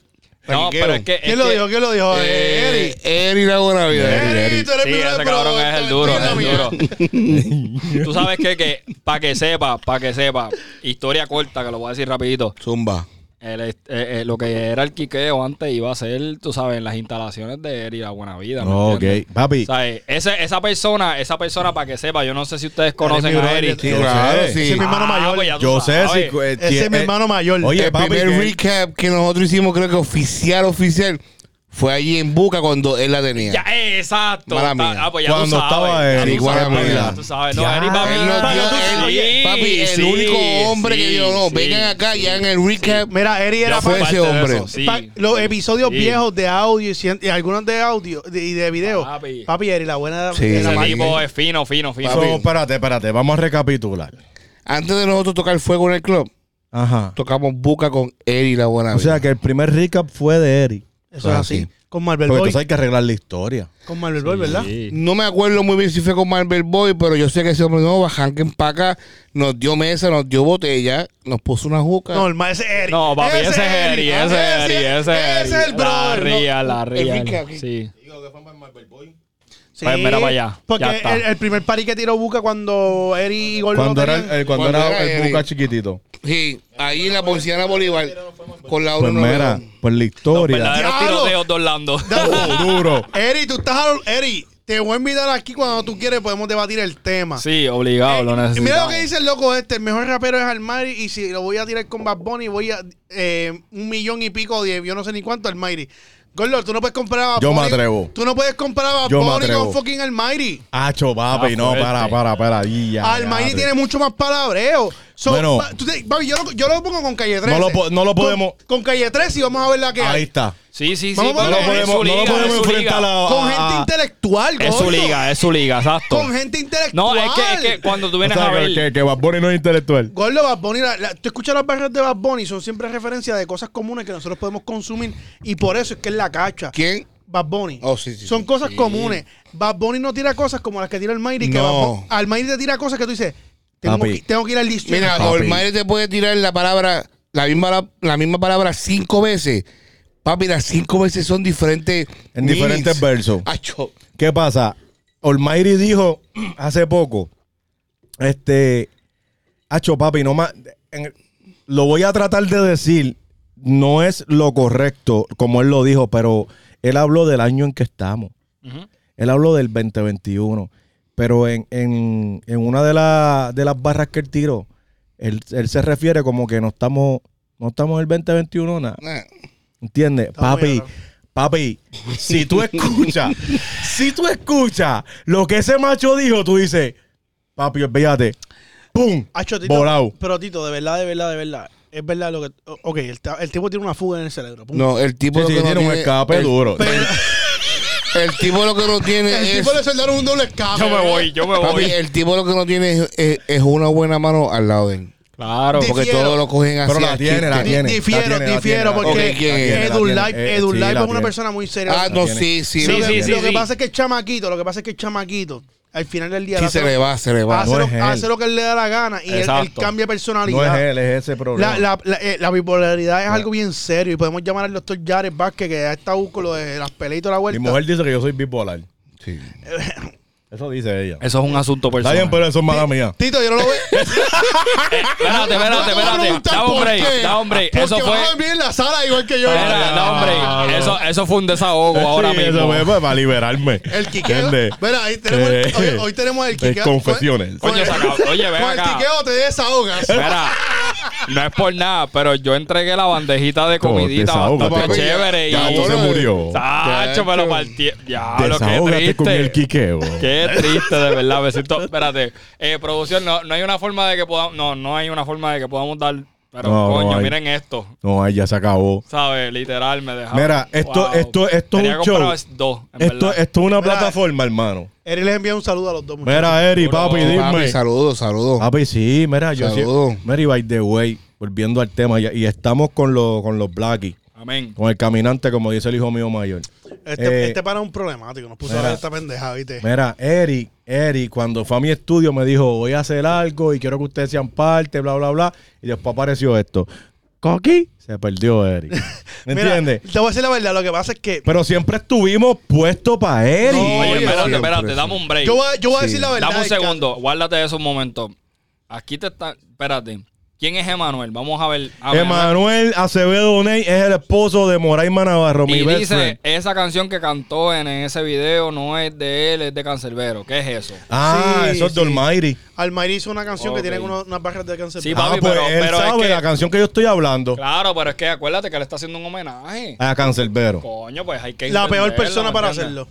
No, pero es que... es ¿Quién lo que- dijo? ¿Quién lo dijo? Eh, Eric. Eri la buena vida. Eric, tú eres Sí, mi ese brother, cabrón es el duro, es entiendo, mi- el duro. Tú sabes que, que para que sepa, para que sepa, historia corta, que lo voy a decir rapidito. Zumba. El, est- eh, eh, lo que era el quiqueo antes iba a ser, tú sabes, en las instalaciones de Eri la Buena Vida. ¿me Ok, entiendes? papi. ¿Sabes? Ese- esa persona, esa persona, para que sepa, yo no sé si ustedes Eres conocen mi a brother, Eri. Ah, pues Sí, Yo claro, sé. sí. Ese es mi hermano mayor. Yo sé si. eh, Ese es mi eh, hermano mayor. Oye, el papi, primer que- recap que nosotros hicimos, creo que oficial, oficial, fue allí en Buca cuando él la tenía. Ya, eh, exacto. Mala Está- mía. ah, pues ya tú Cuando sabes, estaba ya tú Eri, sabes, mala papi, mía. ya tú sabes. No, Eri, papi, Él nos dio, papi, él- sí, papi, el sí, único hombre que dijo, no, sí. vengan acá y hagan el recap. Mira, Eri era Yo fue fui ese parte de hombre. eso, sí. Pa- los episodios Sí. viejos de audio y, cien- y algunos de audio de- y de video. Papi. Papi, Eri, la buena Sí. de la Ese Papi. tipo es fino, fino, fino. So, espérate, espérate. Vamos a recapitular. Antes de nosotros tocar fuego en el club, Ajá. tocamos Buca con Eri la buena vida. O sea que el primer recap fue de Eric. Eso es Ah, así. Con Marvel Ah, Porque Boy. entonces hay que arreglar la historia. Con Marvel Boy, ¿verdad? No me acuerdo muy bien si fue con Marvel Boy, pero yo sé que ese hombre no, bajan que empaca, nos dio mesa, nos dio botella, nos puso una juca. No, el ma- ese es Eri. No, papi, ese es Eri, ese es Eri, ese es Ese es el Eri. Ah, La brother. ¿no? ría, la ría. Enrique, aquí. Sí. Sí, Pues mira para allá, Porque ya está. el, el primer party que tiró Buca cuando Eri y Gordo Cuando no era, tenían- el- cuando Cuando era era el Eric. Buca chiquitito. Sí, ahí en la Ponciana Bolívar, con la Pues uno mira, pues la historia. Verdaderos Diablo. tiroteos de Orlando. Oh, duro. Eri, tú estás al- Eri, te voy a invitar aquí cuando tú quieres podemos debatir el tema. Uh, Sí, obligado, lo Y Mira lo necesitamos. que dice el loco este, el mejor rapero es Almighty y si lo voy a tirar con Bad Bunny voy a eh, un millón y pico de yo no sé ni cuánto Almighty. Gordo, tú no puedes comprar a Bad Yo me Bunny- atrevo. Tú no puedes comprar a Bad Yo me Bunny atrevo. con fucking Almighty. Acho, papi, Ah, no, fuerte. para, para, para. Y ya, Almighty ya, tiene mucho más palabreo. So, Bueno. pa- tú te- papi, yo, lo, yo lo pongo con Calle 13. No lo po- no lo Con- podemos- Con, Calle 13 y vamos a ver la que Ahí hay. está. ah, Sí, sí, sí. Vamos, porque No lo Es su es podemos, su no lo liga, podemos es su liga. enfrentar a, Con a- gente a- intelectual, Es su gordo. liga, es su liga, exacto. Con gente intelectual. No, es que, es que cuando tú vienes o sea, a ver... que, que, que Bad Bunny no es intelectual. Gordo Bad Bunny, la- la- tú escuchas las barras de Bad Bunny, son siempre referencias de cosas comunes que nosotros podemos consumir y por eso es que es la cacha. ¿Quién? Bad Bunny. Oh, sí, sí, son sí. cosas Sí. comunes. Bad Bunny no tira cosas como las que tira el Mayri. Que No. Bad Bunny- al Mayri te tira cosas que tú dices, tengo, que, Papi. tengo que ir al diccionario. Mira, Papi. Olmaire te puede tirar la palabra, la misma, la, misma palabra cinco veces. Papi, las cinco veces son diferentes. En diferentes versos. Acho. ¿Qué pasa? Almighty dijo hace poco, este, Acho papi, no más, en- lo voy a tratar de decir, no es lo correcto, como él lo dijo, pero él habló del año en que estamos. Él habló del 2021, pero en, en- en una de, la- de las barras que él tiró, él, él se refiere como que no estamos, no estamos en el 2021, nada. Nah. ¿Entiendes? Está muy Papi, cabrón. papi, si tú escuchas, si tú escuchas lo que ese macho dijo, tú dices, papi, olvídate. ¡Pum! Acho, Tito, Volado. Ah, Pero Tito, de verdad, de verdad, de verdad. Es verdad lo que. o- Ok, el, ta- el tipo tiene una fuga en el cerebro. punto. No, el tipo Sí, lo sí, que no tiene un tiene- escape el, duro. Pero el tipo lo que no tiene Eh, el es. tipo le soldaron un doble escape. Yo me voy, yo me Papi, voy. el tipo lo que no tiene es, es- es una buena mano al lado de él. Claro. Difiero. Porque todos lo cogen así. Pero la al tiene, la chiste. tiene. la Difiero, tiene, la difiero, tiene, la porque tiene, la tiene, la Edu tiene. Live, Eh, Edu sí, Live la es una tiene. persona muy seria. Ah, no, tiene. sí, sí. lo la que, tiene. lo que sí. pasa es que es chamaquito, lo que pasa es que es chamaquito. Al final del día Sí, él hace se le lo- va, se le va. hace, No lo, es él. hace lo que él le da la gana y él- él, Exacto. cambia No personalidad. es él, es ese problema. La, la, la, eh, la bipolaridad es algo bien serio y podemos llamar al doctor Jared Vázquez que ya está busco lo de las peleitas a la Mi vuelta. mujer dice que yo soy bipolar. Sí. Eso dice ella. Eso es un asunto Está personal. bien, pero eso es mala mía. Tito, yo no lo veo. Espérate, espérate, Te voy a espérate. preguntar Da por hombre, qué. da hombre. Porque Eso vas fue... a dormir en la sala igual que yo. Espera, no, hombre. Eso, eso fue un desahogo ahora Sí, eso mismo. fue pues, para liberarme. El quiqueo. ¿Entiendes? Mira, ahí tenemos el- Eh, hoy, hoy tenemos el eh, quiqueo. confesiones. Con- Coño, se acabó. Oye, ven con el acá. quiqueo te desahogas. Espera, no es por nada, pero yo entregué la bandejita de Como comidita desahogo, bastante papi. chévere. Ya, y... Esto se murió. Sacho, me lo partí. Diablo, qué Desahógate Ah, triste. con el quiqueo. Qué triste, de verdad. Me siento. Espérate. Eh, producción, no, no hay una forma de que podamos. No, no hay una forma de que podamos dar. Pero, No, no coño, hay. miren esto. No, ahí ya se acabó. ¿Sabes? Literal, me Ah, dejaron. Mira, esto- esto- esto es Tenía un que comprar show. es dos, en Esto, verdad. esto es una Mira. plataforma, hermano. Eri les envía un saludo a los dos muchachos. Mira, Eri, Duro. papi, Papi, dime. Ah. saludos, saludos. Papi, sí, mira, yo sí. Saludos. Mira, y by the way, volviendo al tema, y, y estamos con, los con los Blackie. Amén. Con el caminante, como dice el hijo mío mayor. Este, Eh, este para un problemático, nos puso a mira. ver esta pendeja, ¿viste? Mira, Eric, Eric, cuando fue a mi estudio me dijo, voy a hacer algo y quiero que ustedes sean parte, bla, bla, bla. Y después apareció esto. Coqui se perdió, Eric. ¿Me Mira, entiendes? Te voy a decir la verdad, lo que pasa es que. Pero siempre estuvimos puestos para Eric. No, Oye, oye, espérate, siempre, espérate, siempre. dame un break. Yo voy, a- yo voy a decir la verdad. Dame un es que- segundo, guárdate eso un momento. Aquí te está. Espérate. ¿Quién es Emanuel? Vamos a ver. Ah, a ver, Emanuel Acevedo Ney es el esposo de Moraima Navarro, mi Y best dice, friend. esa canción que cantó en ese video no es de él, es de Cancelbero. ¿Qué es eso? Ah, Sí, eso es de sí. Almighty. Almighty hizo una canción Ok. que tiene uno- unas barras de cáncer. Sí, Ah, papi, ah, pues pero- él pero es sabe que- la canción que yo estoy hablando. Claro, pero es que acuérdate que le está haciendo un homenaje. A Cancerbero. Coño, pues hay que la peor entenderlo, persona ¿me para entiendes? hacerlo.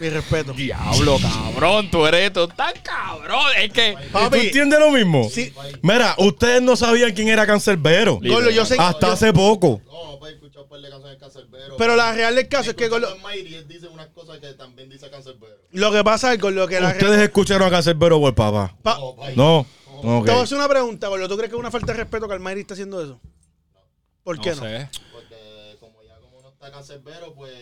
Mi respeto. Diablo, cabrón, tú eres tú tan cabrón. Es que. ¿Tú Papi, entiendes lo mismo? Sí. Mira, ustedes no sabían quién era Cancerbero. Gordo, yo sé. Hasta yo- hace poco. No, pues he escuchado un par de canciones de Cancerbero. pero la real del caso es que Escuchando Gordo- a Mayri, él dice unas cosas que también dice Cancerbero. lo que pasa es con lo que la Ustedes escucharon a Cancerbero por papá. pa- No, papi. No. no, ok. Te voy a hacer una pregunta, Gordo. ¿Tú crees que es una falta de respeto que Almighty está haciendo eso? ¿Por qué no? sé. Porque como ya como no está Cancerbero, pues...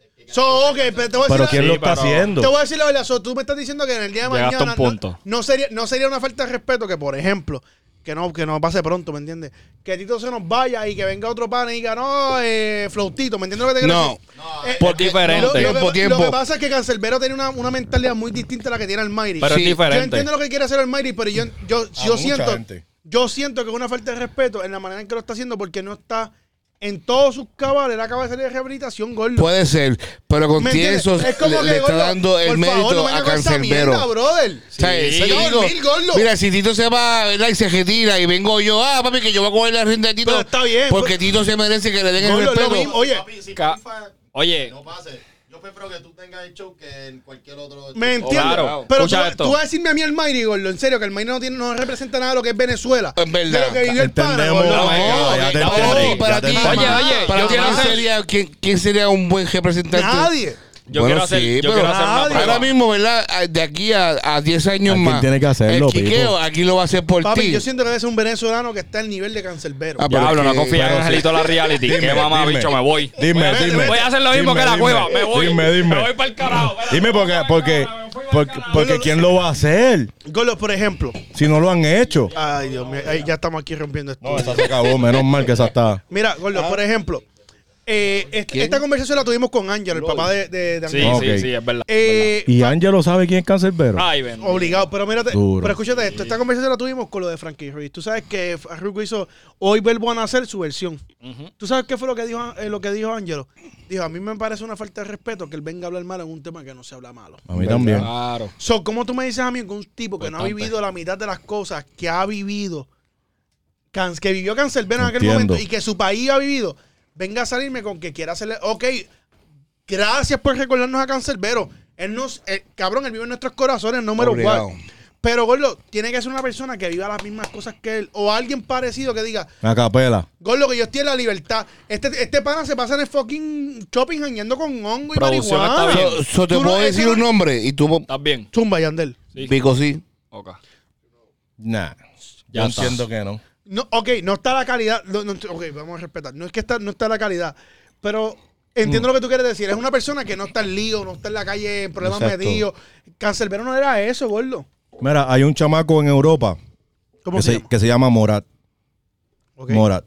es que- So, ok, pero te voy a decir Pero la- ¿quién lo está pero- haciendo? Te voy a decir la verdad, so, tú me estás diciendo que en el día de Llegaste mañana a un no- punto. No, sería, no sería una falta de respeto que, por ejemplo, que no, que no pase pronto, ¿me entiendes? Que Tito se nos vaya y que venga otro pan y diga, no, eh, Flautito, ¿me entiendes lo que te quiero No. decir? Eh, Por eh, diferente. lo- Lo, que- Tiempo, lo tiempo. que pasa es que Cancelbero tiene una, una mentalidad muy distinta a la que tiene Almighty. Pero Sí, es yo yo diferente. entiendo lo que quiere hacer Almighty, pero yo, yo, A yo mucha siento gente. yo siento que es una falta de respeto en la manera en que lo está haciendo porque no está en todos sus cabales. Él acaba de salir de rehabilitación, gordo. Puede ser, pero con ¿Me entiendes? eso Es como le, que, le está gordo, dando el por favor, mérito no venga a con esa mierda, Cancelbero. brother. O sea, Sí. se lo Yo digo, dormí, gordo. mira, si Tito se va ¿verdad? y se retira y vengo yo, ah, papi, que yo voy a coger la rienda de Tito. Pero está bien, Porque pues- Tito se merece que le den Gordo, el es lo respeto. mismo. Oye, Papi, si Ca- FIFA, Oye, no pase. Yo prefiero que tú tengas el show que en cualquier otro... ¿Me show. entiendes? Claro. Pero Escucha tú, esto. tú vas a decirme a mí el Mayri, gordo, en serio, que el Mayri no, tiene, no representa nada de lo que es Venezuela. Es verdad. De lo que vivió el pana, Entendemos. gordo. Oh my God, ya te no, entendí, para ya te ti, entendí. Oye, oye, para yo ti, quiero ¿quién, hacer- sería, quién, quién sería un buen representante? Nadie. yo Bueno, quiero hacer, sí, yo pero- quiero hacer una Nadie. prueba. Ahora mismo, ¿verdad? A- De aquí a, a 10 años Alguien más. tiene que hacerlo, El quiqueo, Pipo. aquí lo va a hacer por Papi, ti. yo siento que debe ser un venezolano que está al nivel de cancerbero. Ah, Diablo, no porque- confía en pero Angelito la reality. Dime, Qué mamá, dime. bicho, me voy. Dime, voy a, dime. Voy a hacer lo mismo Dime, que la dime. cueva. Me voy. Dime, dime. Me voy para el carajo. espérate, Dime porque, me voy porque, pa'l carajo, me voy pa'l porque, carajo. porque quién lo va a hacer Gordo, por ejemplo. si no lo han hecho. Ay, Dios mío, ay, ya estamos aquí rompiendo esto. No, esa se acabó, menos mal que esa está. Mira, Gordo, Ah. por ejemplo, eh, est- ¿Quién? esta conversación la tuvimos con Ángel, el papá de, de, de Sí, Ángel. Ok. sí, sí, es verdad. Eh, Y Ángelo sabe quién es Cancerbero. Ay, ven. Obligado, pero mírate, Duro. pero escúchate esto, esta conversación la tuvimos con lo de Frankie Ruiz. Tú sabes que Ruiz hizo hoy vuelvo a nacer su versión. ¿Tú sabes qué fue lo que dijo eh, lo que dijo Ángelo? Dijo, a mí me parece una falta de respeto que él venga a hablar mal en un tema que no se habla malo. A mí también. Claro. So, ¿cómo tú me dices a mí que un tipo que Pues no ha Bastante. vivido la mitad de las cosas que ha vivido, can- que vivió Cancelbero en aquel Entiendo. momento y que su país ha vivido, venga a salirme con que quiera hacerle, ok, gracias por recordarnos a Cancelbero. Él nos, eh, cabrón, él vive en nuestros corazones, número Obligado. cual. Pero, Gordo, tiene que ser una persona que viva las mismas cosas que él o alguien parecido que diga, A capela. Gordo, que yo estoy en la libertad. Este, este pana se pasa en el fucking shopping jangueando con hongo y Producción está marihuana. bien. So- so te Tú no- puedo eso decir no- un nombre y tú, ¿Estás bien? Zumba, Yandel. Sí. Pico, sí. Ok. Nah. Ya yo está. entiendo que no. No, ok, no está la calidad. no- no- ok, vamos a respetar. No es que está, no está la calidad, pero Mm. entiendo lo que tú quieres decir. Es una persona que no está en lío, no está en la calle en problemas Exacto. medidos. Cancelbero no era eso, gordo. Mira, hay un chamaco en Europa ¿Cómo que se se, llama? que se llama Morat. Ok. Morat.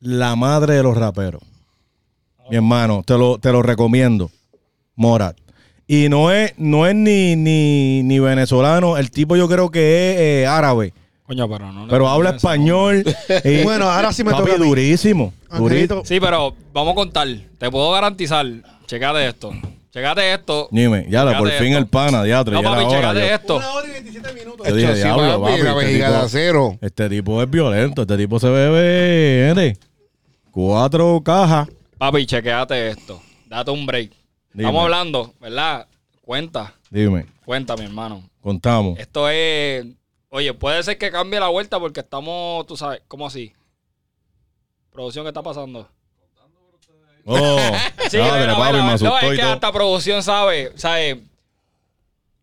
La madre de los raperos. Mi hermano, te lo, te lo recomiendo. Morat. Y no es, no es ni, ni, ni venezolano. El tipo yo creo que es eh, árabe. Coño, pero no. le- Pero habla español. y- Bueno, ahora sí me Papi, toca a mí. durísimo. Angelito. durísimo. Sí, pero vamos a contar. Te puedo garantizar. Checate esto. Checate esto. Dime, ya la, por Checate fin esto. el pana, diatre, No, ya papi, era hora. checate Yo- esto. Una hora y 27 minutos. Yo dije, Esto sí, diablo, papi, papi, la este vejiga de tipo- acero. Este tipo es violento, este tipo se bebe, ¿eh? Cuatro cajas. Papi, chequeate esto. Date un break. Dime. Estamos hablando, ¿verdad? Cuenta. Dime, Cuenta, mi hermano. contamos. Esto es. Oye, puede ser que cambie la vuelta porque estamos, tú sabes, ¿cómo así? Producción, ¿qué está pasando? Oh, madre, mira, mira, papi, me no, asustó es y que todo. hasta producción sabe, sabe.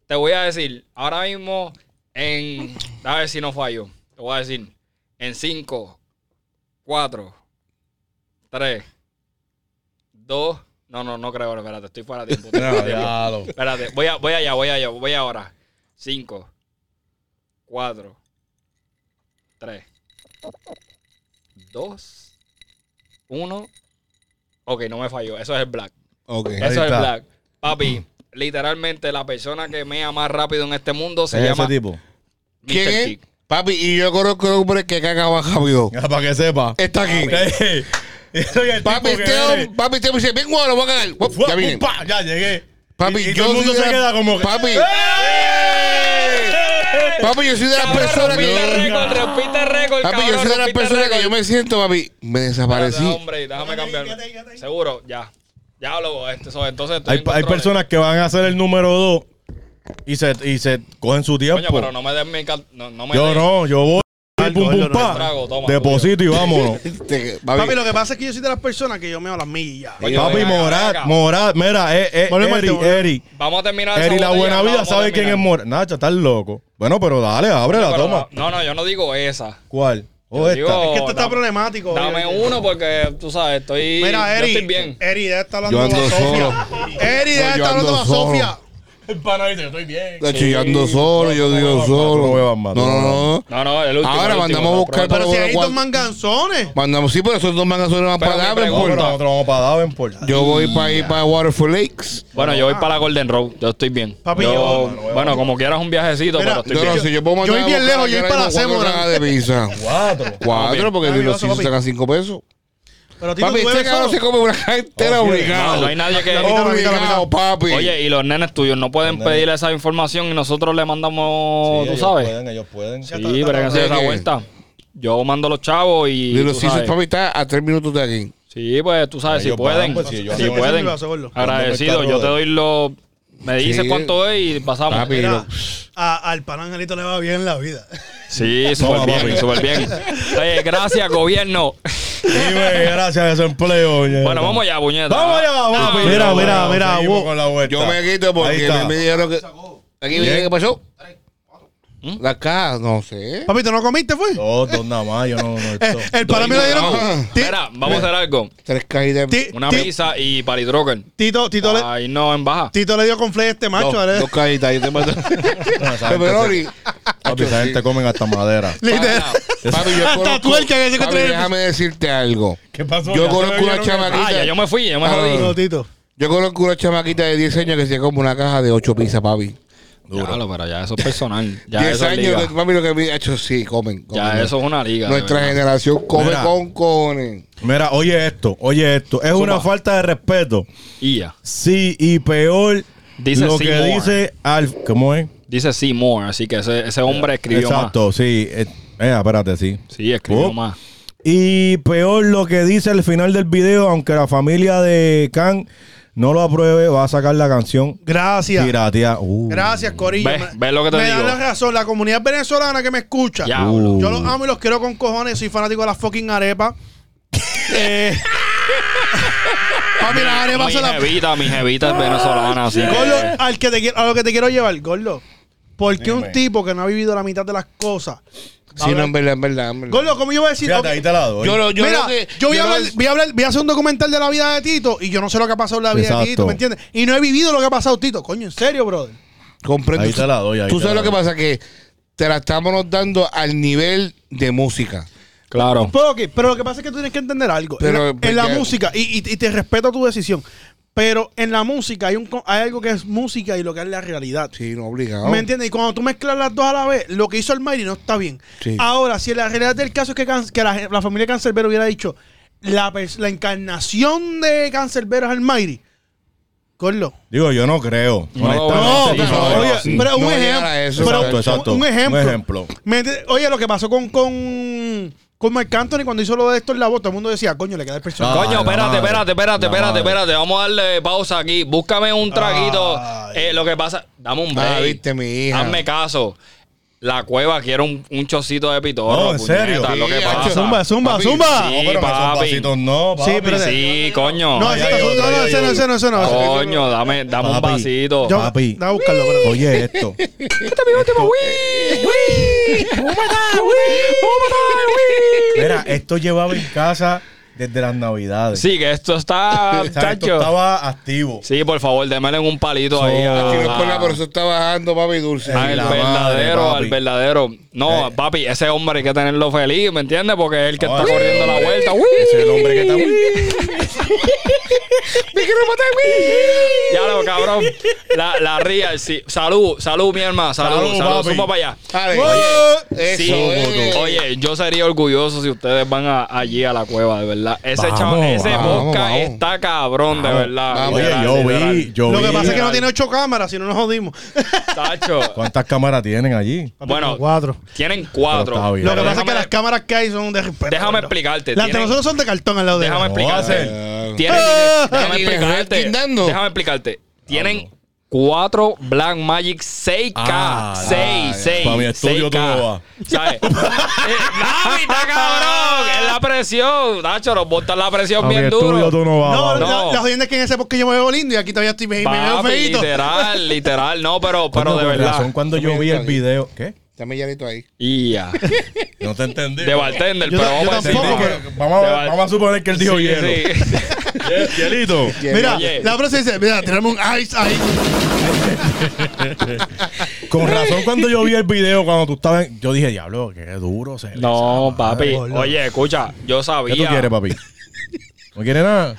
Te voy a decir, ahora mismo en. A ver si no fallo. Te voy a decir, en 5, 4, Tres. Dos. No, no, no creo. Espérate, estoy fuera de tiempo. Ya, Estoy fuera de tiempo. ya, lo- Espérate, voy, a- voy allá, voy allá, voy ahora. Cinco. Cuatro. Tres. Dos. Uno. Ok, no me falló. Eso es el black. Ok. Ahí Eso es está. el black. Papi, literalmente la persona que mea más rápido en este mundo se es llama ese tipo. Mr. ¿Quién es? Kick. Papi, y yo conozco un hombre que caga más rápido. Para que sepa. Está aquí. Eh, Soy el Papi, tipo que este viene. hombre, papi, este hombre dice, ven, guau, lo voy a cagar. Guap, Fua, Ya pum, vine. pa, ya llegué. Papi, y, y yo todo el mundo soy se de la- queda como que- Papi. ¡Eh! Papi, yo soy de las Cabrón, personas rompiste que... récord, rompiste récord, Papi, yo cabrón, soy de las rompiste personas que récord. yo me siento, papi, me Espérate, desaparecí. hombre, déjame Quédate ahí, cambiarme. quédate ahí, quédate ahí. Seguro, ya. Ya lo este, so- entonces estoy Hay, en hay controles. personas que van a hacer el número 2 y se, y se cogen su tiempo. Coño, pero no me den mi cal- no, no me yo den. no, yo voy. Pum, pum, Gordo, no pa. es trago, toma, Deposito y vámonos. Este, Papi, Papi, lo que pasa es que yo soy de las personas que yo meo las millas. Oye, Papi, ven acá, ven Morat, acá. Morat, mira, eh, eh, Volvemos al Eri, tema. Eri. Vamos a terminar esa Eri, la botella, buena vamos vida a sabe quién es terminar. Morat. Nacha, estás loco. Bueno, pero dale, abre la Pero toma. No, no, yo no digo esa. ¿Cuál? O Yo esta. digo- Es que esto está dame- problemático. Dame oye. uno porque tú sabes, estoy yo Mira, Eri. estoy bien. Eri, deja de estar Yo hablando de la ando Sofía. Eri, deja de No, yo estar hablando de la ando solo. Sofía. El pana dice, estoy bien. está chillando solo, yo digo No solo. bebas más, No, tú no, bebas más. no. No, no, el último. Ahora el último, mandamos a no, buscar prueba. Pero si hay Cuatro- dos manganzones. Mandamos, sí, pero esos dos van a sonar más Pero mi para No, pero pregunta- Davenport. nosotros vamos para Davenport. Yo voy para ir para Waterford Lakes. Bueno, yo voy para la Golden Road, yo estoy bien. Papi, Yo- yo- bueno, como quieras un viajecito, Mira, pero Yo estoy no bien. sé, yo puedo mandar Yo voy bien a buscar lejos, yo a voy para la cuatro Sembora. cajas de pizza. Cuatro. Cuatro, porque Papi, los papi. se sacan cinco pesos. Pero tío, Papi, tú este bebes cabrón se solo. come una caja entera Obvio. obligado. No, no hay nadie que. mitad, la mitad, la Obligado, papi. Oye, y los nenes tuyos no pueden nenes. pedir esa información y nosotros le mandamos, Sí, tú ellos sabes. pueden, ellos pueden. Ya está, Sí, está, pero está, hacer está. esa vuelta. Yo mando a los chavos y. Y tú los sabes. Caesars, papi, está a tres minutos de aquí. Sí, pues tú sabes, si Ellos pueden. van, pues, si si ellos hacen- pueden. Ese es mi vaso, gordo. Agradecido, Mándame el yo te carro de- doy los. Me dices Sí. cuánto es y pasamos. Papi, Mira, lo- a- al pan angelito le va bien en la vida. Sí, Toma, súper papi. bien, súper bien. Oye, gracias, gobierno. Dime, gracias a desempleo. oye. Bueno, vamos allá, puñeta. Vamos allá, vamos. Ah, Mira, mira, mira, seguimos wow. con la vuelta. Yo me quito Ahí porque está. me, me dijeron que. ¿Aquí me Bien. qué pasó? Las cajas, no sé. Papito, ¿no comiste, fue? Dos, dos nada más, yo no, no esto. Eh, el pan me lo no. dieron. Ti- Espera, vamos a hacer algo. Tres cajitas. ti- Una Ah. ti- pizza y paridroger. Tito, Tito, le, Ahí no, en baja. Tito le dio con a este macho. dos, ¿vale? dos cajitas. Yo te mando. No, esa gente Pepperoni. se- papi, esa gente comen hasta madera. Literal. Papi, yo Hasta conozco- tuerca que se Papi, trae- déjame decirte algo. ¿Qué pasó? Yo conozco una Ah, chamaquita. ya yo me fui, ya me Ah, jodí. No, Tito. Yo conozco una chamaquita de 10 años que se come una caja de 8 pizzas, papi. Claro, pero ya eso es personal. Ya 10 eso es años, liga. que- papi, lo que me ha hecho, sí, comen. Ya comen. eso es una liga. de Nuestra verdad. generación come Mira. con cones. Mira, oye esto, oye esto. Es una falta de respeto. Y ya. Sí, y peor, Dice lo sí que more. dice Alf. ¿Cómo es? Dice Seymour, así que ese, ese hombre escribió Exacto, sí. Eh, eh, espérate, sí. más. Sí, escribió Oh. más. Y peor lo que dice al final del video, aunque la familia de Khan no lo apruebe, va a sacar la canción Gracias. Piratea. Uh. Gracias, Corillo. Ve, Me- ve lo que te me digo. da la razón. La comunidad venezolana que me escucha. Ya, Uh. Yo los amo y los quiero con cojones. Soy fanático de las fucking arepas. Eh, papi, las arepas mi son las... jevita, mi jevita es venezolana, así que- Gordo, al que te quiero- a lo que te quiero llevar, Gordo. ¿Por qué Dime. un tipo que no ha vivido la mitad de las cosas? Sí, no, en verdad, en verdad. en verdad. Gordo, ¿cómo yo voy a decir? Fíjate, ahí Ok, te la doy. Yo, lo- yo Mira, creo que- yo voy a, lo- hablar, voy a hablar- voy a hacer un documental de la vida de Tito y yo no sé lo que ha pasado en la vida de Exacto. Tito, ¿me entiendes? Y no he vivido lo que ha pasado Tito. Coño, en serio, brother. Comprendo. Ahí te la doy, ahí Tú te sabes la lo que doy. pasa, que te la estamos dando al nivel de música. Claro. Pero, ok, pero lo que pasa es que tú tienes que entender algo. Pero, en la, en la porque- música, y, y- y te respeto tu decisión, pero en la música hay, un, co- hay algo que es música y lo que es la realidad. Sí, no, obligado. ¿Me entiendes? Y cuando tú mezclas las dos a la vez, lo que hizo el Mayri no está bien. Sí. Ahora, si la realidad del caso es que, Can- que la, la familia Cancerbero hubiera dicho la, pers- la encarnación de Cancerbero es el Mayri, Corlo. Digo, yo no creo. No, honestamente, yo no, no creo. oye, sí. pero un No llegar ejemplo. a eso. pero Exacto, exacto. Un ejemplo. Un ejemplo. ¿Me entiendes? oye, lo que pasó con, con, con Marc Anthony cuando hizo lo de esto en la voz, todo el mundo decía, coño, le queda el personaje. Ah, la Coño, espérate, madre, espérate, espérate, la espérate, madre. espérate. Vamos a darle pausa aquí. Búscame un traguito. Ay. Eh, lo que pasa, dame un break. Ah, viste, mi hija. Hazme caso. La cueva quiere un, un chocito de pitorro. No, en serio. puñeta, lo que Sí, pasa. hacho, Zumba, zumba, Papi, zumba. sí, No, pero esos papi. vasitos no, papi. Sí, pero- Sí, coño. No, Ay, ese ay, no, ay, no, no, ay, ese no, ay. ese no, ese no. ese no. Coño, dame, dame un Papi. vasito. Yo, Papi. da Este a buscarlo, pero- Oye, esto. Mira, esto llevaba en casa Desde las navidades. Sí, que esto está, O sea, esto chacho. estaba activo. Sí, por favor, démele un palito So, ahí. a- Aquí no es por nada, pero eso está bajando, papi, dulce. Ay, al la madre, verdadero, papi. al verdadero. No, Eh. Oh, papi, ese hombre hay que tenerlo feliz, ¿me entiendes? Porque es el que No, está ese corriendo la hombre- vuelta. ¡Uy! Ese es el hombre que está. ¡Me quiero matar, güey! Ya lo cabrón. La, la real, sí. Salud, salud, mi hermano. Salud, Salud, salud. papi. Suma para allá. Dale. Oye, Eso eh. sí. es. Oye, yo sería orgulloso si ustedes van a- allí a la cueva, de verdad. Ese Vamos, chaval, ese vamos, podcast vamos. está cabrón, de verdad. vamos. Oye, Literal, yo vi, literal. yo Lo que vi. pasa es que no tiene ocho cámaras, si no nos jodimos. Tacho. ¿Cuántas cámaras tienen allí? Bueno, cuatro. tienen cuatro. Pero está bien. Lo que Pero pasa es que déjame- las cámaras que hay son de respeto. Déjame gordo. explicarte, Las de tienen- nosotros son de cartón al lado de Déjame ellas. No, explicarte. hacer. Tienen- Ah. déjame Y les explicarte. estoy dando. Déjame explicarte. Tienen cuatro Black Magic 6K. Ah, 6, ya. 6. Para mi 6K. estudio tú no vas. ¿Sabes? Eh, David, está cabrón. Es la presión. Nacho, nos botan la presión A mi bien estudio duro. tú no vas. No, vamos. la- No. la jodienda es que en ese bosque yo me veo lindo y aquí todavía estoy me, me veo Papi, feíto. literal, literal. No, pero, Coño, pero de con verdad. razón, cuando yo vi el video. ¿Qué? Dame llanito ahí. Ya. No te entendí. De bartender, Yo pero ta- yo vamos a Entendí tampoco, encima. que- vamos, De a, bar- vamos a suponer que él dijo Sí, hielo. sí. Hiel- Hielito. Mira, Oye. la próxima dice, mira, tirame un ice ahí. Con razón, cuando yo vi el video, cuando tú estabas. en- Yo dije, diablo, qué duro. Se No, papi. boludo. Oye, escucha, yo ¿Qué sabía. tú quieres, papi? ¿No quieres nada?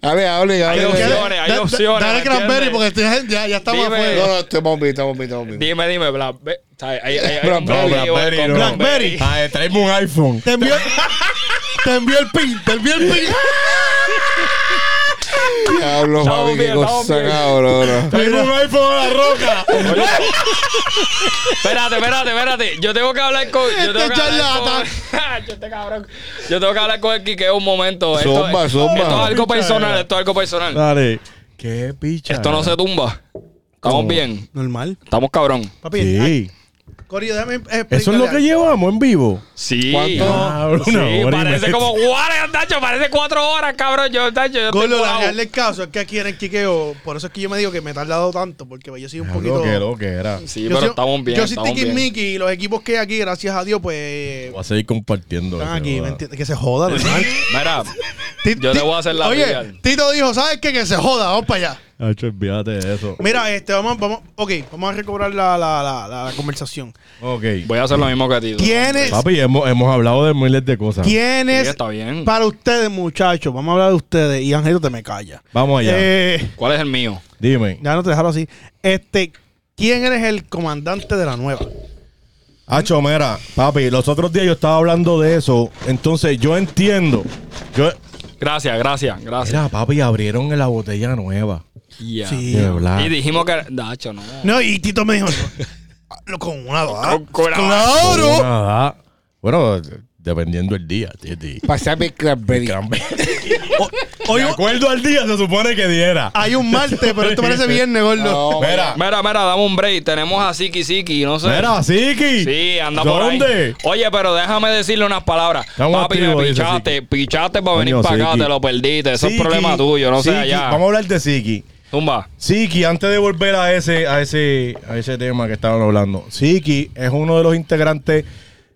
Hable, hable, hable. Hay hable. opciones, hay Da- da- opciones. Dale ¿me cranberry entiendes? porque estoy- ya, ya estamos Dime. afuera. No, no, estoy bombito, estamos bombito, estamos bombito. Dime, dime, Blackberry. Hay, hay, hay Blackberry, un video con Blackberry, no. Blackberry. Ah, eh, tráeme un iPhone. Te envió, te envió el pin, te envió el pin. Diablo, Estamos papi, qué bien, estamos cosa, bien. cabrón. Tráeme un iPhone a la roca. Oye, espérate, espérate, espérate. Yo tengo que hablar con. Yo tengo Este que hablar charlatán. con yo, este cabrón. yo tengo que hablar con el Quique un momento. Esto, Zumba, zumba. esto es algo personal, esto es algo personal. Dale. Qué picha. Esto no se tumba. Estamos bien. Normal. Estamos cabrón. Papi, ay, Sí. Corillo, déjame explicarle Eso es lo algo. que llevamos en vivo. Sí. Cabrón, Sí, una hora y parece media. como Juárez, Tacho. Parece cuatro horas, cabrón. Yo, Tacho, yo Gordo, tengo la real del caso es que aquí en el Quiqueo, por eso es que yo me digo que me he tardado tanto, porque yo soy un Diablo, poquito... qué lo que era. Sí, yo pero soy- estamos bien. Yo soy estamos bien. Tiki y los equipos que hay aquí, gracias a Dios, pues... Voy a seguir compartiendo. Están eso, aquí, ¿me ¿verdad? entiendes? Que se joda, normal. Mira, Ti- Yo te ti- voy a hacer la Oye, real. Tito dijo, ¿sabes qué? Que se joda, vamos para allá. Hacho, olvídate de eso. Mira, este, vamos, vamos, ok, vamos a recobrar la, la, la, la, la conversación. Ok. voy a hacer lo mismo que a ti. ¿Quiénes, Papi, hemos, hemos hablado de miles de cosas. Sí, quiénes, está bien. para ustedes, muchachos, vamos a hablar de ustedes, y Angelito te me calla. Vamos allá. Eh, ¿Cuál es el mío? Dime. ya no te dejaron así. Este, ¿quién eres el comandante de la nueva? Hacho, mira, papi, los otros días yo estaba hablando de eso. Entonces, yo entiendo. Yo, Gracias, gracias, gracias. mira, papi, abrieron la botella nueva. Yeah. Sí. De verdad. Y dijimos que. Dacho, no. No, y Tito me dijo, lo ¿ah? con una va. Con- con una Una claro. edad. Bueno, dependiendo el día, Titi. Pasame el cranberry. Hoy De acuerdo al día se supone que diera. hay un martes, pero esto parece viernes, gordo. No, Mira, Mira, mira, dame un break. Tenemos a Siki Siki, no sé. mira, Siki. Sí, anda por ahí. ¿Dónde? Oye, pero déjame decirle unas palabras. Estamos Papi, activos, me dice pichaste, Siki. pichaste para venir Coño, para acá, Siki. te lo perdiste. Eso Siki, es problema tuyo, no sé Siki. allá. Vamos a hablar de Siki. Tumba. Siki, antes de volver a ese, a ese, a ese tema que estaban hablando, Siki es uno de los integrantes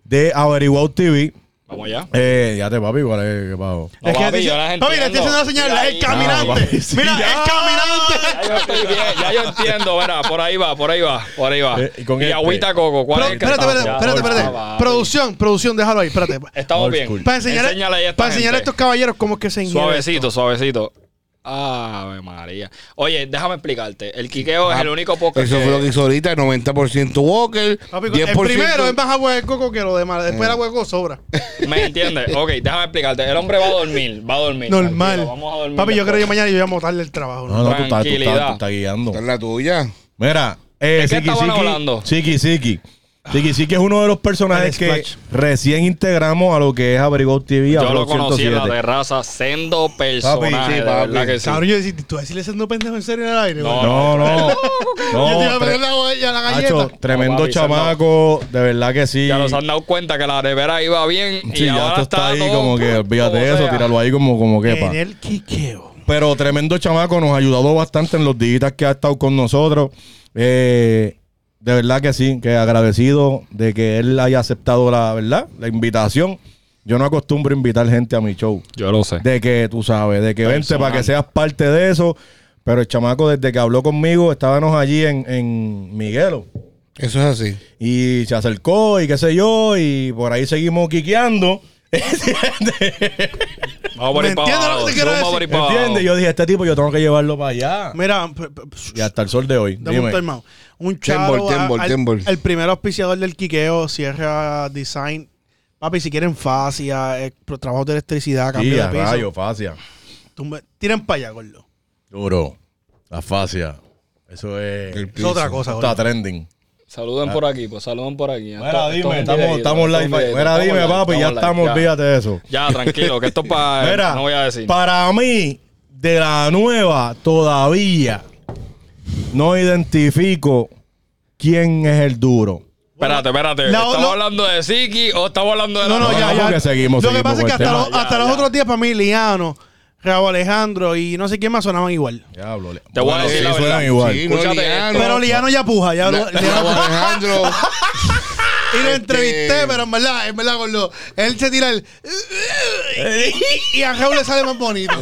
de Averiguado TV. Vamos allá. Eh, ya te papi, ¿cuál es? ¿Qué pasó? No, Es que papi, te- yo las papi, le estoy entiendo. haciendo una señal, Mira es ahí. caminante. Ah, papi, sí. Mira, es caminante. Ya yo estoy bien, ya yo entiendo, verá, por ahí va, por ahí va, por ahí va. Eh, y y con este. agüita coco, ¿cuál Pero- es el que espérate, espérate, estamos? espérate, espérate. Ya, por favor, Producción, producción, déjalo ahí, espérate. Estamos Old bien. school. Para enseñar, Eh, Enséñale ahí a esta para enseñar a gente. estos caballeros cómo es que se ingiere Suavecito, suavecito. Ave María. Oye, déjame explicarte. El quiqueo es el único podcast. Eso fue lo que hizo ahorita, 90% Walker, esto. Papi, 10%... el primero es más agua de coco que lo demás. Después el Eh. agua de coco sobra. ¿Me entiendes? Ok, déjame explicarte. El hombre va a dormir, va a dormir. Normal. Tranquilo, Vamos a dormir. Papi, yo creo después. Ah, que yo mañana yo llamo tarde el trabajo. ¿no? No, no, tú estás, tú estás- tú Tranquilidad. estás guiando. Esta es la tuya. Mira, eh, ¿De qué Siki, estaban Siki, hablando? Siki, Siki. Siki, Siki es uno de los personajes El que Splash. recién integramos a lo que es Averiguado TV. a Yo lo Blog conocí en la 107. terraza, sendo personaje. sí, de papi. verdad que sí. Cabrón, yo decía, ¿tú vas a decirle siendo pendejo en serio en el aire? güey? No, no. yo te iba no a meter tre- la olla, la galleta. Hacho, tremendo Papi, chamaco, de verdad que sí. Ya nos han dado cuenta que la nevera iba bien. Sí, y ya ahora esto está ahí todo- como que, olvídate como de eso, sea. tíralo ahí como, como quepa. en el quiqueo. Pero tremendo chamaco, nos ha ayudado bastante en los días que ha estado con nosotros. Eh, de verdad que sí, que agradecido de que él haya aceptado la verdad, la invitación. Yo no acostumbro invitar gente a mi show. Yo lo sé. De que tú sabes, de que vente para que seas parte de eso. Pero el chamaco, desde que habló conmigo, estábamos allí en, en Miguelo. Eso es así. Y se acercó y qué sé yo, y por ahí seguimos quiqueando. Vamos por ¿Me ahí para entiendes lo abajo. que te quiero Vamos por ahí para abajo. ¿Entiendes? Yo dije, este tipo yo tengo que llevarlo para allá. Mira, p- p- Y hasta el sol de hoy. dame un Dime. time out. Un Tembol, chavo tembol, tembol. el primer auspiciador del quiqueo, Sierra Design. Papi, si quieren fascia, eh, pro- trabajo de electricidad, cambio Y a de piso. rayo, fascia. tú me- tiren para allá, gordo. Duro. La fascia. Eso es. El Es otra cosa, Está gordo. trending. Saluden por aquí, pues saluden por aquí. Mira, dime, estamos, estamos live. ahí. Mira, dime, papi, ya estamos, bien. olvídate de eso. Ya, tranquilo, que esto es para. Mira, no voy a decir. para mí, de la nueva, todavía no identifico quién es el duro. espérate, espérate. La- ¿Estamos lo- hablando de Siki o estamos hablando de.? No, no, No, ya, no, ya. porque seguimos, Lo que seguimos pasa es con que el hasta, tema. los, Ya, hasta los ya. otros días, para mí, Liano, Raúl Alejandro y no sé quién más sonaban igual. Diablo. le- Te voy a Bueno, decir sí, la suenan verdad. igual. Sí, no, Escúchate Liano, Pero Liano ya puja, ya lo, La- Gabo Alejandro. y lo entrevisté, Este- pero en verdad, en verdad, gordo. Él se tira el. Y, y a Raúl le sale más bonito.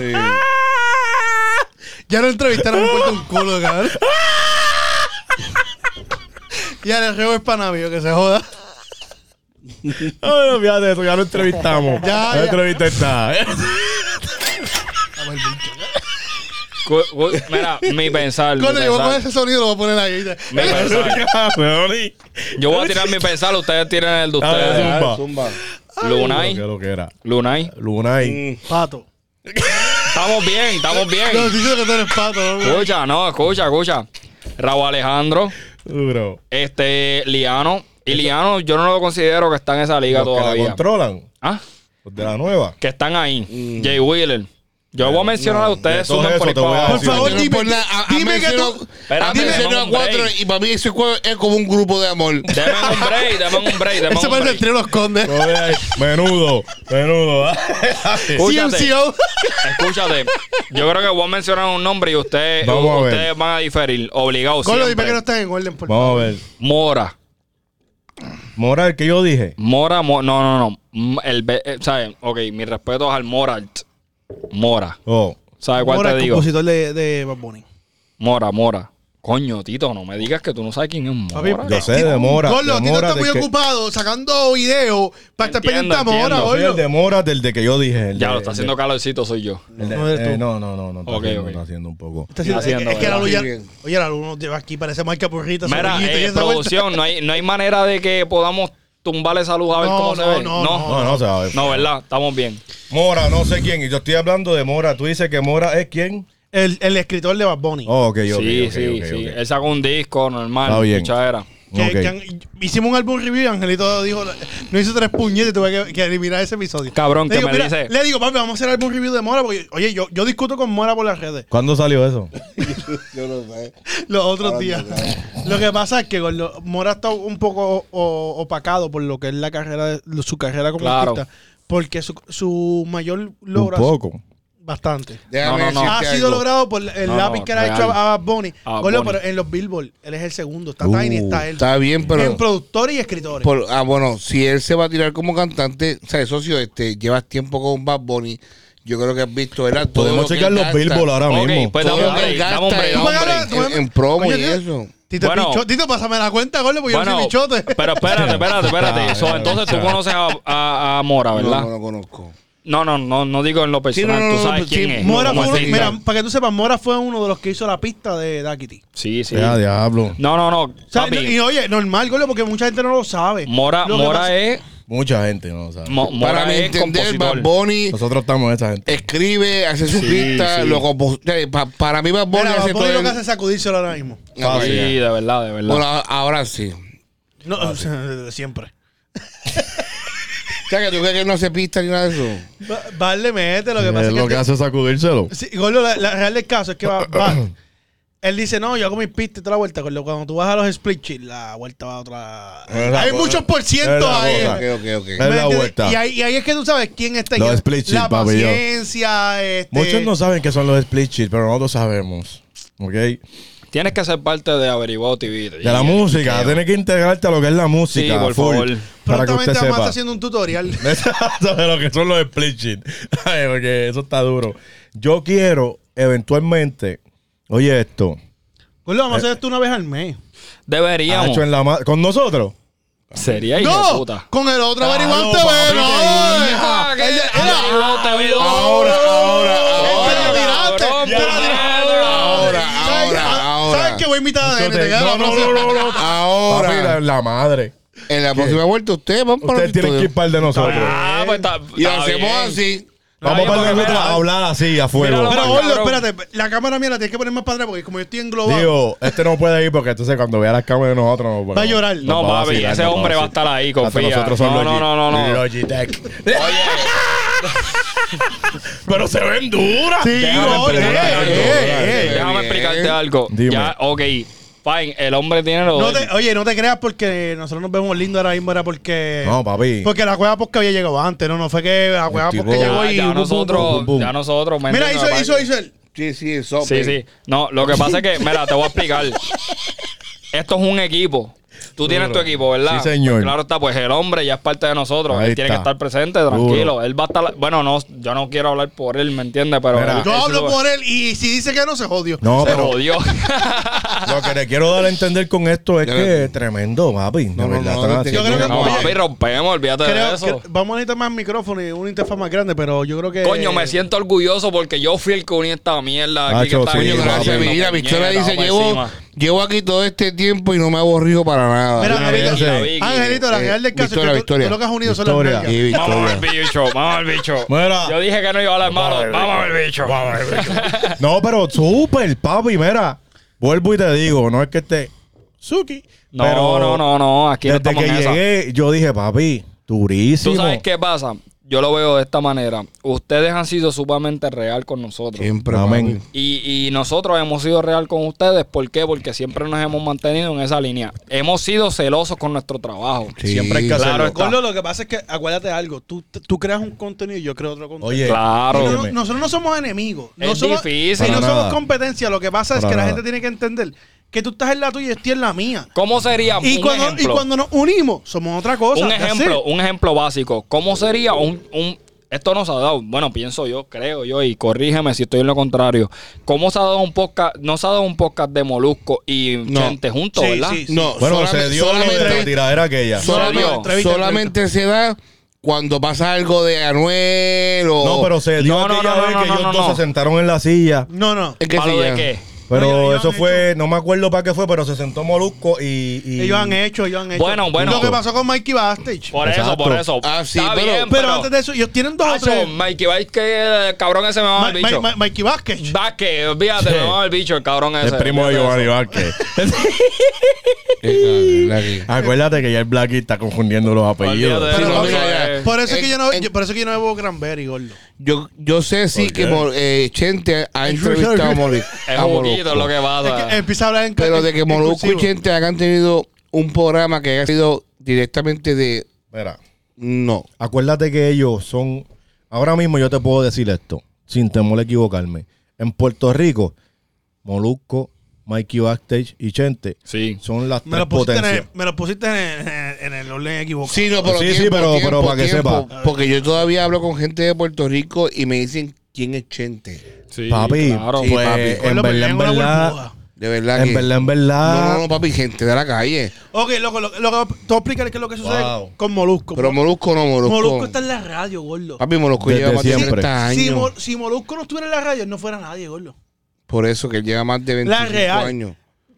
Ya lo entrevistaron por un culo, cabrón. Ya el reo es panamio, que se joda. Ay, no, fíjate de eso, ya lo entrevistamos. Ya, ya. La entrevista está. Cu- cu- Mira, mi pensar. mi Cuando yo voy a poner pensar, ese sonido, lo voy a poner ahí. mi pensar. Cabrón, y- Yo voy a tirar mi pensar, ustedes tiran el de Ah, A ver, ustedes. zumba. Lo que Lunay, lo que era. Lunay. Lunay. Pato. Estamos bien, estamos No, bien. dice que tú eres pato, ¿no? Escucha, no, escucha, escucha. Raúl Alejandro, Duro. este, Liano. Y Liano, yo no lo considero que está en esa liga Los que la todavía. controlan. Ah, Los de la nueva. que están ahí. Jay Wheeler. Yo voy a mencionar a ustedes de todo suben por eso ahí te para voy a abajo. Por favor, Yo no dime, por nada, a- a dime que menciono- tú. Espérate, a menciono dame a un cuatro break. y para mí ese juego es como un grupo de amor. Deme un break, deme un break, deme Ese un parece el break. trío los condes. Todo de ahí. Menudo. Menudo. Dale. Escúchate, oh. CMCO. escúchate. Yo creo que voy a mencionar un nombre y ustedes, Vamos a ver. ustedes van a diferir. Obligados Gordo, dime que no siempre. estás en orden, por favor. Vamos a ver. Mora. Mora, el que yo dije. Mora, Mo- no, no, no. M- El, be- eh, ¿sabes? Ok, mi respeto es al Moralt. Mora. Oh. ¿Sabes cuál Mora, te el digo? compositor de, de Bad Bunny. Mora, Mora. Coño, Tito, no me digas que tú no sabes quién es Mora. Papi, Yo sé, de Mora. Gordo, de Tito Mora, está muy del que- ocupado sacando videos para estar pendiente Entiendo, a Mora, entiendo. Yo soy gordo. el de Mora, del de que yo dije. el ya de- lo está el haciendo de- calorcito, soy yo. el de- No eres tú. eh, No, no, no. no está Ok, haciendo- ok. Está haciendo un poco. Está haciendo- haciendo, es, que la ¿verdad? luz ya, Muy bien. Oye, la luz nos lleva aquí, parece marca burrita. Mira, sombrillita y eh, esa producción, no hay, no hay manera de que podamos tumbar esa luz a ver No, cómo se no, ve. no, no, No, no, se va a ver. No, ¿verdad? Estamos bien. Mora, no sé quién. Y yo estoy hablando de Mora. Tú dices que Mora es quién. vuelta. El, el escritor de Bad Bunny. Oh, ok, yo. sí, sí, sí. Él sacó un disco normal, Está bien. muchachera. Que- que han- hicimos un álbum review y Angelito dijo, no hizo tres puñetes, tuve que, que eliminar ese episodio. Cabrón, le que digo, me dice- Le digo, papi, vamos a hacer álbum review de Mora, porque, oye, yo, yo discuto con Mora por las redes ¿Cuándo salió eso? Yo no sé. los otros días. Lo que pasa es que gordo, Mora está un poco o- opacado por lo que es la carrera, de- su carrera como Claro. artista, porque su, su mayor Un logro poco. bastante. Déjame No, no, no. decirte ha sido algo. logrado por el No, lápiz que le ha real. hecho a Bad Bunny. A Bad Gordo, Bunny. pero en los Billboard, él es el segundo. Está Uh, Tiny, está él. Está bien, pero en productores y escritores. Por- ah, bueno, si él se va a tirar como cantante, o sea, socio, este, llevas tiempo con Bad Bunny, yo creo que has visto, ¿verdad? Todo Podemos lo que checar él los gasta, Billboard ahora Ok, mismo. pues Todo dame un lo que él break, dame un gasta break, en- dame un break. Tú me ganas- en- en promo Oye, y tío, eso. Tito, Bueno. Picho- Tito, pásame la cuenta, gordo, porque yo no soy bichote. pero espérate, espérate, espérate. So, entonces tú conoces a, a- a Mora, No, ¿verdad? no lo conozco. No, no, no, no digo en lo personal. no, no, tú no, sabes sí, quién es. Mora como fue uno- artista. mira, para que tú sepas, Mora fue uno de los que hizo la pista de Dakiti. Sí, sí. Ya, diablo. No, no, no. O sea, papi, no- y oye, normal, gordo, porque mucha gente no lo sabe. Mora, Lo que Mora pasa- es. Mucha gente no sabe. Mo- Mora Para mi es entender, Bad compositor. Bunny Nosotros estamos en esa gente. escribe, hace su Sí, pista, sí. lo compos- eh, pa- para mí Bad Bunny Mira, hace Bad Bunny todo lo que hace el- es sacudírselo ahora mismo. Ah, Sí, sí. de verdad, de verdad. Bueno, a- ahora sí. No, siempre. O sea, que tú crees que él no hace pista ni nada de eso. Va- Vale, mete, lo que pasa Es es Eh, lo que que hace es sacudírselo. Sí, Gordo, la, la real del caso es que va, va- Él dice, no, yo hago mis pistas y toda la vuelta. Gordo, cuando tú vas a los split sheets, la vuelta va a otra... Es la hay cosa. muchos por Es ciento la ahí. cosa. Ok, ok, ok. Es ¿Me la entiendes? vuelta. Y ahí, y ahí es que tú sabes quién está en Los el- split sheets, La papi, yo. paciencia, este... Muchos no saben qué son los split sheets, pero nosotros sabemos. ¿Ok? De Tienes que ser parte de Averiguado TV. la música. Tienes que integrarte a lo que es la música. Sí, por full. favor. Para que Prontamente usted vamos a estar sepa. haciendo un tutorial. Exacto, de lo que son los split sheet. Ay, Porque eso está duro. Yo quiero, eventualmente, oye esto, Gordo, vamos a hacer esto una vez al mes. Deberíamos. Hacho en la ma- con nosotros. Sería hijo de ¡No! puta. Con el otro averiguante, Claro, papi, bueno. te ay. Ah, que- Averiguó, te vio. Ahora, Oh. ahora, Te la ahora. tiraste. cabrón, Te la tiraste. cabrón. Ahora, ¿Sabes- ahora, ah, ahora. ¿Sabes que voy a invitar a Yo DNT? te- No, no, no, no, no. Papi, la, Ahora, la madre. en la próxima vuelta ustedes van para Ustedes el tienen que ir estudio. par de nosotros. Ah, pues está. Y está hacemos bien. así. Está Vamos bien, para de porque mira, nosotros a hablar así, a mira fuego. lo Pero, más Gordo, cabrón. espérate. La cámara mía la tienes que poner más para atrás porque como yo estoy englobado, Digo, este no puede ir porque entonces cuando vea las cámaras de nosotros no va a llorar. No, va a papi, vacilar, ese nos va a hombre va a vacilar. estar ahí, Hasta confía. Nosotros son no, no, Logi- no, no, no. Logitech. Pero se ven duras. Sí, Déjame Gordo, explicar eh, algo, eh, eh. Déjame bien. explicarte algo. Dime. Ya, ok. Fine, el hombre tiene los. No te- oye, no te creas porque nosotros nos vemos lindos ahora mismo, era porque... No, papi. Eh, Porque la cueva porque había llegado antes, no, no fue que la cueva Tipo, porque Ya, llegó y... Ah, ya pum, pum, nosotros, pum, pum. ya nosotros. ¿me pum. Mira, entiendes? hizo, hizo, hizo él. Sí, sí, el sope. Sí, sí. No, lo que pasa es que, mira, te voy a explicar. Esto es un equipo. Tú tienes tu equipo, ¿verdad? Sí, señor. Pues claro está, pues el hombre ya es parte de nosotros. Ahí él tiene que está. estar presente, tranquilo. Él va a estar. Bueno, no, yo no quiero hablar por él, ¿me entiendes? Pero. Mira. él- Yo él se hablo lo- por él y si dice que no, se jodió. No, Se pero jodió. lo que le quiero dar a entender con esto es Ya que tremendo, papi. No, de no, verdad, no, están no, haciendo yo creo que- una No, Oye. papi, rompemos, olvídate de Creo eso. que eh, vamos a necesitar más micrófonos y una interfaz más grande, pero yo creo que... Coño, me siento orgulloso porque yo fui el que uní esta mierda. aquí Nacho, que está sí, aquí Coño, gracias, papi. mi vida. haciendo Pistola puñeta, dice, vamos llevo, encima. llevo aquí todo este tiempo y no me aborrijo para nada. Mira, Ya, Angelito, ya sé. Angelito, Angelito, la Eh, real del Victoria, caso es que tú, Victoria. tú lo que has unido son las Victoria. nalgas. Y Victoria. Vamos al bicho, vamos al bicho. Mira. Yo dije que no iba a hablar malo. Vamos al bicho. No, pero súper, papi, mira. Vuelvo y te digo, no es que esté Suki. No, pero no, no, no. Aquí no Desde estamos que en esa. llegué, yo dije, papi, durísimo. ¿Tú sabes qué pasa? Yo lo veo de esta manera. Ustedes han sido sumamente real con nosotros. Siempre, Amén. papi. Y, y nosotros hemos sido real con ustedes. ¿Por qué? Porque siempre nos hemos mantenido en esa línea. Hemos sido celosos con nuestro trabajo. Sí. Siempre hay que Claro, hacerlo. está. Gordo, lo que pasa es que acuérdate de algo. Tú, tú creas un contenido y yo creo otro contenido. Oye, Claro. Y no- óyeme. nosotros no somos enemigos. No Es somos, difícil. Y no Para somos nada. competencia. Lo que pasa es Para que la nada. gente tiene que entender que tú estás en la tuya y yo estoy en la mía. ¿Cómo sería Y un cuando, y ejemplo? cuando nos unimos, somos otra cosa. un That's ejemplo, it. un ejemplo básico. ¿Cómo sería un, un- esto nos ha dado, bueno, pienso yo, creo yo, y corrígeme si estoy en lo contrario. ¿Cómo se ha dado un podcast, no se ha dado un podcast de Molusco y No. gente juntos, Sí, ¿verdad? sí, sí. No, Bueno, solamente- se dio lo de la solamente, tiradera aquella. Salió. solamente, Entrevista, solamente se da cuando pasa algo de Anuel o... No, pero se dio No, no, aquella no, vez no, que no, ellos no, dos no. se sentaron en la silla. No, no. Es que ¿Palo sí, de ya. qué? Pero Oye, ellos eso han fue, no me acuerdo para qué fue, pero se sentó Molusco y. y- Ellos han hecho, ellos han hecho. Bueno, bueno. Lo que pasó con Mikey Bastage. Por eso, Exacto. por eso. Ah, sí, Está pero- bien, Pero pero, antes de eso, ellos tienen Ah, dos o Hacho, tres. Mikey Vice, que el cabrón ese me va Ma- al bicho. Ma- Ma- Mikey Bastage. Vázquez, olvídate, me va al bicho, el cabrón ese. El primo de olvídate Giovanni eso. Vázquez. Eh, la que- Acuérdate que ya el Blacky está confundiendo los apellidos. Olvídate de Pero eso, mira, ya. eh. Por eso es que En- yo no, en- yo- por eso es que yo no bebo Granberry, gordo. Yo, yo sé sí ¿Por que qué? Mol- eh, Chente ha entrevistado a Moli- Es a Molusco. juguito lo que Es Ah, pasa. que empieza a hablar en Pero de en- que Molusco y exclusivo. Chente hayan tenido un programa que haya sido directamente de... Mira, No. acuérdate que ellos son. Ahora mismo yo te puedo decir esto, sin temor a equivocarme. En Puerto Rico, Molusco, Mikey Backstage y Chente Sí. son las Me tres lo pusiste, en potencias. el, me lo pusiste en, el- en el orden equivocado. Sí, no, pero Sí, sí, tiempo, pero- tiempo, pero para que tiempo, sepa. Porque yo todavía hablo con gente de Puerto Rico y me dicen quién es Chente. Sí, Papi, claro. Sí, pues, papi. Gordo, en pero verdad, en tengo una verdad, burbuja. De verdad en que... verdad, en No, no, verdad. no, papi, gente de la calle. Ok, loco, lo, lo, que- te voy a explicar qué es lo que sucede Wow. con Molusco. Pero Molusco no, Molusco. Molusco está en la radio, gordo. Papi, Molusco Desde lleva más de siempre. 30 años. Si, Mo- si Molusco no estuviera en la radio, él no fuera nadie, gordo. Por eso que él lleva más de 25 real. años.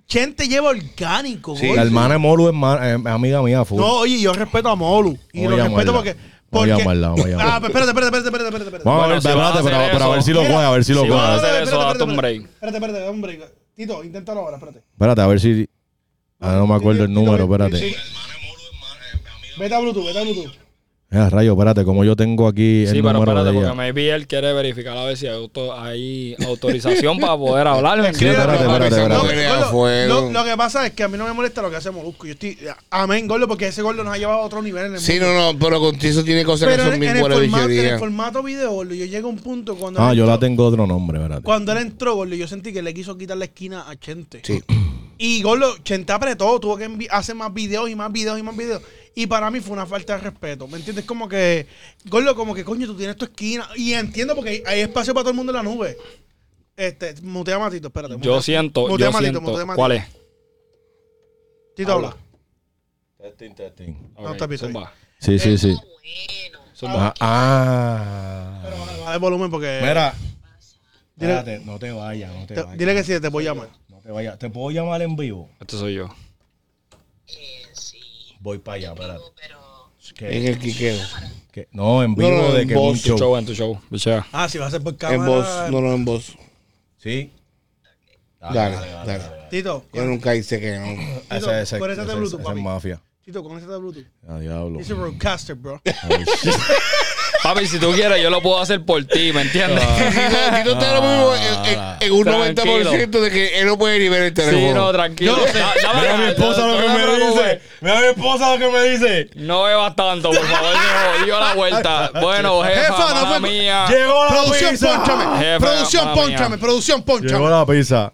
Chente lleva orgánico, Sí, gordo. La hermana de Molu es, ma- eh, es amiga mía. full. No, oye, yo respeto a Molu. Y Voy lo a respeto llamarla. porque. Voy porque... a llamarla, voy a llamarla. Ah, pero espérate, espérate, espérate, espérate, espérate, espérate. Vamos Bueno, a ver, si espérate, vas a pero, hacer pero a ver eso. si lo coge, a ver si lo Si coge. vas a hacer- espérate, eso, espérate, date un espérate. break. Espérate, espérate, un break. Tito, inténtalo ahora, espérate. Espérate, a ver si. Ah, no me acuerdo el Tito, número, ve- espérate. sí. Vete a Bluetooth, vete a Bluetooth. Ah, rayo, espérate, como yo tengo aquí el Sí, pero número espérate, de porque ella. maybe él quiere verificar a ver si hay, auto- hay autorización para poder hablar. ¿me entiendes? espérate, Papi, espérate, esa espérate. mujer es a Gordo, fuego. lo, lo que pasa es que a mí no me molesta lo que hace Molusco. Yo estoy. Amén, gordo, porque ese gordo nos ha llevado a otro nivel en el Sí, mundo. no, no, pero con eso tiene cosas Pero que en, son en bien el buenas formato, en el bicherías. formato video, gordo, yo llego a un punto cuando. Ah, él yo la entró- tengo otro nombre, espérate. Cuando él entró, gordo, yo sentí que le quiso quitar la esquina a Chente. Sí. Y Gordo, Chente apretó, tuvo que envi- hacer más videos y más videos y más videos. Y para mí fue una falta de respeto. ¿Me entiendes? Como que, Gordo, como que coño, tú tienes tu esquina. Y entiendo porque hay, hay espacio para todo el mundo en la nube. Este, mutea Matito, espérate. Yo mutea- siento, mutea yo Matito, siento. mutea Matito. ¿Cuál es? Tito habla. Testing, testing. No, está bien, está bien. Zumba. Sí, sí, sí. Zumba. Ah. Pero baja el volumen porque. Mira. Dile- Espérate, no te vayas, no te te- vayas. dile que sí, te voy a llamar. No te vayas. ¿Te puedo llamar en vivo? Este soy yo. Voy para allá, espérate. Que- En el quiqueo. que- no, en vivo no, de en que en un voz. Tu show. show, en tu show. bichea. Ah, si va a ser por En cámara. voz. Ah, No, no, en voz. Sí. Dale, dale. Tito, Yo nunca hice que no. Ah, Esa, esa, esa, Pero esa es de Bluetooth, esa papi. es mafia. Tito, conéctate a Bluetooth. A diablo. Dice broadcaster, bro. Papi, si tú quieres, yo lo puedo hacer por ti, ¿me entiendes? Ah. Tito, Tito está lo mismo en, en- en un Tranquilo. 90% de que él no puede ni ver el Sí, teléfono. no, tranquilo. Da- dame Mira a acá, mi esposa no- lo que no te me dice. preocupes. Mira a mi esposa lo que me dice. No bebas tanto, por favor, se jodió la vuelta. Bueno, jefa, Jefa, no fue- mala mía. Llegó la Producción, pizza. ponchame. Jefe, Producción, mamá mía. ponchame. Producción, Llegó ponchame. la pizza.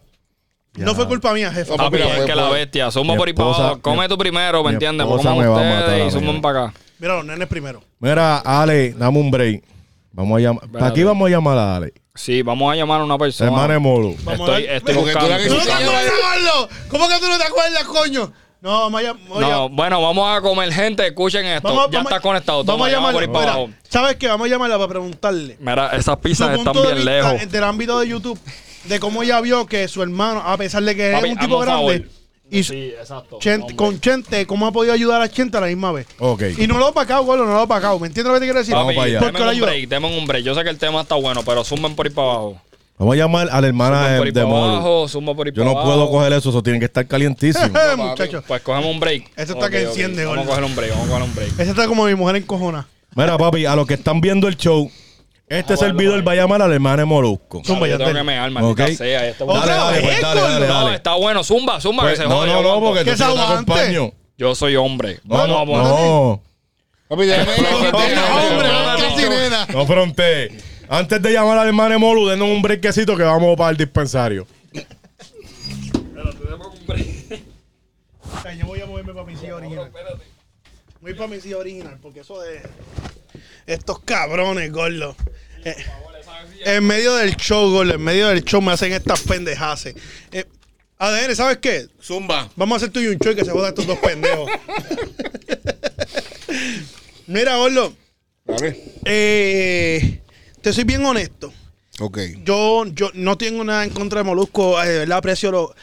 No fue culpa mía, jefe. Vamos, Papi, Mira, es fue que la por- bestia. Zumba mi por ahí para esposa- abajo. Come tú primero, ¿me mi entiendes? esposa Coman me va a ustedes matar a la y zumban mierda. para acá. Mira, los nenes primero. Mira, Ale, dame un break. Vamos a llamar. ¿Para qué vamos a llamar a Ale? Sí, vamos a llamar a una persona. Hermana de Molo. Vamos Estoy, a ver. estoy Porque tú la que- ¿Tú no te buscando. acuerdas, Gordo? ¿Cómo que tú no te acuerdas, coño? No, Maya, oye, No, bueno, vamos a comer gente. Escuchen esto. ya está conectado. Toma, vamos a llama por ahí llamarla. Mira, para abajo. ¿Sabes qué? Vamos a llamarla para preguntarle. Mira, esas Su pizzas están punto de bien vista lejos. del ámbito de YouTube, de cómo ella vio que su hermano, a pesar de que Papi, es un tipo hazme un grande, favor. y su- Sí, exacto. Chente- hombre. con Chente, cómo ha podido ayudar a Chente a la misma vez. Ok. Y no lo ha pagado, Gordo, no lo ha pagado. ¿Me entiendes lo que te quiero decir? Vamos Papi, para allá. Porque lo deme un ayuda. break, deme un break. Yo sé que el tema está bueno, pero zumben por ahí para abajo. Vamos a llamar a la hermana Zumben por de, ahí de para Molo. abajo, zumba por ahí Ah, Yo para no abajo. puedo coger eso, eso tiene que estar calientísimo. Eh, muchacho. Pues cogemos un break. Esto está Ok, que ok. enciende, Vamos a gordo. coger un break, vamos a coger un break. Esa está como mi mujer encojona. Mira, papi, a los que están viendo el show, este servidor va a llamar a la hermana de Molusco. Zumba, Ah, Yo ya tengo te- que mear, maldita Ok. sea. Este Otra Dale, dale, vez, pues, dale, dale, Gordo. No, dale. está bueno. Zumba, zumba, Pues, que se no, jode, no, yo no, aguanto. porque Que se tú te aguante. acompaño. Yo soy hombre. No, no, Vamos, vamos. no. Papi, déjame Pero, déjame- pero, déjame- hombre, déjame- no, no, déjame- no. nena. No fronte. Antes de llamar al hermano Molu, denos un brequecito que vamos para el dispensario. O sea, Yo voy a moverme para mi silla original. Voy para mi silla original, porque eso de. Estos cabrones, gordo. Eh, en medio del show, gordo, en medio del show me hacen estas pendejas. Eh, ADN, ¿sabes qué? Zumba. Vamos a hacer tú y un show y que se jodan estos dos pendejos. Mira, gordo, Dale. eh, te soy bien honesto. Ok. Yo, yo no tengo nada en contra de Molusco, eh, de verdad aprecio lo-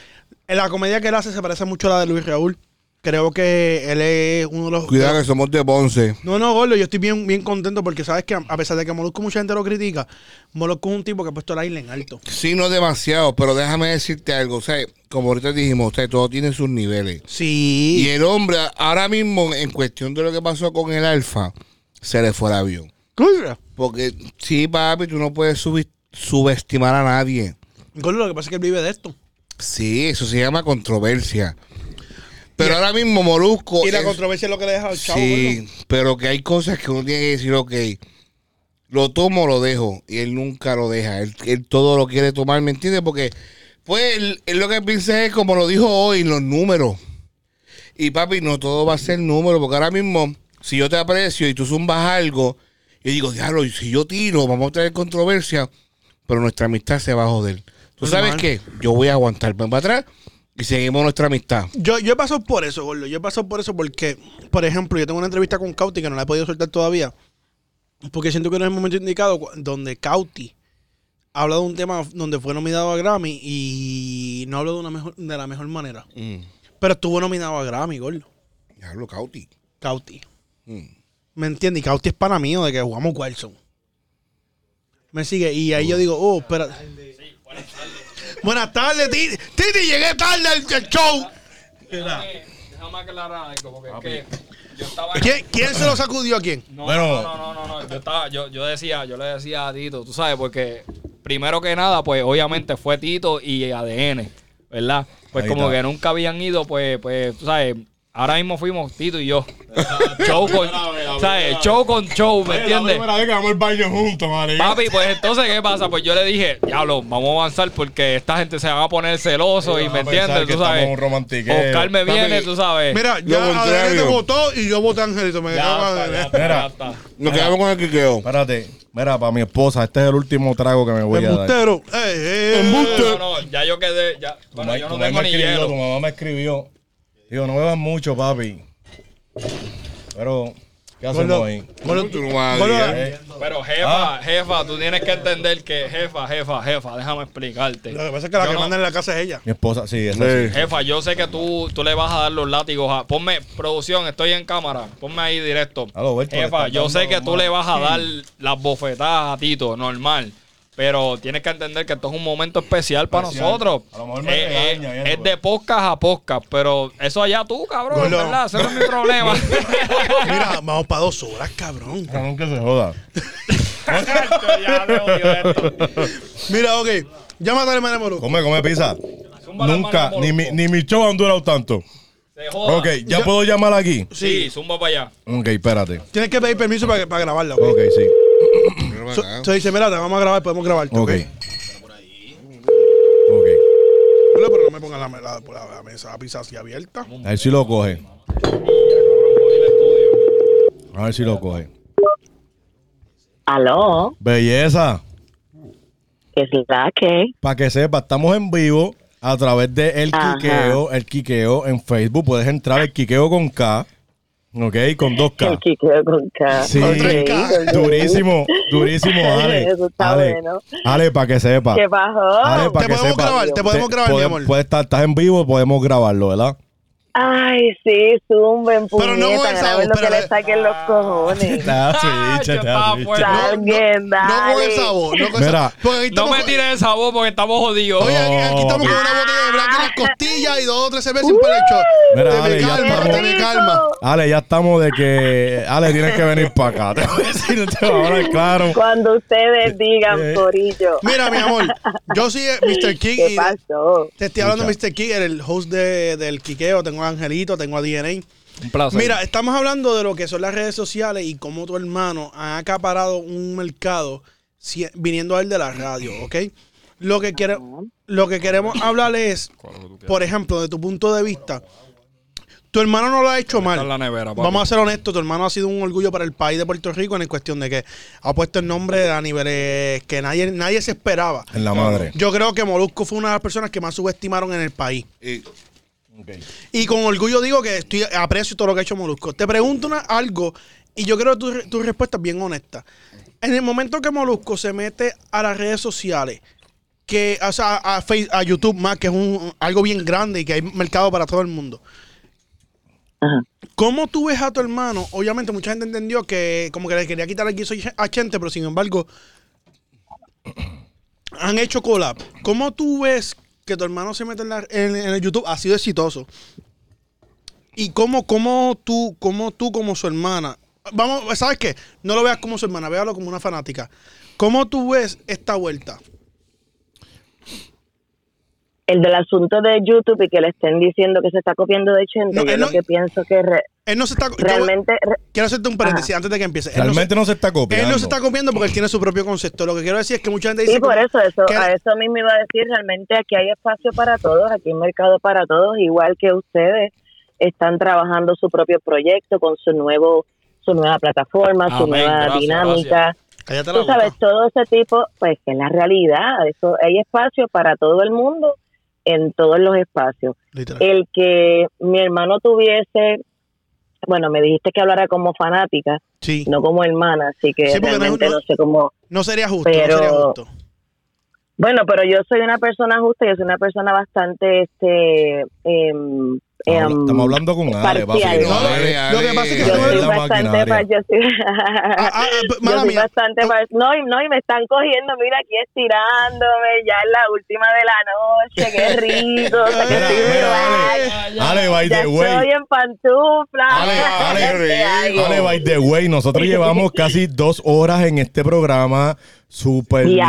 eh, la comedia que él hace se parece mucho a la de Luis Raúl. Creo que él es uno de los Cuidado que somos de Ponce. No, no, Gordo, yo estoy bien, bien contento porque sabes que a, a pesar de que Molusco mucha gente lo critica, Molusco es un tipo que ha puesto la isla en alto. Sí, no demasiado, pero déjame decirte algo. O sea, como ahorita dijimos, ustedes todos tienen sus niveles. Y Sí. el hombre, ahora mismo, en cuestión de lo que pasó con el Alfa, se le fue el avión. Gordo, Porque, sí, papi, tú no puedes subi- subestimar a nadie. Gordo, lo que pasa es que él vive de esto. Sí, eso se llama controversia. Pero ahora mismo Molusco. Y la es- controversia es lo que le deja al chavo. Sí, gordo. pero que hay cosas que uno tiene que decir, ok, lo tomo o lo dejo. Y él nunca lo deja. Él, él todo lo quiere tomar, ¿me entiendes? Porque, pues, él, él lo que piensa es, como lo dijo hoy, los números. Y papi, no todo va a ser número, porque ahora mismo, si yo te aprecio y tú zumbas algo, yo digo, diablo, y si yo tiro, vamos a tener controversia, pero nuestra amistad se va a joder. ¿Tú sabes Normal. qué? Yo voy a aguantar ven para atrás y seguimos nuestra amistad. Yo, yo he pasado por eso, Gordo. Yo he pasado por eso porque, por ejemplo, yo tengo una entrevista con Cauti que no la he podido soltar todavía. Porque siento que no es el momento indicado cu- donde Cauti habla de un tema donde fue nominado a Grammy y no habló de, una mejor, de la mejor manera. Pero estuvo nominado a Grammy, Gordo. Diablo, Cauti. Cauti. Mm. ¿Me entiendes? Y Cauti es pana mío de que jugamos Wilson. Me sigue. Y ahí yo digo, oh, espera. Buenas tardes, Titi. Titi, llegué tarde al al show. Déjame aclarar algo, porque es que yo estaba... ¿Quién, quién se lo sacudió a quién? No, Bueno. no, no, no, no, no. Yo, estaba, yo, yo decía, yo le decía a Tito, tú sabes, porque primero que nada, pues obviamente fue Tito y ADN, ¿verdad? Pues Ahí como está. que nunca habían ido, pues, pues, tú sabes, Ahora mismo fuimos Tito y yo. show con, ¿sabes? Show con show, ¿me entiendes? vez que vamos al baño juntos, madre. Papi, pues entonces, ¿qué pasa? Pues yo le dije, diablo, vamos a avanzar porque esta gente se va a poner celoso y me entiendes, tú sabes. Un romantiquero. Oscar me viene, Papi, tú sabes. Mira, Eh, Lo ya contrario. Adrián te votó y yo voté a Angelito. Me Ya cago está, en- ya está, Mira. ya está. Nos quedamos con el quiqueo. Espérate. Mira, para mi esposa, este es el último trago que me voy a dar. Embustero. Eh, eh. No, no, no, ya yo quedé, ya. Tu Bueno, ma- yo tu no mamá tengo me ni escribió, hielo. Tu mamá me escribió. Digo, no bebas mucho, papi. Pero, ¿qué hacemos Gordo, ahí? gordo, Tú, gordo, madre. Eh, Pero jefa, jefa, tú tienes que entender que jefa, jefa, jefa, déjame explicarte. Lo que pasa es que la Yo que no- manda en la casa es ella. Mi esposa, sí, esa sí. Eh, Jefa, yo sé que tú, tú le vas a dar los látigos a... Ponme, producción, estoy en cámara. Ponme ahí directo. A lo Berto le Jefa, estás yo sé dando que tú mal. le vas a dar las bofetadas a Tito, normal. Pero tienes que entender que esto es un momento especial para Especial. nosotros. A lo mejor me Eh, regaña y eh, es eso, de podcast a podcast, pero eso allá tú, cabrón, Gordo. ¿verdad? Ese no es mi problema. Mira, Ah, vamos para dos horas, cabrón. Cabrón, que se joda. Ya me odio esto. Mira, ok. Llámate al hermano Molusco. Come, come pizza. Zumba la Nunca, mano, ni mi, Molusco. ni mi show han durado tanto. Se joda. Ok, ¿ya puedo llamar aquí? Sí, zumba para allá. Ok, espérate. Tienes que pedir permiso para, que- para grabarla. ok. Ok, sí. pero So- acá. Se dice, mira, te vamos a grabar, podemos grabarte. Ok. Ok. Ok. Pero pero no me pongan la, la- la- la mesa, la pizza así abierta. A ver si lo coge. A ver si lo coge. Aló, Belleza. Ah, ¿qué es la que? Para que sepa, estamos en vivo a través de El Ajá. Quiqueo, El Quiqueo en Facebook. Puedes entrar El Quiqueo con K, ¿ok? Con dos K. El quiqueo con K. Sí. Ok, ok. Durísimo, durísimo, Ale. Eso está Ale, bueno. Ale, para que sepa. ¿Qué pasó? Ale, para Te que podemos sepa. grabar, te podemos grabar, mi puede- amor. puede estar, estás en vivo, podemos grabarlo, ¿verdad? Ay, sí, zumben, Pero no puñeta, esa, graben lo que pero- le saquen los cojones. Está chicha, yo está estaba chicha. fuera. Salguen, No con dale. esa voz, no con esa Mira. Porque aquí No estamos me con- tires esa voz porque estamos jodidos. Oye, aquí, aquí estamos con una botella de blanco en las costillas y dos o tres cervezas y un par Uh. de shots. Mira, Te Ale, me ya calma, estamos- te me calma. Ale, ya estamos de que. Ale, tienes que venir para acá. Te voy a decir, te voy a hablar claro. Cuando ustedes digan, Eh. Corillo. Mira, mi amor, yo soy eh, Mr. King ¿Qué y pasó? te estoy hablando de Mr. King, era el host de, del Quiqueo, tengo a Angelito, tengo a DNA. Un placer. Mira, estamos hablando de lo que son las redes sociales y cómo tu hermano ha acaparado un mercado si- viniendo a él de la radio, ¿ok? Lo que, quiere, lo que queremos hablar es, por ejemplo, de tu punto de vista, tu hermano no lo ha hecho Está en la mal. nevera, papi. Vamos a ser honestos, tu hermano ha sido un orgullo para el país de Puerto Rico en cuestión de que ha puesto el nombre a niveles que nadie, nadie se esperaba. En la madre. Yo creo que Molusco fue una de las personas que más subestimaron en el país. Y- Y con orgullo digo que estoy aprecio todo lo que ha hecho Molusco. Te pregunto una- algo y yo creo que tu, re- tu respuesta es bien honesta. En el momento que Molusco se mete a las redes sociales, que, o sea, a, Face- a YouTube más, que es un, algo bien grande y que hay mercado para todo el mundo. Ajá. ¿Cómo tú ves a tu hermano? Obviamente mucha gente entendió que como que le quería quitar el guiso a Chente, pero sin embargo han hecho collab. ¿Cómo tú ves que tu hermano se mete en, la- en- en el YouTube? Ha sido exitoso. ¿Y cómo, cómo tú, cómo tú como su hermana? Vamos, ¿sabes qué? No lo veas como su hermana, véalo como una fanática. ¿Cómo tú ves esta vuelta? El del asunto de YouTube y que le estén diciendo que se está copiando de Chente, No, yo él lo no- que pienso que re- Él no se está... yo- realmente... re- quiero hacerte un paréntesis antes de que empiece. Él no se- Realmente no se está copiando. Él no se está copiando porque él tiene su propio concepto. Lo que quiero decir es que mucha gente dice. Sí, por como- eso, eso que- a eso mismo iba a decir, realmente aquí hay espacio para todos, aquí hay mercado para todos, igual que ustedes están trabajando su propio proyecto con su nuevo su nueva plataforma, su Amén, nueva gracias, dinámica. Cállate la Tú boca. sabes, todo ese tipo, pues que es la realidad, eso hay espacio para todo el mundo en todos los espacios. Pues. Literal. El que mi hermano tuviese, bueno, me dijiste que hablara como fanática, sí. no como hermana, así que Sí, porque no es- realmente no- no sé cómo No sería justo. Pero- No sería justo. bueno, pero yo soy una persona justa, yo soy una persona bastante, este, Estamos em, em, habla- estamos hablando con Ale, papi. parcial. no, Ale. Dale, lo que dale. pasa es que yo tú eres soy la bastante, maquinaria. eh, par- yo soy, Ah, ah, ah, yo mala soy mía. bastante, No, par- no, y- no, y me están cogiendo, mira, aquí estirándome, ya es la última de la noche, qué rico, o sea, que Mira, estoy Ay, mira, relax, Ale. Ale, by ya the way. estoy en pantuflas. Ale, Ale, ¿qué hago? Ale, by the way. Nosotros llevamos casi dos horas en este programa. súper nítido.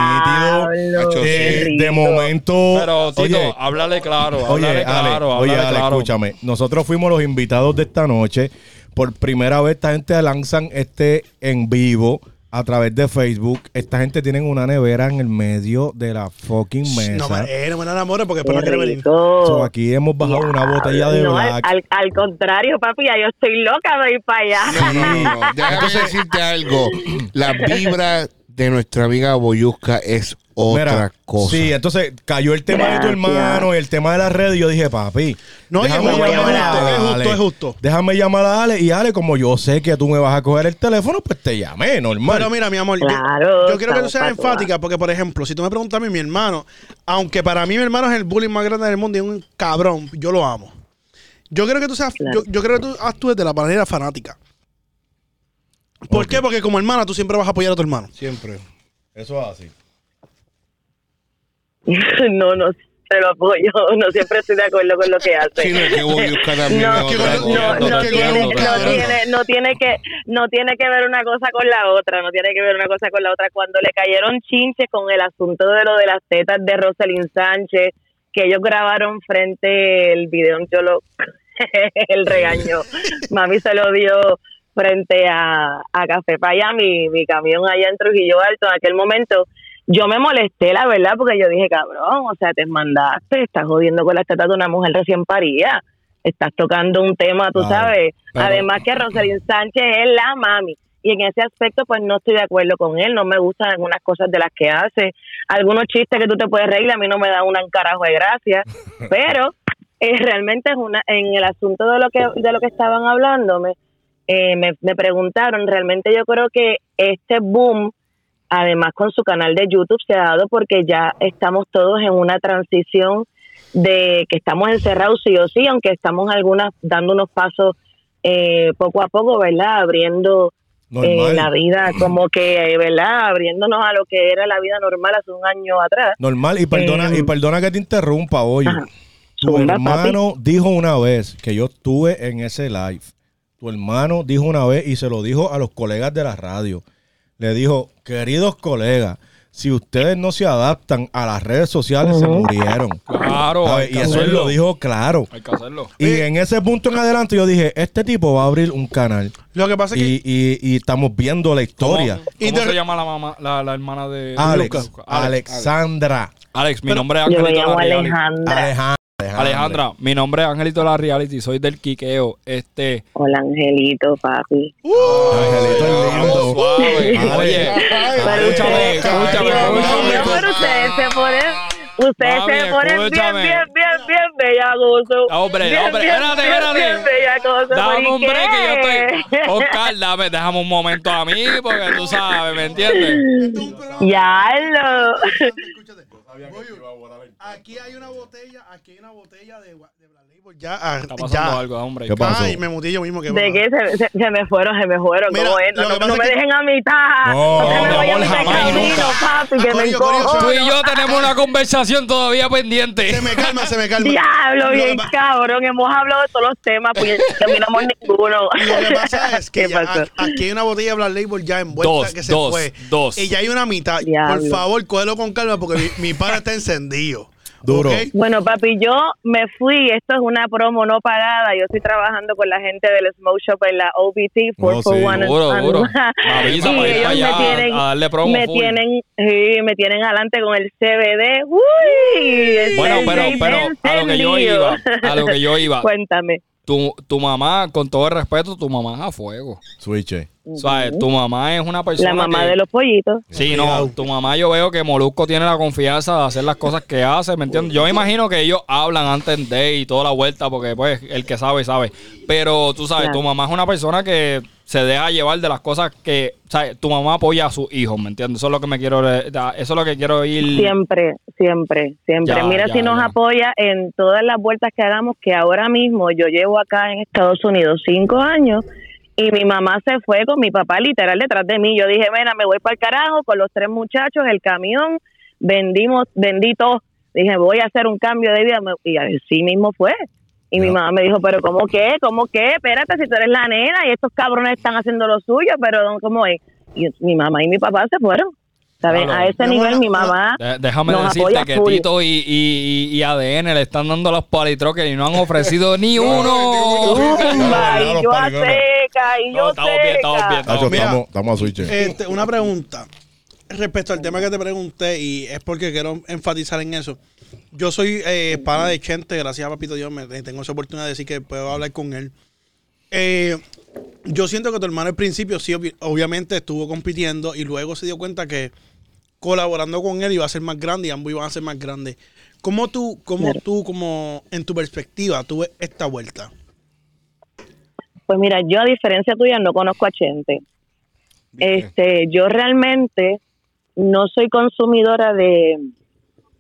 Diablo, Hacho, Eh, qué de rico. momento. Pero, Tito, oye, háblale claro, Oye, háblale Ale, claro, oye, háblale Ale, claro. escúchame. Nosotros fuimos los invitados de esta noche. Por primera vez, esta gente lanzan este en vivo a través de Facebook. Esta gente tienen una nevera en el medio de la fucking mesa. No me, eh, no me enamore porque Qué después no quiere venir. rico. So, aquí hemos bajado una botella de No, al- black. al, al contrario, papi, ya yo estoy loca de ir para allá. No, no, no. Déjame decirte algo. La vibra de nuestra amiga Boyusca es otra Mira, cosa. Sí, entonces cayó el tema de tu Gracias. hermano y el tema de la red y yo dije, papi, No, y es justo, llamar es justo, a es justo, Ale. es justo. Déjame llamar a Ale y Ale, como yo sé que tú me vas a coger el teléfono, pues te llamé, normal. Pero mira, mi amor, yo- Claro, yo, quiero que tú estamos seas pa' todas. enfática, porque por ejemplo, si tú me preguntas a mí, mi hermano, aunque para mí mi hermano es el bullying más grande del mundo y un cabrón, yo lo amo. Yo quiero que tú seas, Claro. yo, yo creo que tú actúes de la manera fanática. ¿Por qué? Porque como hermana tú siempre vas a apoyar a tu hermano. Siempre. Eso es así. no, no, te lo apoyo. No siempre estoy de acuerdo con lo que hace. Sí, no, es que Boyusca también No, es que otra no- cosa. no, no que tiene, no, no cabrón. tiene, no tiene que, no tiene que ver una cosa con la otra, no tiene que ver una cosa con la otra. Cuando le cayeron chinches con el asunto de lo de las tetas de Roselyn Sánchez, que ellos grabaron frente el video, yo lo, el regaño, mami se lo dio frente a, a Café Paya, mi, mi camión allá en Trujillo Alto, en aquel momento, yo me molesté, la verdad, porque yo dije, cabrón, o sea, te mandaste, estás jodiendo con las tetas de una mujer recién parida, estás tocando un tema, tú Claro, sabes. pero- Además que Rosalín Sánchez es la mami. Y en ese aspecto, pues no estoy de acuerdo con él, no me gustan algunas cosas de las que hace, algunos chistes que tú te puedes reír, a mí no me da un carajo de gracia, pero eh, realmente es una, en el asunto de lo que, de lo que estaban hablándome, eh, me, me preguntaron, realmente yo creo que este boom, además con su canal de YouTube, se ha dado porque ya estamos todos en una transición de que estamos encerrados sí o sí, aunque estamos algunas dando unos pasos eh, poco a poco, ¿verdad? Abriendo eh, Normal. la vida, como que, eh, ¿verdad? Abriéndonos a lo que era la vida normal hace un año atrás. Normal, y perdona, Eh, y perdona que te interrumpa, oye. Ajá. Tu Zumba, hermano dijo una vez que yo estuve en ese live. Tu hermano dijo una vez y se lo dijo a los colegas de la radio. Le dijo, queridos colegas, si ustedes no se adaptan a las redes sociales, se murieron. Claro, ¿Sabes? hay Y que eso él hacerlo. lo dijo claro. Hay que hacerlo. Y en ese punto en adelante yo dije, este tipo va a abrir un canal. Lo que pasa es que Y, y- y estamos viendo la historia. ¿Cómo, Y cómo te- se llama la mamá, la, la hermana de Alex, Lucas? Alex. Alexandra, Alex, mi nombre es Yo me Angelito llamo Larriality. Alejandra. Alejandra. Alejandra, mi nombre es Angelito La Reality, soy del Quiqueo. Este. Hola, Angelito, papi. Angelito es lindo. Suave. Ale. Oye, Pero escúchame, ustedes- escúchame, Dios mío, escúchame. pero ustedes se ponen, ustedes Mami, se ponen bien, escúchame. Ah, bien, bien, bien bellacoso. Hombre, Bien, hombre, bien, espérate, bien, espérate. bien bellacoso, Dame ¿por un break que yo qué? estoy. Oh. Oscar, dame, déjame un momento a mí, porque tú sabes, ¿me entiendes? Ya lo. Escúchate. Goyo, Aquí hay una botella, aquí hay una botella de, gua- de Black Label. Ya, ah, Está pasando ya. algo, hombre. ¿Qué pasó? Ay, me muté yo mismo. Que ¿De qué se, se, se me fueron? Se me fueron. Mira, ¿Cómo es? No, lo que pasa no- no es me que- dejen a mitad. No, no mi me vayan amor, a mitad de jamás y camino, nunca. papi, que me Corillo, corillo, encojo. Tú y yo tenemos una conversación todavía Se pendiente. me calma, se me calma. Diablo, Lo que bien pa- cabrón. Hemos hablado de todos los temas, pues terminamos ninguno. Lo que pasa es que ¿Qué ya pasó? a- aquí hay una botella de Black Label ya envuelta Dos, que se dos, fue. dos. Y ya hay una mitad. Por Diablo. favor, cógelo con calma porque mi, mi pana está encendido. Duro. ¿Ok? Bueno, papi, yo me fui. Esto es una promo no pagada. Yo estoy trabajando con la gente del Smoke Shop en la OBT No, sí, 441 Duro, and- duro. and- Me avisa Y para ir ellos para me allá tienen- a darle promo. me full. tienen, sí, me tienen adelante con el CBD. Uy, Bueno, estoy pero, bien pero a lo que yo encendido. iba, a lo que yo iba, Cuéntame. tu, tu mamá, con todo el respeto, tu mamá es a fuego. Switche. O sea, tu mamá es una persona La mamá que- de los pollitos. Sí, no, tu mamá yo veo que Molusco tiene la confianza de hacer las cosas que hace, ¿me entiendes? Yo me imagino que ellos hablan antes de y toda la vuelta, porque pues el que sabe, sabe. Pero tú sabes, Claro. tu mamá es una persona que se deja llevar de las cosas que, ¿sabes? Tu mamá apoya a sus hijos, ¿me entiendes? Eso es lo que me quiero, re- da- eso es lo que quiero ir. Siempre, siempre, siempre. Ya, Mira ya, si nos ya. apoya en todas las vueltas que hagamos, que ahora mismo yo llevo acá en Estados Unidos cinco años y mi mamá se fue con mi papá literal detrás de mí. Yo dije, mira, me voy para el carajo con los tres muchachos, el camión, vendimos, vendí todo. Dije, voy a hacer un cambio de vida. Me- Y así mismo fue. Y mi Ya. mamá me dijo, pero ¿cómo qué? ¿Cómo qué? Espérate, si tú eres la nena y estos cabrones están haciendo lo suyo, pero ¿cómo es? Y mi mamá y mi papá se fueron. ¿Saben? Claro. A ese Mi nivel amor, mi no- mamá... De- Déjame Nos decirte apoya que full. Tito y, y- y- y ADN le están dando los palitroques y no han ofrecido ni uno. Zumba, no, no, y yo a no, no. seca, y yo No, estamos bien, estamos bien. seca. Nacho, Mira. estamos, estamos a switch. Este, una pregunta respecto al tema que te pregunté y es porque quiero enfatizar en eso. Yo soy eh, pana de Chente, gracias a Papito Dios, me, tengo esa oportunidad de decir que puedo hablar con él. Eh, yo siento que tu hermano al principio sí, obvi- obviamente estuvo compitiendo y luego se dio cuenta que colaborando con él iba a ser más grande y ambos iban a ser más grandes. ¿Cómo tú, cómo Claro. tú, como en tu perspectiva, tú ves esta vuelta? Pues mira, yo a diferencia tuya no conozco a Chente. Este, yo realmente no soy consumidora de,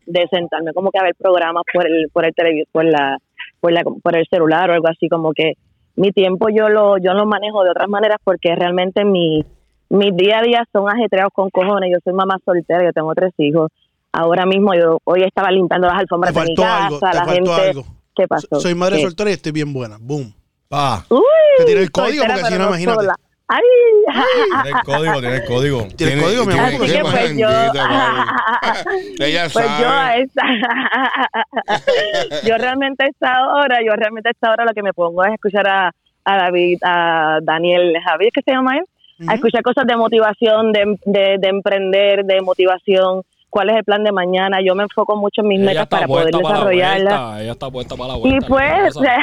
de sentarme como que a ver programas por el por el televi- por la por la por el celular o algo así como que mi tiempo yo lo yo lo manejo de otras maneras porque realmente mi mis día a día son ajetreados con cojones. Yo soy mamá soltera, yo tengo tres hijos. Ahora mismo yo hoy estaba limpiando las alfombras de mi casa, te la faltó gente algo. ¿Qué pasó? Soy madre ¿Qué? Uh, soltera y estoy bien buena. Boom. Ah, Uy, Te tiré el código soltera, porque si pero no, imagínate. sola. Ay, tiene el código, tiene el código. Tiene el Tiene- código, mi tiene- amor. así que pues yo, Bendita, Ella pues yo a sabe. esta, yo realmente a esta hora, yo realmente a esta hora lo que me pongo es escuchar a, a David, a Daniel Javier, que se llama él, a escuchar cosas de motivación, de, de, de emprender, de motivación, cuál es el plan de mañana. Yo me enfoco mucho en mis Ella metas está para poder puesta para la desarrollarlas. vuelta, Ella está puesta para la vuelta. Y pues, no pasa.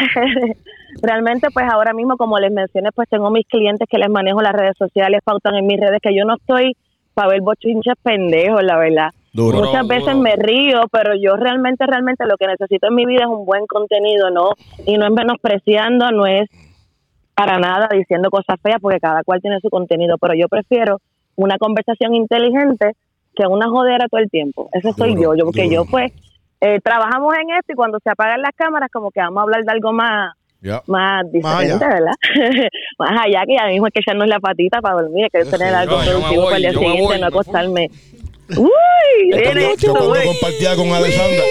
realmente, pues ahora mismo, como les mencioné, pues tengo mis clientes que les manejo las redes sociales, pautan en mis redes, que yo no estoy para ver bochinches pendejos, la verdad. Duro. Muchas duro. veces me río, pero yo realmente, realmente lo que necesito en mi vida es un buen contenido, ¿no? Y no es menospreciando, no es para nada diciendo cosas feas, porque cada cual tiene su contenido, pero yo prefiero una conversación inteligente que una jodera todo el tiempo. Eso soy Duro, yo, yo porque duro. yo pues eh, trabajamos en esto y cuando se apagan las cámaras como que vamos a hablar de algo más Ya. más Más allá. diferente, ¿verdad? más allá que ya mismo es que echarnos la patita para dormir, que tener algo yo me productivo voy, para el día yo me siguiente, voy, no me fui. acostarme. Uy, Yo viene cuando- esto, yo cuando uy. compartía con Alejandra,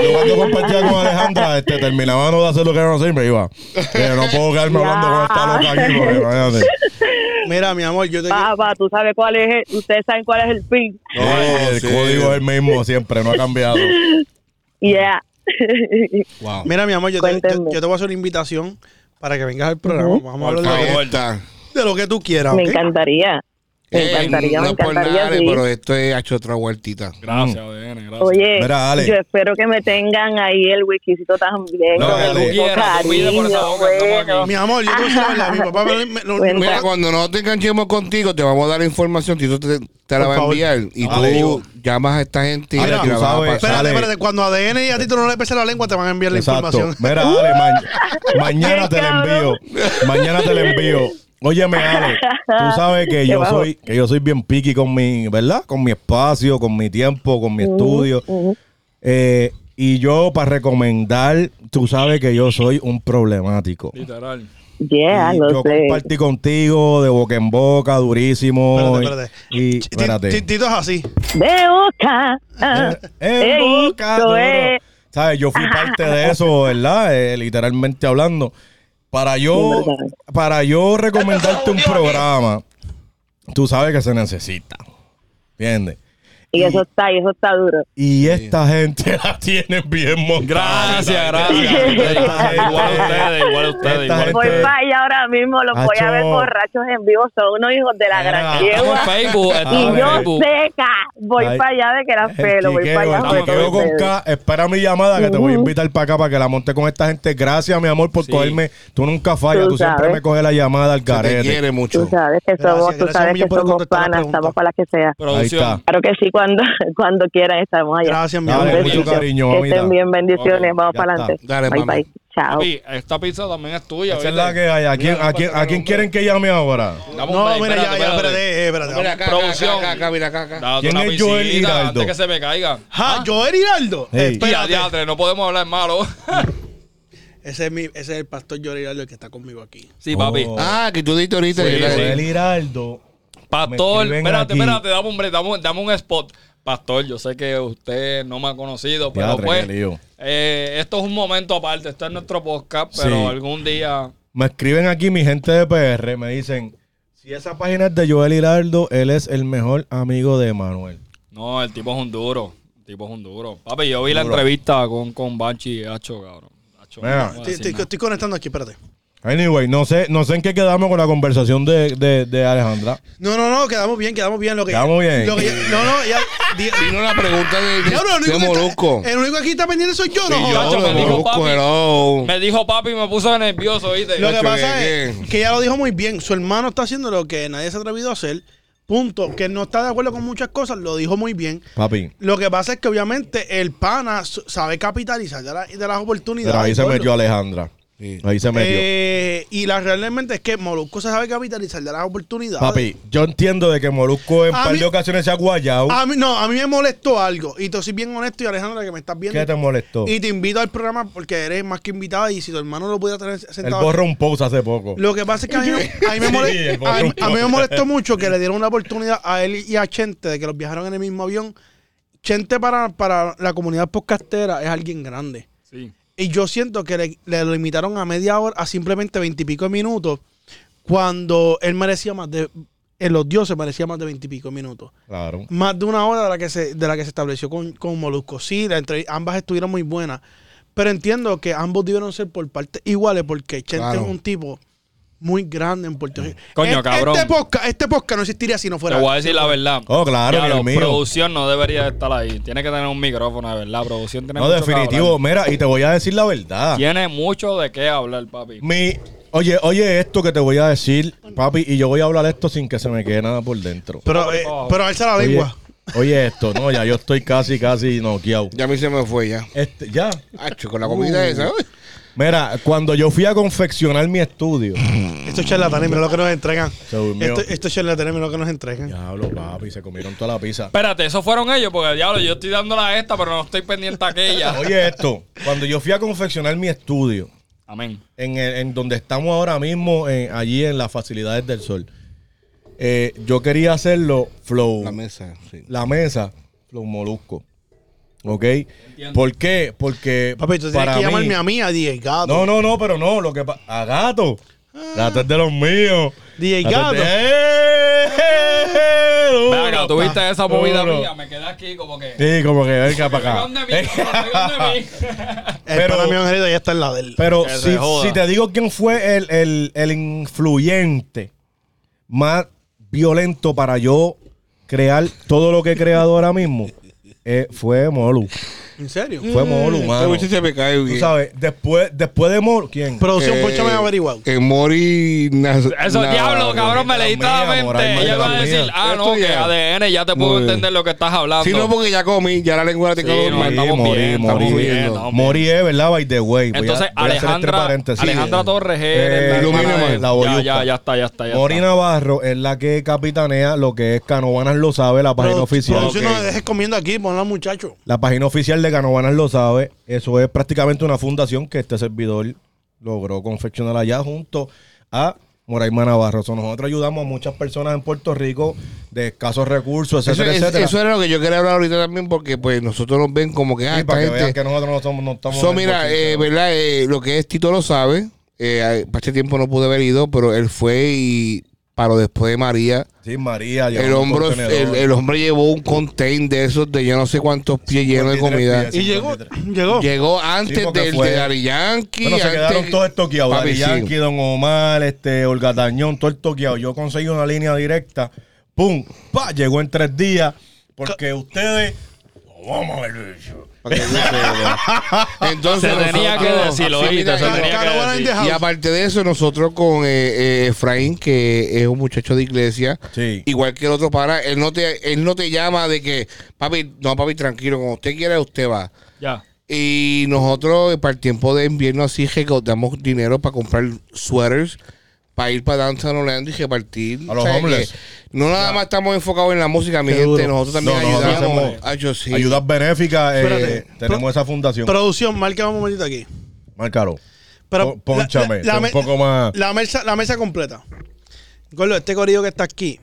yo cuando compartía con Alejandra, este, terminaba no de hacer lo que era no sé, y me iba. Que no puedo quedarme hablando con esta loca aquí, porque imagínate. pues, Mira, mi amor, yo te Papá, tú sabes cuál es, el- ustedes saben cuál es el fin. No, Oh, el sí. código es el mismo siempre, no ha cambiado. Mm. Yeah. Wow. Mira, mi amor, yo te, Cuéntame. yo- yo te voy a hacer una invitación para que vengas al programa. Vamos a Por hablar Ahí de, favor. está. de lo que tú quieras. me Ah, ¿ok? encantaría. Me Eh, encantaría, me no es por encantaría. nada, sí. pero esto es ha hecho otra vueltita. Gracias, ADN, gracias. Oye, Mira, Ale. yo espero que me tengan ahí el wikisito también. No, con Ale. el mismo Quiera, tú pide por esa cariño, boca, estamos bueno. aquí. Mi amor, yo te voy a decir la verdad, mi papá me, me- lo- Bueno. Mira, Mira. cuando no te enganchemos contigo, te vamos a dar la información. Tito te, te la Por va a favor. enviar. Y Ale. tú llamas a esta gente y Ale, la tú vas a sabes. pasar. espérate, Sale. espérate, cuando ADN y a ti tú no le pese la lengua, te van a enviar la Exacto. información. Mira, Ale, ma- mañana te la envío. Mañana te la envío. Óyeme, Ale, tú sabes que Qué yo bajo. soy, que yo soy bien piqui con mi, ¿verdad? Con mi espacio, con mi tiempo, con mi estudio. Eh, y yo, para recomendar, tú sabes que yo soy un problemático. Literal. Yeah, Y lo yo sé. compartí contigo de boca en boca, durísimo. Espérate, espérate. Y- Y, Ti- espérate. ti- Tito es así. De boca. ah, en eh, boca, eso duro. es. ¿Sabes? Yo fui parte de eso, ¿verdad? Eh, literalmente hablando. Para yo, Sí, verdad. para yo recomendarte un programa, tú sabes que se necesita. ¿Entiendes? Y eso está, y eso está duro. Y esta gente la tiene bien montada. Gracias, gracias. Esta gente- igual a ustedes, igual a ustedes. Esta Igual a gente- Voy Este- para allá ahora mismo, los voy a ver Acho. borrachos en vivo, son unos hijos de la gran ustedes. Estamos yegua. en Facebook. estamos Y en yo Facebook. seca, voy Ay. para allá de que las El pelo, voy para quiqueo, allá. el sobre quiqueo todo con ustedes. K. Espera mi llamada que te voy a invitar para acá para que la monte con esta gente. Gracias, mi amor, por Sí. cogerme. Tú nunca fallas, tú, Tú siempre sabes. me coges la llamada al Se te carete. quiere Tú mucho. sabes que Gracias, somos, tú gracias sabes un millón que por somos contestar la panas, pregunta. estamos para las que sea. Ahí está. Producción. Claro que sí, cuando, cuando quieran estamos allá. Gracias, mi Dale, amor. mucho Besitos. cariño, que mamita. estén bien, bendiciones, Ok, vamos ya para adelante. está. Dale, bye mami. bye, chao. Papi, esta pizza también es tuya. Esa es ¿viste? la que hay. ¿A quién, Mira, a quién, a quién quieren que llame ahora? Dame un No, break, mira, ya, espérate, ya, espérate. espérate, eh, espérate. Mira acá, acá, acá, Producción. acá, acá, mira acá, acá. Date ¿Quién una es Joel pisita Hiraldo? Antes que se me caiga. Ja, Ah, Joel Hiraldo. Hey. Tira, Espérate. diadre, no podemos hablar malo. Ese es, mi, ese es el pastor Joel Hiraldo el que está conmigo aquí. Sí, papi. Oh. Ah, que tú diste ahorita. Sí, que era- Pues, Joel Hiraldo. Me Pastor, escriben espérate, aquí. espérate, dame un, break, dame, un- dame un spot. Pastor, yo sé que usted no me ha conocido, pero Diadre, qué lío. pues eh, esto es un momento aparte, esto es nuestro podcast, pero Sí. algún día... Me escriben aquí mi gente de PR, me dicen, si esa página es de Joel Hiraldo, él es el mejor amigo de Manuel. No, el tipo es un duro. El tipo es un duro. Papi, yo vi la Duro. entrevista con, con Banshee y Hacho, cabrón. Hacho, Mira. no puedo Estoy, decir estoy- nada. estoy conectando aquí, espérate. Anyway, no sé, no sé en qué quedamos con la conversación de, de, de Alejandra. No, no, no, quedamos bien, quedamos bien. Lo que, Quedamos bien. lo que- no, no, ya. di- Vino la pregunta de, de, Cabrón, el de único que está- Molusco. el único aquí está pendiente soy yo, no Sí, yo, jodas. Chacho, de me dijo, Molusco, papi. hello. Me dijo papi y me puso nervioso, ¿viste? Lo que Chacho, pasa que- es que ella lo dijo muy bien. Su hermano está haciendo lo que nadie se ha atrevido a hacer. Punto. Que no está de acuerdo con muchas cosas, lo dijo muy bien. Papi. Lo que pasa es que obviamente el pana s- sabe capitalizar de, la- de las oportunidades. Pero ahí se gordo. metió Alejandra. Sí. Ahí se metió. Eh, y la realmente es que Molusco se sabe capitalizar de las oportunidades. Papi, yo entiendo de que Molusco en A par mí- de ocasiones se ha guayado. A mí, no, a mí me molestó algo. Y te soy bien honesto y Alejandra que me estás viendo. ¿Qué te molestó? Y te invito al programa porque eres más que invitada y si tu hermano lo pudiera tener El sentado. borro un post hace poco. Lo que pasa es que a mí, me- a mí me, Sí, molest- el a mí- a mí me borrón. molestó mucho que le dieron una oportunidad a él y a Chente de que los viajaron en el mismo avión. Chente para, para la comunidad podcastera es alguien grande. Sí. Y yo siento que le, le limitaron a media hora, a simplemente veintipico minutos, cuando él merecía más de... En los dioses merecía más de veintipico minutos Claro. más de una hora de la que se, de la que se estableció con, con Molusco. Sí, la entrev- ambas estuvieron muy buenas. Pero entiendo que ambos debieron ser por partes iguales porque Chente Claro. es un tipo muy grande en Mm. Puerto Rico. Coño, Este- cabrón. Este podcast, este podcast no existiría si no Te fuera. voy a decir la verdad. Oh, claro, Ya, Dios la mío. producción no debería estar ahí. Tiene que tener un micrófono, de verdad. Producción tiene No, mucho que definitivo. hablar. Mira, y te voy a decir la verdad. Tiene mucho de qué hablar, papi. Mi, oye, oye esto que te voy a decir, papi, y yo voy a hablar esto sin que se me quede nada por dentro. Pero, eh, pero alza la Oye, lengua. Oye esto, no, ya yo estoy casi, casi noqueado. Ya a mí se me fue ya. Este, ya. Acho, con la comida esa. uy. Mira, cuando yo fui a confeccionar mi estudio. Estos charlatanes, mira lo que nos entregan. Se durmió. Estos, estos charlatanes, mira lo que nos entregan. Diablo, papi, se comieron toda la pizza. Espérate, esos fueron ellos, porque diablo, yo estoy dando la esta, pero no estoy pendiente a aquella. Oye esto, cuando yo fui a confeccionar mi estudio, Amén. en, el- en donde estamos ahora mismo, en- allí en las facilidades del sol, eh, yo quería hacerlo flow. La mesa, sí. la mesa, los moluscos. ¿Ok? ¿Por qué? Porque. Papi, tú tienes para que llamarme mí- a mí, a DJ Gato. No, no, no, pero no. Lo que pa- A gato. Gato es de los míos. DJ Gato es de- Ah. Gato. ¡Eh! Duro, Venga, tuviste esa movida duro. mía, me quedé aquí como que. Sí, como que venga para Pegón de mí, pegón acá. de mí. El pero- pana mío, Angelito, ya está en la del. Pero Que se si, joda. si te digo quién fue el, el- el influyente más violento para yo crear todo lo que he creado ahora mismo, eh, fue Molu. ¿En serio? Fue Molu, Mm. Este mano. muchacho me cae Tú bien. sabes, después, después de Molu, ¿quién? Producción, Eh, por me ha averiguado. En Mori. Nas- Eso, Nas- diablo, cabrón, me la leíste mía, la moral, mente. madre, Ella la va a decir, mía. ah, Yo no, que estudié. ADN, ya te Muy puedo bien. entender lo que estás hablando. Sí, no, porque ya comí, ya la lengua la Sí, tengo no, normal. estamos morí, bien, estamos morí, bien, morí. estamos bien. Mori es, ¿verdad? By the way. Voy a- Entonces, voy a hacer este Alejandra, paréntesis. Eh, Alejandra Torres es la Ilumíname, hermana de- la ya, boyuca. ya, ya está, ya está. Ya Mori está. Navarro es la que capitanea lo que es Canovanas lo sabe, la página Produ- oficial. Producción, no me dejes comiendo aquí, ponla, muchacho. La página oficial de Canovanas lo sabe. Eso es prácticamente una fundación que este servidor logró confeccionar allá junto a Moraima Navarro. O sea, nosotros ayudamos a muchas personas en Puerto Rico de escasos recursos, Eso, etcétera, es- etcétera. eso era lo que yo quería hablar ahorita también, porque pues nosotros nos ven como que, ah, Sí, esta para que vean gente. que nosotros no, somos, no estamos. So, en mira, cualquier- eh, ¿verdad? Eh, lo que es Tito lo sabe. Eh, para este tiempo no pude haber ido, pero él fue y paró después de María. Sí, María. El llevamos un hombre, el, contenedor. el hombre llevó un contain de esos de yo no sé cuántos pies lleno de 53 comida. pies. Y llegó, 53. llegó. Llegó antes Sí, porque del fue- de Dari Yankee. Bueno, se antes- quedaron todos estoqueados. Papi, Daddy sí. Yankee, Don Omar, este, Olga Tañón, todo estoqueado. Yo conseguí una línea directa. ¡Pum! ¡Pa! Llegó en tres días. Porque ustedes. lo Vamos a ver, bicho. Para que tú sepas. Entonces, Se tenía que nosotros- decir, Sí, mira, oíste, se y- tenía que Caravana in decir. the house. Y aparte de eso, nosotros con eh, eh, Efraín, que es un muchacho de iglesia, Sí. igual que el otro para, él no te, él no te llama de que, papi, no, papi, tranquilo, como usted quiera, usted va. Ya. Y nosotros, eh, para el tiempo de invierno, así damos dinero para comprar suéteres, para ir para Downtown Orlando y repartir. A los O sea, homeless. que No nada más estamos enfocados en la música, mi Qué gente. duro. Nosotros también No, nosotros ayudamos. hacemos Ah, yo sí. Ayudas benéficas. eh, Espérate. tenemos Pro- esa fundación. Producción, marca un momentito aquí. Márcalo. Pero Pon- pónchame, me- un poco más. La mesa, la mesa completa. Gordo, este corillo que está aquí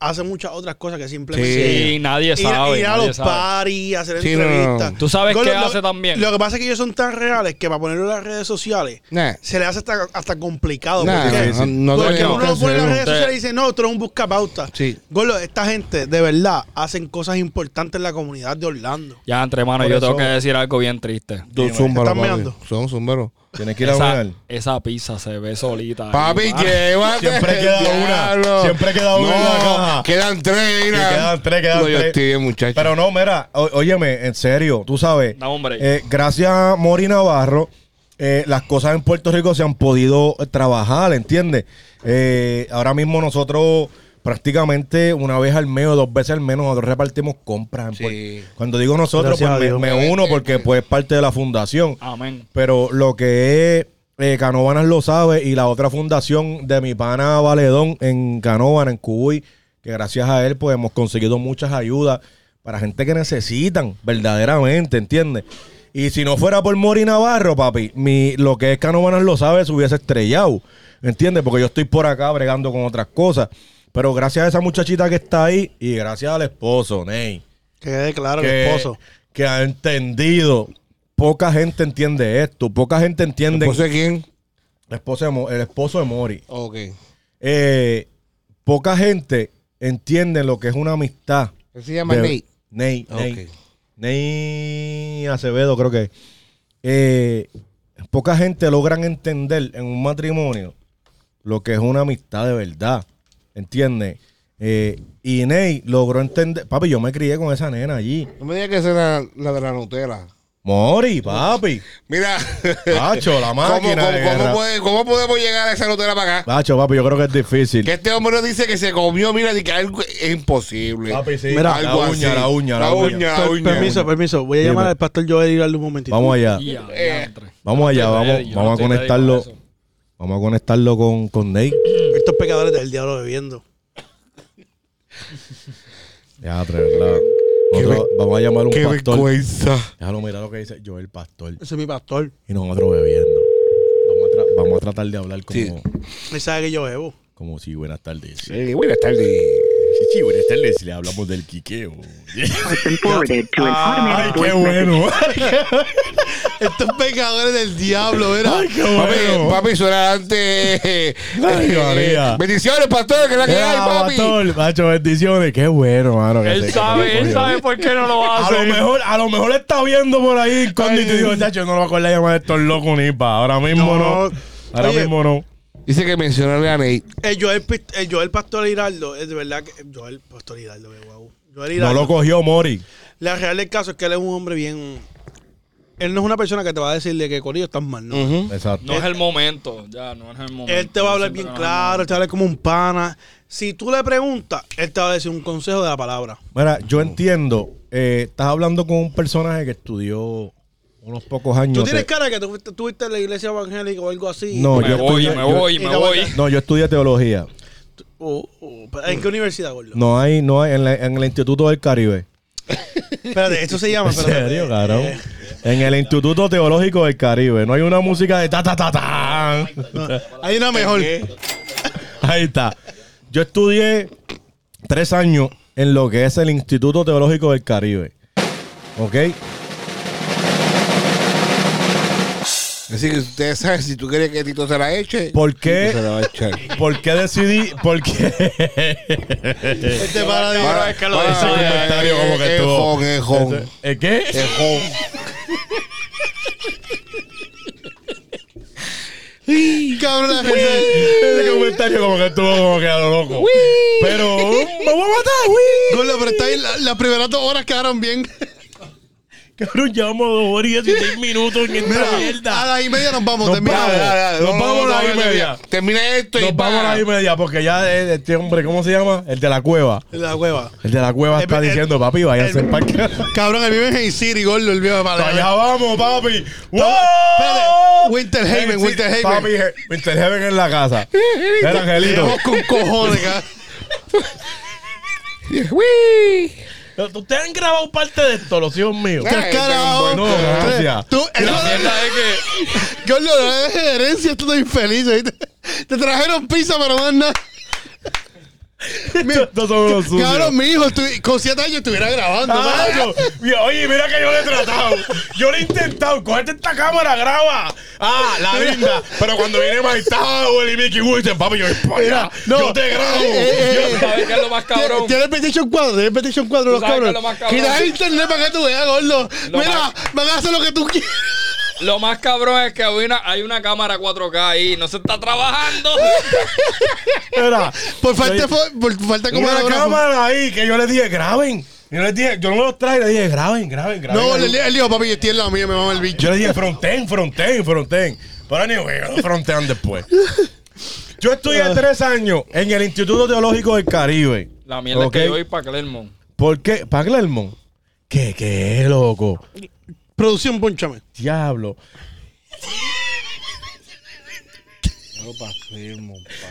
hace muchas otras cosas que simplemente... Sí, nadie Ir, sabe. ir a nadie los sabe. parties, hacer Sí, no, no, no. entrevistas. Tú sabes Con qué lo- lo- hace también. Lo que pasa es que ellos son tan reales que para ponerlo en las redes sociales Nah. se le hace hasta, hasta complicado. Nah, ¿Por qué? no, no Porque deberíamos uno lo pone en las redes cancelarlo. sociales y dice, no, tú eres un buscapauta. Sí. Gordo, esta gente de verdad hacen cosas importantes en la comunidad de Orlando. Ya, entre manos, Por yo eso- tengo que decir algo bien triste. Tú zúmbalo, ¿Están papi. meando? Son zúmbalo. Tienes que ir a Esa, jugar. esa pizza se ve solita. ahí, Papi, pa. llévate. Siempre queda una. Diablo. Siempre queda una en la caja. Quedan tres, Que mira. quedan tres, quedan No, yo tres. estoy bien, muchacho. Pero no, mira, ó- óyeme, en serio, tú sabes. No, hombre. eh, gracias a Mori Navarro, eh, las cosas en Puerto Rico se han podido eh, trabajar, ¿entiendes? Eh, ahora mismo nosotros prácticamente una vez al mes o dos veces al menos nosotros repartimos compras. en Sí. Puerto- Cuando digo nosotros, Gracias pues, a me, Dios. me Eh, uno porque pues es parte de la fundación. Ah, Amén. Pero lo que es eh, Canóvanas lo sabe y la otra fundación de mi pana Valedón en Canóvanas, en Cubuy, que gracias a él pues hemos conseguido muchas ayudas para gente que necesitan verdaderamente, ¿entiendes? Y si no fuera por Mori Navarro, papi, mi, lo que es Canóvanas lo sabe se hubiese estrellado, ¿entiendes? Porque yo estoy por acá bregando con otras cosas. Pero gracias a esa muchachita que está ahí y gracias al esposo, Ney Que quede claro, el que, esposo. que ha entendido. Poca gente entiende esto. Poca gente entiende. ¿Esposo de quién? El esposo de, Mo- el esposo de Mori. Ok. Eh, poca gente entiende lo que es una amistad. ¿Qué se llama de- Nate? Ney. Ney. Ok. Ney Acevedo, creo que. es. Eh, poca gente logran entender en un matrimonio lo que es una amistad de verdad. ¿Entiendes? Eh, y Ney logró entender. Papi, yo me crié con esa nena allí. No me digas que esa era la de la Nutella. Mori, papi. Mira. Pacho, la ¿Cómo, máquina cómo- de cómo guerra. puede- cómo podemos llegar a esa Nutella para acá? Pacho, papi, yo creo que es difícil. Que este hombre dice que se comió, mira, y que algo es imposible. Papi, sí. Mira, la así. uña, la uña, la uña. la uña. permiso, permiso. Voy a Dime. llamar al pastor Joel y darle un momentito. Vamos allá. Ya, diantre. Vamos allá, Yo no estoy Eh. vamos, ready, yo no vamos a estoy ready conectarlo. para eso. Vamos a conectarlo con, con Ney. Estos pecadores del diablo bebiendo. Ya, pero verdad. Nosotros vamos a llamar a un Qué pastor. vergüenza. Déjalo mirar lo que dice Joel Pastor. Ese es mi pastor. Y nosotros bebiendo. Vamos a, tra- vamos a tratar de hablar como, Sí. Él sabe que yo bebo. como si buenas tardes. Sí, buenas tardes. sí, buenas tardes. Le hablamos del quiqueo. forwarded to an automatic voice bueno. Estos pecadores del diablo, ¿verdad? Ay, qué Papi, bueno. papi, suena antes. eh, Ay, eh, María. bendiciones, pastor, que es la que Ea, hay, papi. pastor, macho, bendiciones. Qué bueno, mano. que Él se- sabe, él coño. sabe por qué no lo A lo hace. mejor, a lo mejor está viendo por ahí incógnito y digo, chacho, yo no lo voy a acordar llamar a estos locos ni pa. Ahora mismo no. No. Ahora Oye. mismo no. Dice que mencionarle a Nate. El Joel, Pist- el Joel Pastor Hiraldo, es de verdad que. Joel Pastor Hiraldo, qué guau. Joel No Hiraldo. lo cogió Mori. La real del caso es que él es un hombre bien. Él no es una persona que te va a decir de que Corillo estás mal, ¿no? Exacto. No es el momento. Ya, no es el momento. Él te va a hablar Siento bien que no es el momento. claro, él te va a hablar como un pana. Si tú le preguntas, él te va a decir un consejo de la palabra. Mira, yo entiendo. eh, estás hablando con un personaje que estudió unos pocos años. Tú tienes de- cara que tú fuiste- tú fuiste en la iglesia evangélica o algo así. No, Me yo voy, estudié- me yo- voy, y me te voy. aguantas. No, yo estudié teología. Oh, oh, pero ¿En qué universidad, gordo? No hay, no hay, en, la- en el Instituto del Caribe. Espérate, esto se llama. ¿En espérate. serio, cabrón? En el Instituto Teológico del Caribe. No hay una música de ta ta ta ta. Hay una mejor. Ahí está. Yo estudié tres años en lo que es el Instituto Teológico del Caribe. ¿Ok? Así que ustedes saben, si tú quieres que Tito se la eche, ¿Por qué, Tito se la va a echar. ¿por qué decidí? ¿Por qué? Este para de- Ahora es que lo ahora dice. eh, comentario como que eh, estuvo- ejón, ejón, ¿Eh, ¿Qué? ejón. Cabrón, la gente. Ese comentario como que estuvo como que a lo loco. Pero um, me voy a matar, uy. Gordo, pero está ahí, la- las primeras dos horas quedaron bien. Cabrón, llevamos dos horas y 16 minutos en esta A mierda. las y media nos vamos. Nos termina. vamos. Nos vamos a la no, y no, media. Termina esto y Nos vamos a para. las y media porque ya eh, este hombre, ¿cómo se llama? El de la cueva. La hueva. El de la cueva El- está el- diciendo, papi, váyanse el- al parque. Cabrón, él vive en Hay City, gordo, él vive para Allá vamos, papi. ¡Wow! espérate. Winterhaven, Sí, Winterhaven. Papi, je- Winterhaven en la casa. Era Angelito. Tenemos con cojones, cabrón. Ustedes han grabado parte de esto, los hijos míos. Ay, Carajo. No, gracias. Tú, eso- Gordo, no es herencia, esto está infeliz. ¿oíste? Te trajeron pizza, pero no es nada. Estos son unos sucios. Cabrón, mi hijo, estu- con 7 años estuviera grabando. Ah, mano. yo- mira, oye, mira que yo le he tratado. Yo le he intentado. Cogete esta cámara, graba. Ah, la linda. Pero cuando viene Mike Tower y Mickey Wilson, papi, yo, Mira, no. yo te grabo. Eh, eh, Yo- eh. ¿Sabes qué es lo más cabrón? Tiene el PlayStation 4, tiene el PlayStation 4 los sabes qué es cabrones. lo más cabrón? Quita el internet para que tú veas, gordo. Lo Mira, más- van a hacer lo que tú quieras. Lo más cabrón es que hay una, hay una cámara 4K ahí. No se está trabajando. Mira, Por falta, fo- por falta como una cámara ahí que yo le dije, graben. Yo les dije, yo no los traje, le dije, graben, graben, graben. No, le- él dijo, papi, yo estoy en la mía, me mama el bicho. Yo le dije, fronten, fronten, fronten. Pero anyway, lo frontean después. Yo estudié Ah. tres años en el Instituto Teológico del Caribe. La mierda es ¿Ok? que yo voy para Clermont. ¿Por qué? ¿Para Clermont? ¿Qué, qué, loco? Producción, ponchame. Diablo.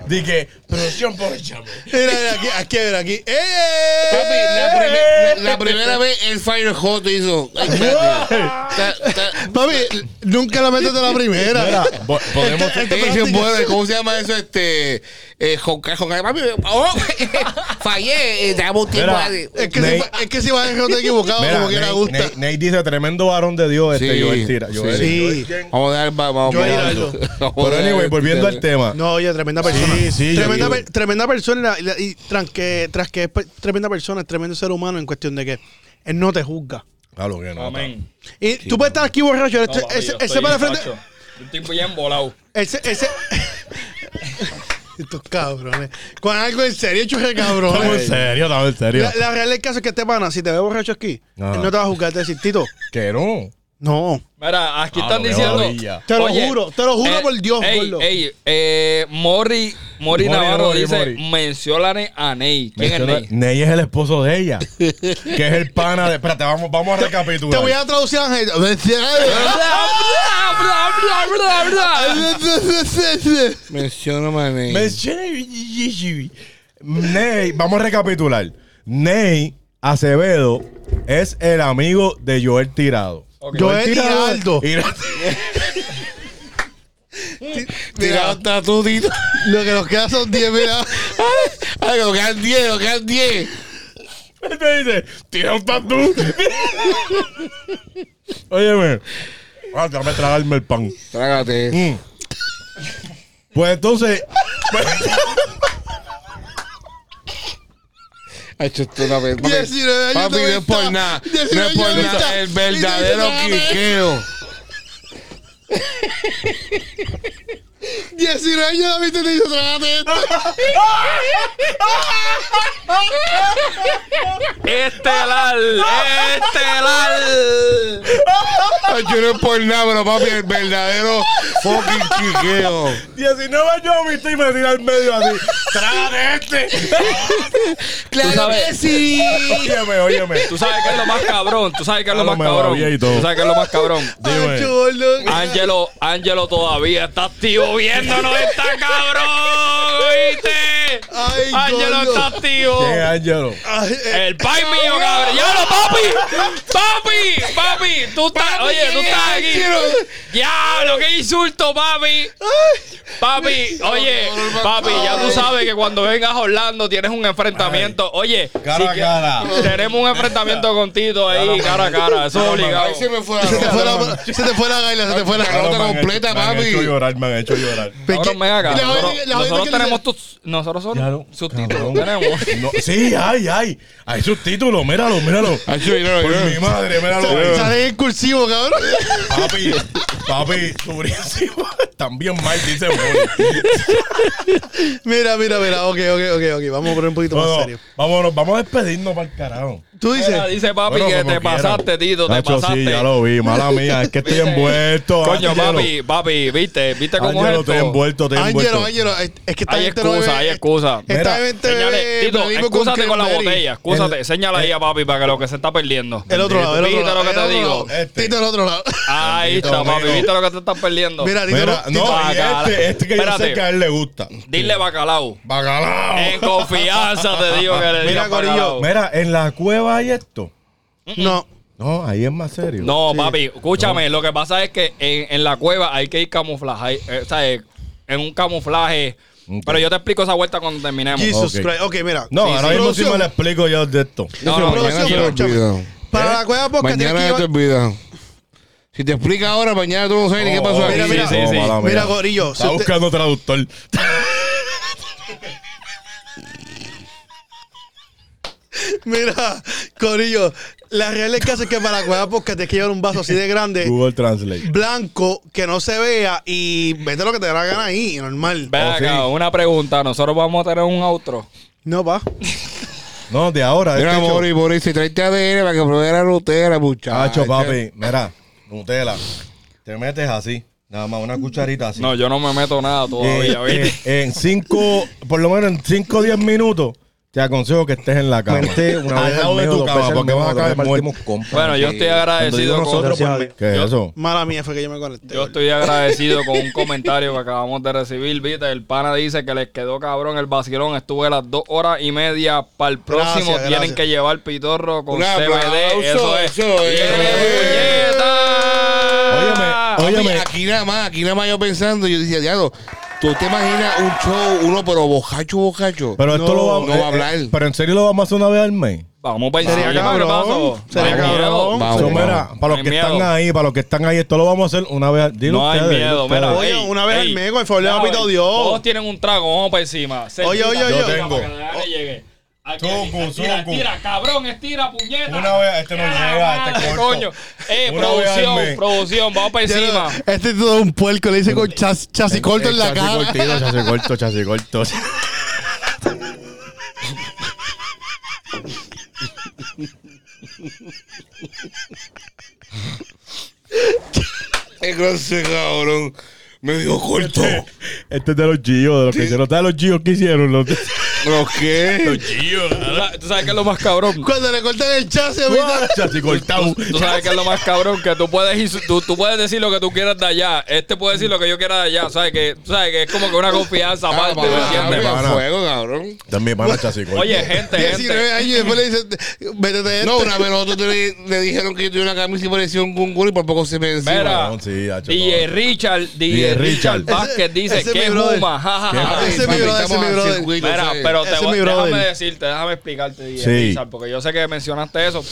Dije, producción por chamo. Mira, mira, aquí, aquí, mira, aquí. Papi, ¡Eh! la, primer- la primera vez el Fire Hot hizo. Ay, espérate. Ta- ta- Papi, nunca la metes de la ¿eh? primera. Mira, po- podemos. Esta- esta Eh, práctica- sí, puede, ¿Cómo se llama eso? Este. Eh, Hawkeye, Hawkeye. Papi, oh, fallé. eh, dame un tiempo. Mira, a- Es que, Ney- si, va- es que si vas a dejar equivocado, Mira, como que Nate- le gusta. Nate- Nate dice tremendo varón de Dios este Sí, Joel Tira. sí. Joel. Sí. Vamos a dar. Vamos Yo a voy a ir a dar- algo. vamos a Pero dar- anyway, volviendo al tema. No, oye, tremenda persona. sí, yo tremenda, digo. per- tremenda persona. y la- Y, tras, que, tras que es pe- tremenda persona, es tremendo ser humano en cuestión de que él no te juzga. Claro que no. Amén. Y tú puedes estar aquí borracho, él, No, se- papi, él se- yo él se estoy para frente. facho. Yo estoy bien volado. Él se- él se- Estos cabrones. Con algo en serio, chuje cabrón. Estamos en serio, estamos en serio. la, la realidad del caso es que este pana, si te ve borracho aquí, Ajá. él no te va a juzgar, te va a decir, Tito, Que no. no. Mira, aquí Ah, están qué diciendo. eh, maravilla. Te lo juro, te lo juro por Dios, ey, gordo. Ey, eh, Mori, Mori, Mori, Navarro Mori, dice: Mori. menciona a Ney. ¿Quién es Menciona- Ney? Ney es el esposo de ella. que es el pana de. Espérate, vamos, vamos a recapitular. Te voy a traducir, Ángel. Menciono mané. Menciona- Ney, vamos a recapitular. Ney Acevedo es el amigo de Joel Tirado. Ok. Joel Tiraldo. Tirado está todito. Lo que nos queda son 10 mira. Ay, lo quedan 10, lo quedan 10. Él te dice, tira un tatu. Óyeme. Ah, déjame tragarme el pan. Trágate. Mm. Pues entonces, pues, Ha hecho esto una vez. Papi, 19 años Papi, de no es vista. por nada. No 19 es por años de vista. nada. El Y verdadero dice, "Dame". quiqueo. 19 años la viste y te hizo trágate esto. Estelar, estelar. Ay, Yo no es por nada, pero papi, el verdadero fucking quiqueo. 19 años me y me tira al medio así. ¡Trágate este! Claro que sí. Óyeme, óyeme. Tú sabes que es lo más cabrón. Tú sabes que es lo Ahora más me babié cabrón. y todo. Tú sabes que es lo más cabrón. Dime. Ángelo, Ángelo todavía está activo viéndonos está cabrón, ¿viste? Ay, Ángelo gordo. está activo. ¿Quién es Ángelo? Ay, eh, El pai mío, cabrón. ¡Diablo, papi! ¡Papi! ¡Papi! Tú estás, oye, tú estás aquí. ¡Diablo, qué insulto, papi! Papi, oye, papi, ya tú sabes que cuando vengas a Orlando tienes un enfrentamiento. Oye, Cara a que- cara. tenemos un enfrentamiento con Tito ahí, cara a cara. Eso es obligado. Ay, se me fue la Se te fue nota. la- se te fue la gaila, se te fue la Claro, gaila. nota completa, me han papi. hecho llorar, me han hecho llorar. Cabrón, ven acá. La Nosotros, gente- la gente nosotros que tenemos tus, nosotros son Claro, sus cabrón. títulos. Tenemos. No, sí, ay, ay. Hay subtítulos, míralo, míralo. Ay, yo, yo, Por yo. mi madre, míralo. ahí. Sale en cursivo, cabrón. Papi, papi, durísimo. También mal, dice Moni. Mira, mira, mira. Ok, ok, ok, ok. Vamos a poner un poquito más Bueno, serio. vámonos, vamos a despedirnos para el carajo. Tú dices. Mira, dice papi Bueno, que como te quiera. pasaste, Tito, te Nacho, pasaste. Sí, ya lo vi, mala mía, es que estoy Viste. envuelto. Coño, Ángelo. papi, papi, viste, viste cómo Ángelo, es esto. estoy envuelto, estoy envuelto. Ángelo, Ángelo, es es que está Hay gente no excusa, bebe- hay excusa. Esta Mira, gente Señale, bebe Tito, bebimos con excúsate con la cranberry. botella, excúsate, señala eh, ahí a papi para que lo que se está perdiendo. El otro lado, el otro Viste lado. lo que el te otro digo. lado. Este. Tito, el otro lado. Ahí está, Bendito papi, amigo. viste lo que te estás perdiendo. Mira, Tito, Mira, Tito, no, y Bacala. este, este que yo sé Espérate. que a él le gusta. Dile bacalao. Bacalao. En confianza te digo que le Mira, digas Corillo, bacalao. Mira, en la cueva hay esto. no. No, ahí es más serio. No, papi, escúchame, lo que pasa es que en, en la cueva hay que ir camuflaje, eh, ¿sabes? En un camuflaje Pero yo te explico esa vuelta cuando terminemos. Jesus Christ. Ok, mira. No, Sí, ahora sí. mismo sí Producción. me la explico yo de esto. No, no, mañana producción, se te escúchame. olvida. Para la cueva podcast tienes Mañana que se te llevar- olvida. Si te explica ahora, mañana tú no sabes ni qué pasó. mira, aquí. mira. Oh, mala mía. Mira, Gorillo. Está si usted- buscando traductor. Mira, Corillo, la realidad es que hace que para la cueva podcast tienes que llevar un vaso así de grande, Google Translate. blanco, que no se vea y vete lo que te da la gana ahí, normal. Ven acá, una pregunta. Nosotros vamos a tener un outro. No, pa. No, de ahora. Mira, este show. Boris, Boris, si traiste ADN para que probara la rutera, muchacho. Ah, Chacho, papi, mira, Nutella, te metes así, nada más una cucharita así. No, yo no me meto nada todavía, Eh, ¿viste? eh, en cinco, por lo menos en cinco o diez minutos, te aconsejo que estés en la cama. Mente, una Al vez lado al de mes, tu dos cama, veces al porque mes, vas a otra caer vez muerto. partimos compas. Bueno, yo estoy agradecido Cuando digo con... nosotros, Yo pues, ¿Qué es eso? Mala mía fue que yo me conecté. estoy agradecido con un comentario que acabamos de recibir, ¿viste? El pana dice que les quedó cabrón el vacilón. Estuve las dos horas y media. Para el próximo Gracias, tienen gracias. que llevar pitorro con Un CBD. aplauso, Eso es. eso es. ¡Viene, puñeta! Óyeme, Papi, óyeme. Aquí nada más, aquí nada más yo pensando, yo decía, diablo, tú te imaginas un show, uno, pero bocacho, bocacho. Pero esto No, lo vamos no va a hablar. eh, eh, pero en serio lo vamos a hacer una vez al mes. Vamos para Sería cabrón. Sería cabrón. Vamos, So, vamos. mira, para los hay que miedo. están ahí, para los que están ahí, esto lo vamos a hacer una vez al dilo No hay ustedes, miedo, dilo mira. ustedes. Oye, ey, una vez ey, al mes, con el favor, le ya, papito ey, Dios. Todos tienen un trago, vamos para encima. Cerquita, oye, oye. cerquita, Yo para tengo. que la gana llegue. Ay, Zucu, que Estira, zucu. estira, cabrón, estira, puñeta. Una vez, este no Ya, llega, este madre, corto. coño. Eh, Una vez al producción, mes. producción, vamos para encima. Este es todo un puerco, le dice con chas- chacicorto en la Chasis cara. cortito, chasis corto, chasis corto. Qué grosso, cabrón. Me dio corto. Este es de los Gios, de los que hicieron. Este es de los Gios que hicieron. Los ¿Pero qué? ¿Tú sabes qué es lo más cabrón? Cuando le cortan el chasis, ahorita. chasis cortados. Tú sabes que es lo más cabrón que tú puedes ir- tú, tú puedes decir lo que tú quieras de allá. Este puede decir lo que yo quiera de allá. ¿Sabes que, sabes que es como que una confianza Ah, aparte, papá, ¿me entiendes? papi, pana? fuego, cabrón. También van a chasis corto. Oye, gente, 19 gente. años y después le dicen, métete de No, una vez nosotros le, le dijeron que yo tenía una camisa y parecía un gunguro y por poco se me encima. Mira, cabrón, sí, ha hecho DJ todo. Richard, DJ DJ Richard Richard. Vázquez dice ese es que mi es brother. Juma, ja, ja, ja. Papi, ese es mi Ah, papi, brother, ese es estamos mi al brother. circuito, Mira, ¿sabes? pero te Ese es voy- mi brother. déjame decirte, déjame explicarte, DJ Sí. Richard, porque yo sé que mencionaste eso.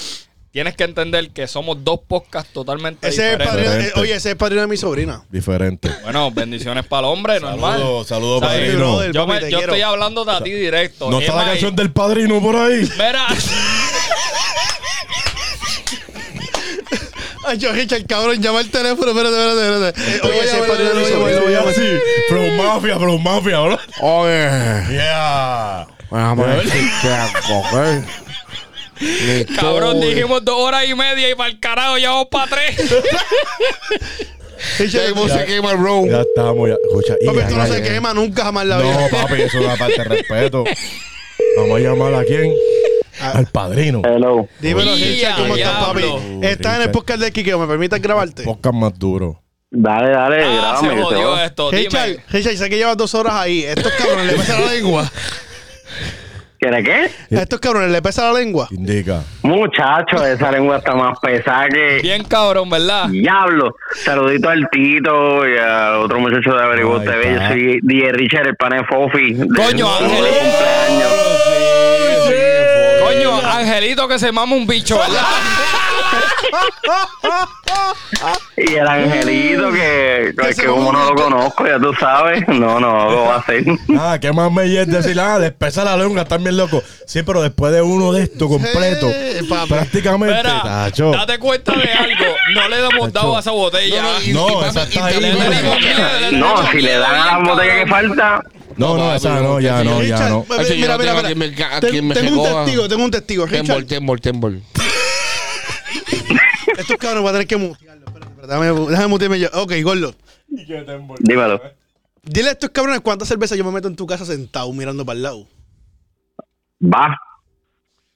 Tienes que entender que somos dos podcasts totalmente Ese es el diferentes. padrino, eh, Diferente. oye, ese es el padrino de mi sobrina. Diferente. Bueno, bendiciones para el hombre, normal. Saludos, saludos, ¿Sabes? padrino. brother, Yo, papi, me- te yo quiero. estoy hablando de a ti directo. ¿No Es está la más, canción del padrino por ahí? Mira, Ay, yo, Richard, cabrón, llama al teléfono, espérate, espérate, Eh, espérate. oye, ese es padrino de mi sobrina. así. From Mafia, From Mafia, bro. Oye, Yeah. vamos a decir que a coger. Ni cabrón, todo. dijimos dos horas y media y para el carajo ya vamos para tres. Ya mismo se quema, bro. Ya estamos, ya. Escucha, y Papi, ya, esto no ya, se ya. quema nunca jamás en la No, vida. papi, eso es una parte de respeto. Vamos a llamar a quién? Ah. Al padrino. Hello. Dímelo, Ya, Richard, ¿cómo estás, papi? diablo. Estás en el podcast de Kikeo, ¿me permites grabarte? Podcast más duro. Dale, dale, Ah, se grábame. que se jodió va. esto, Richard, dime. Richard, sé que llevas dos horas ahí. Estos cabrones le pesa la lengua. ¿Quiere qué? Eh. A estos cabrones le pesa la lengua. Indica. Muchacho, esa lengua está más pesada que... Bien cabrón, ¿verdad? Diablo, saludito al Tito y al otro muchacho de Averiguo Ahí TV. Yo está. soy DJ Richard, el pan de Fofi. Coño, Del- Ángel. de cumpleaños. Coño, Angelito que se mama un bicho, ¿verdad? Este, Eh. Y el Angelito, que, que, como no lo conozco, ya tú sabes. No, no, lo va a hacer. Ah, ¿qué más me es decir? Ah, despesa la lengua, están bien locos. Sí, pero después de uno de estos completo, Eh, papi. prácticamente, Espera, tacho. date cuenta de algo. No le hemos dado a esa botella. No, papi, esa está y ahí. también- Le tenemos miedo, le No, tenemos si le miedo, dan a bien, la botella que cabrón. falta, No, no, esa no, ya no, ya Richard, no. mira, Hacho, yo mira, no tengo mira. a quien me ca- a Ten- quien me tengo un recoja. testigo, tengo un testigo, Richard. Tembol, tembol, tembol. Estos cabrones van a tener que mutearlo. Espérate, espérate, déjame, déjame mutearme yo. Ok, Gordo. dímelo. Dile a estos cabrones cuántas cervezas yo me meto en tu casa sentado mirando para el lado. Va.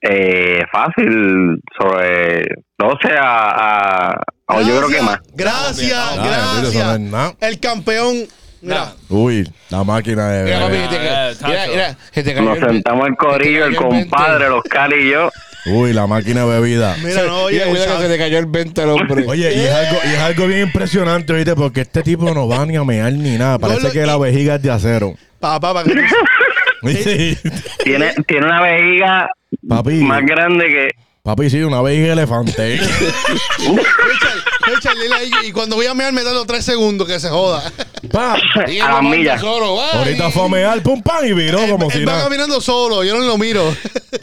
Eh, fácil, sobre 12 a... a o Oh, yo creo que más. Gracias, Ah, mira, eso no es gracias. nada. El campeón. Mira, Uy, la máquina de Mira, papi, beber. que te Ah, ca- mira, tacho. mira, que te cayó Nos el- sentamos el corillo, el compadre, los cari y yo. Uy, la máquina de bebida. mira, no, oye, Mira, cuidado que se ¿sabes? le cayó el 20 al hombre. Oye, y es, algo, y es algo bien impresionante, oíste, porque este tipo no va ni a mear ni nada. Parece Gordo, que la vejiga es de acero. Papá, para que tú- tiene, tiene una vejiga Papi. más grande que. Papi, sí, una vez elefante. Richard, Richard, dile ahí, y cuando voy a mear me da los tres segundos que se joda. Pa, A las millas. Ahorita fue a mear, pum, pam, y viró como Pues si Él va nada. caminando solo, yo no lo miro.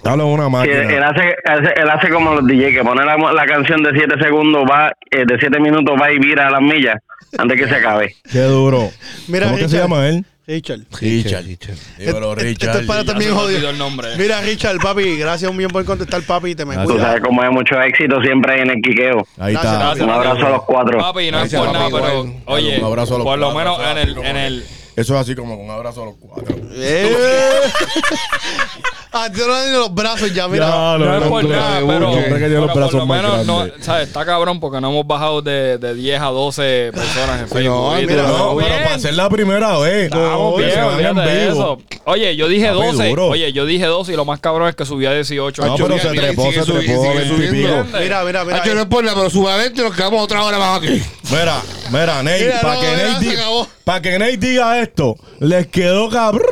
Dale una Sí, él, él máquina. hace, hace- él hace como los DJ que pone la, la canción de 7 segundos, va eh, de 7 minutos, va y vira a las millas antes que se acabe. Qué duro. Mira, ¿Cómo que se Richard. llama él? Richard. Richard. Dímelo, Este- este Richard. es para Ya también se me jodido. olvidó el nombre. Mira, Richard, papi, gracias un bien por contestar, papi, te me Gracias. Tú cuidas. sabes cómo hay mucho éxito siempre en el quiqueo. Ahí Gracias, está. gracias. Un abrazo a los cuatro. Papi, no es Gracias, por nada, papi, pero igual. oye, Un abrazo a los por lo cuatro, menos en el, en el Eso es así como un abrazo a los cuatro. Eh. Ah, te lo dan en los brazos ya, mira. Ya, lo- no es por lo- nada, lo- pero, lo- creo que tiene los pero por brazos lo más menos no, grandes. ¿sabes? está cabrón porque no hemos bajado de, de 10 a 12 personas en Facebook. No, ¿viste? mira, Estamos no, pero bien. para ser la primera vez. Estamos que bien, se vayan olvídate de vivos. eso. Oye, yo dije Papi, 12. duro. Oye, yo dije 12 y lo más cabrón es que subí a 18. No, pero se trepó, se trepó, veintipico. Mira, mira, mira. Eh, Ah, yo no es por nada, pero suba adentro y nos quedamos otra hora más aquí. Mira, mira, Ney, Mira, para no, que, mira, Ney se di- acabó. pa' que Ney diga esto, les quedó cabrón.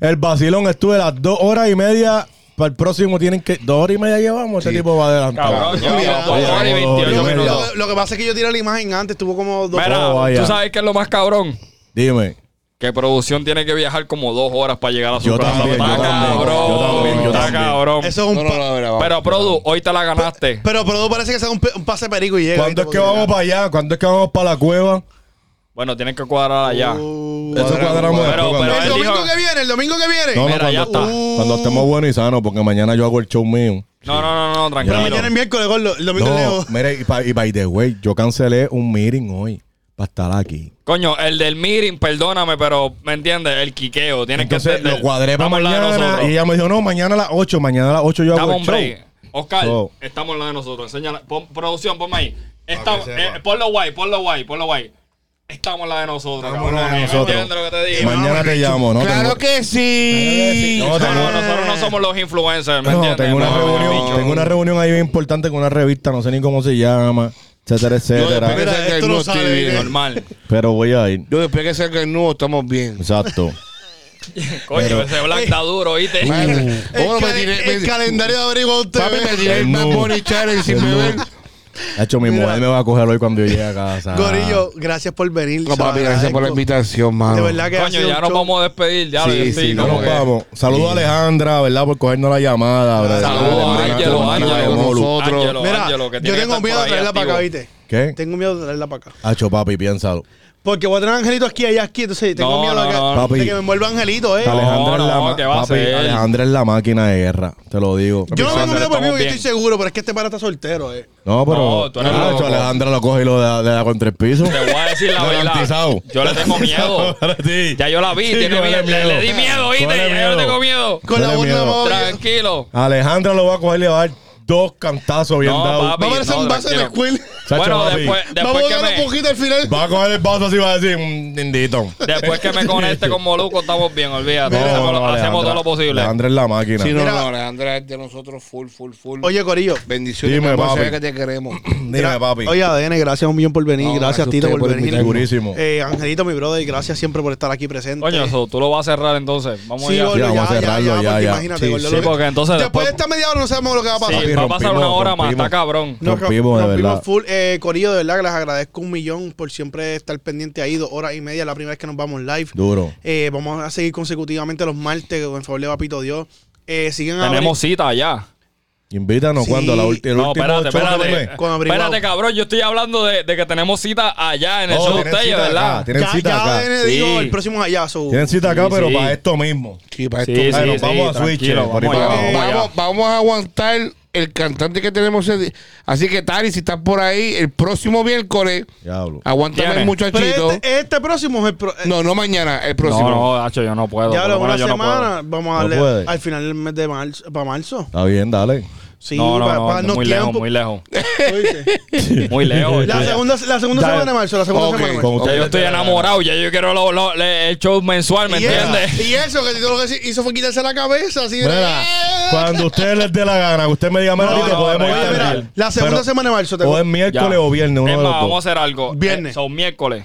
El vacilón estuve las dos horas y media. Para el próximo tienen que. Dos horas y media llevamos. Este tipo va adelantado. Cabrón, Llevamos llevamos dos dos horas y dos horas 28 y media. minutos. Lo, lo que pasa es que yo tiré la imagen antes, tuvo como dos. Oh, Mira, vaya. tú sabes que es lo más cabrón. Dime. Que producción tiene que viajar como dos horas para llegar a su Yo casa. también, está yo también, cabrón. yo también, yo está también. cabrón. Eso es No, un. no, pa- no, mira, Pero, Produ, hoy te la ganaste. pero Produ parece que sea un, pe- un pase perico y llega. ¿Cuándo es ¿viste? que vamos para allá? ¿Cuándo es que vamos para la cueva? Bueno, tienes que cuadrar allá. Oh, Eso cuadramos Pero- después, pero cuando- El él domingo dijo- que viene, el domingo que viene. No, no, Mira, ya cuando, está. cuando estemos buenos y sanos, porque mañana yo hago el show mío. No, no, no, no, Pero tranquilo. mañana es miércoles, gordo. El domingo No, leo. mire, y, pa- y by the way, yo cancelé un meeting hoy para estar aquí. Coño, el del meeting, perdóname, pero ¿me entiendes? El quiqueo, tienes que Entonces entender. lo cuadré para Estamos en la de mañana nosotros. y ella me dijo, no, mañana a las 8, mañana a las 8 yo hago Estamos el en show. break. Oscar, So. estamos en la de nosotros. Enséñala. Pon- producción, ponme ahí. Estamos, eh, ponlo guay, ponlo guay, ponlo guay. Estamos en la de nosotros, Estamos en la de cabrones. ¿Me nosotros. entiendes lo que te digo? Mañana te llamo, ¿no? Claro Tengo- que sí. No, tengo- No, nosotros no somos los influencers, ¿me no, entiendes? tengo, una No, reunión, bicho. tengo una reunión ahí bien importante con una revista, no sé ni cómo se llama, Yo etcétera, etcétera. después que Mira, salga el esto no nuevo sale estoy bien. bien. Normal. Pero voy a ir. Yo después que salga el nuevo estamos bien. Exacto. Coño, ese black está duro, ¿oíste? El, Bueno, Oh, me calen- tiré- me- el calendario de abrigo a usted. Papi, ve. me tiré el El Bad nuevo. Bunny Challenge sin El nuevo. beber. De hecho, mi Mira. mujer me va a coger hoy cuando yo llegue a casa. Gorillo, gracias por venir. No, se papi, lo gracias por la agradezco. invitación, mano. pues, De verdad que ha Coño, sido ya un nos show. vamos a despedir, ya. Sí, yo sí, estoy no, Ya como nos que- vamos. Saludos a Alejandra, ¿verdad? Por cogernos la llamada. ¿verdad? Saludos a Hermana, Ángelo, hermana, Ángelo, hermana, Molu. nosotros. Ángelo, Mira, Ángelo, que tiene yo que tengo estar miedo de por ahí traerla para acá, activo. ¿viste? ¿Qué? Tengo miedo de traerla para acá. Hacho, papi, piénsalo. Porque voy a tener a Angelito aquí, allá aquí, entonces tengo No, miedo de, no, que, no. de Papi. que me envuelva Angelito, eh. Alejandra, no, es la no, ma- ¿qué va a papi, hacer? Alejandra es la máquina de guerra, te lo digo. Yo no tengo Alexander, miedo por mí, estamos porque yo bien. estoy seguro, pero es que este para está soltero, eh. No, pero No, tú eres Ah, loco. hecho, Alejandra lo coge y lo da- le da con tres pisos. Te voy a decir la verdad. Garantizado. Yo le tengo miedo. Ahora sí. Ya yo la vi, Sí, tiene miedo. cógele Le, miedo. le di miedo, ¿viste? Cógele Ya yo miedo. tengo miedo. Con la Dale voz miedo. nueva. Tranquilo. Alejandra lo va a coger y le va a dar dos cantazos bien No, dados. papi. Va a aparecer No, un vaso de tranquilo. Nesquil. Sacho, bueno, papi, después, Vamos después, a que ganar un me, poquito al final. Va a coger el vaso así y va a decir, mmm, lindito. después que me conecte con Moluco, estamos bien, olvídate. No, hacemos, no, no, hacemos todo Alejandra. lo posible. Alejandra es la máquina. Sí, no, Mira. no, Alejandra es de nosotros full, full, full. Oye, Corillo. bendiciones, Dime, mi amor, papi. sabes que te queremos. Dime, papi. Oye, ADN, gracias un millón por venir. No, gracias gracias a Tito ustedes por por venir. invitarme. Segurísimo. Eh, Angelito, mi brother, gracias siempre por estar aquí presente. Coño, eso, tú lo vas a cerrar entonces. Vamos sí, allá. gordo, Sí, ya, vamos a ya, cerrarlo, ya, ya, porque ya. imagínate, Sí, gordo, sí, lo que- porque entonces Después después- de esta media hora no sabemos lo que va a Sí, pasar. Papi, va a pasar una rompimos, hora más, rompimos. está cabrón. Nos Rompimos, de rompimos verdad. full. Eh, Corillo, de verdad que les agradezco un millón por siempre estar pendiente ahí, dos horas y media, la primera vez que nos vamos live. Duro. Eh, vamos a seguir consecutivamente los martes, en favor de Papito Dios. Eh, siguen a Tenemos cita allá. Invítanos Sí. cuando la ulti- el No, último espérate, show del mes. espérate. Con abrigado. Espérate, cabrón. Yo estoy hablando de, de que tenemos cita allá en el Oh, show de tienen ustedes, cita ¿verdad? acá, Tienen ya, cita ya acá. ADN dijo, Sí. el próximo es allá. so. Tienen cita acá, Sí, pero sí. para esto mismo. Sí, para Sí, esto. sí, Ay, nos vamos sí, a Switch, tranquilo, eh, por vamos ahí allá, para Vamos, vamos allá. vamos- vamos a aguantar el cantante que tenemos. ese- Así que, Tari, si estás por ahí, el próximo miércoles, Diablo. aguántame Viene. el Pero muchachito. este, este próximo es el pro- eh, No, no mañana, el No, próximo. no, Hacho, yo no puedo. ya por lo- lo una menos yo no puedo. semana. vamos a No darle puede. al final del mes de marzo. ¿Para marzo? Está bien, dale. Sí, no, no, pa- no, pa- no muy quedan lejos, po- muy lejos. ¿Oíste? Muy lejos. La Ya- segunda, la segunda Dale. semana de marzo, la segunda Ok, semana de Con marzo. Ya yo ustedes. estoy enamorado, ya yo quiero lo- lo- le- el show mensual, ¿me Y eso- entiendes? Y eso, que Tito lo que hizo fue quitarse la cabeza. Así, eh, Mira, cuando ustedes les dé la gana, que usted me diga, mira, No, Tito, no, podemos no, ir mira, también". mira, la segunda Pero semana de marzo. Te O es miércoles Ya. o viernes, uno Es de más, los vamos dos. a hacer algo. Viernes. Eh, son miércoles.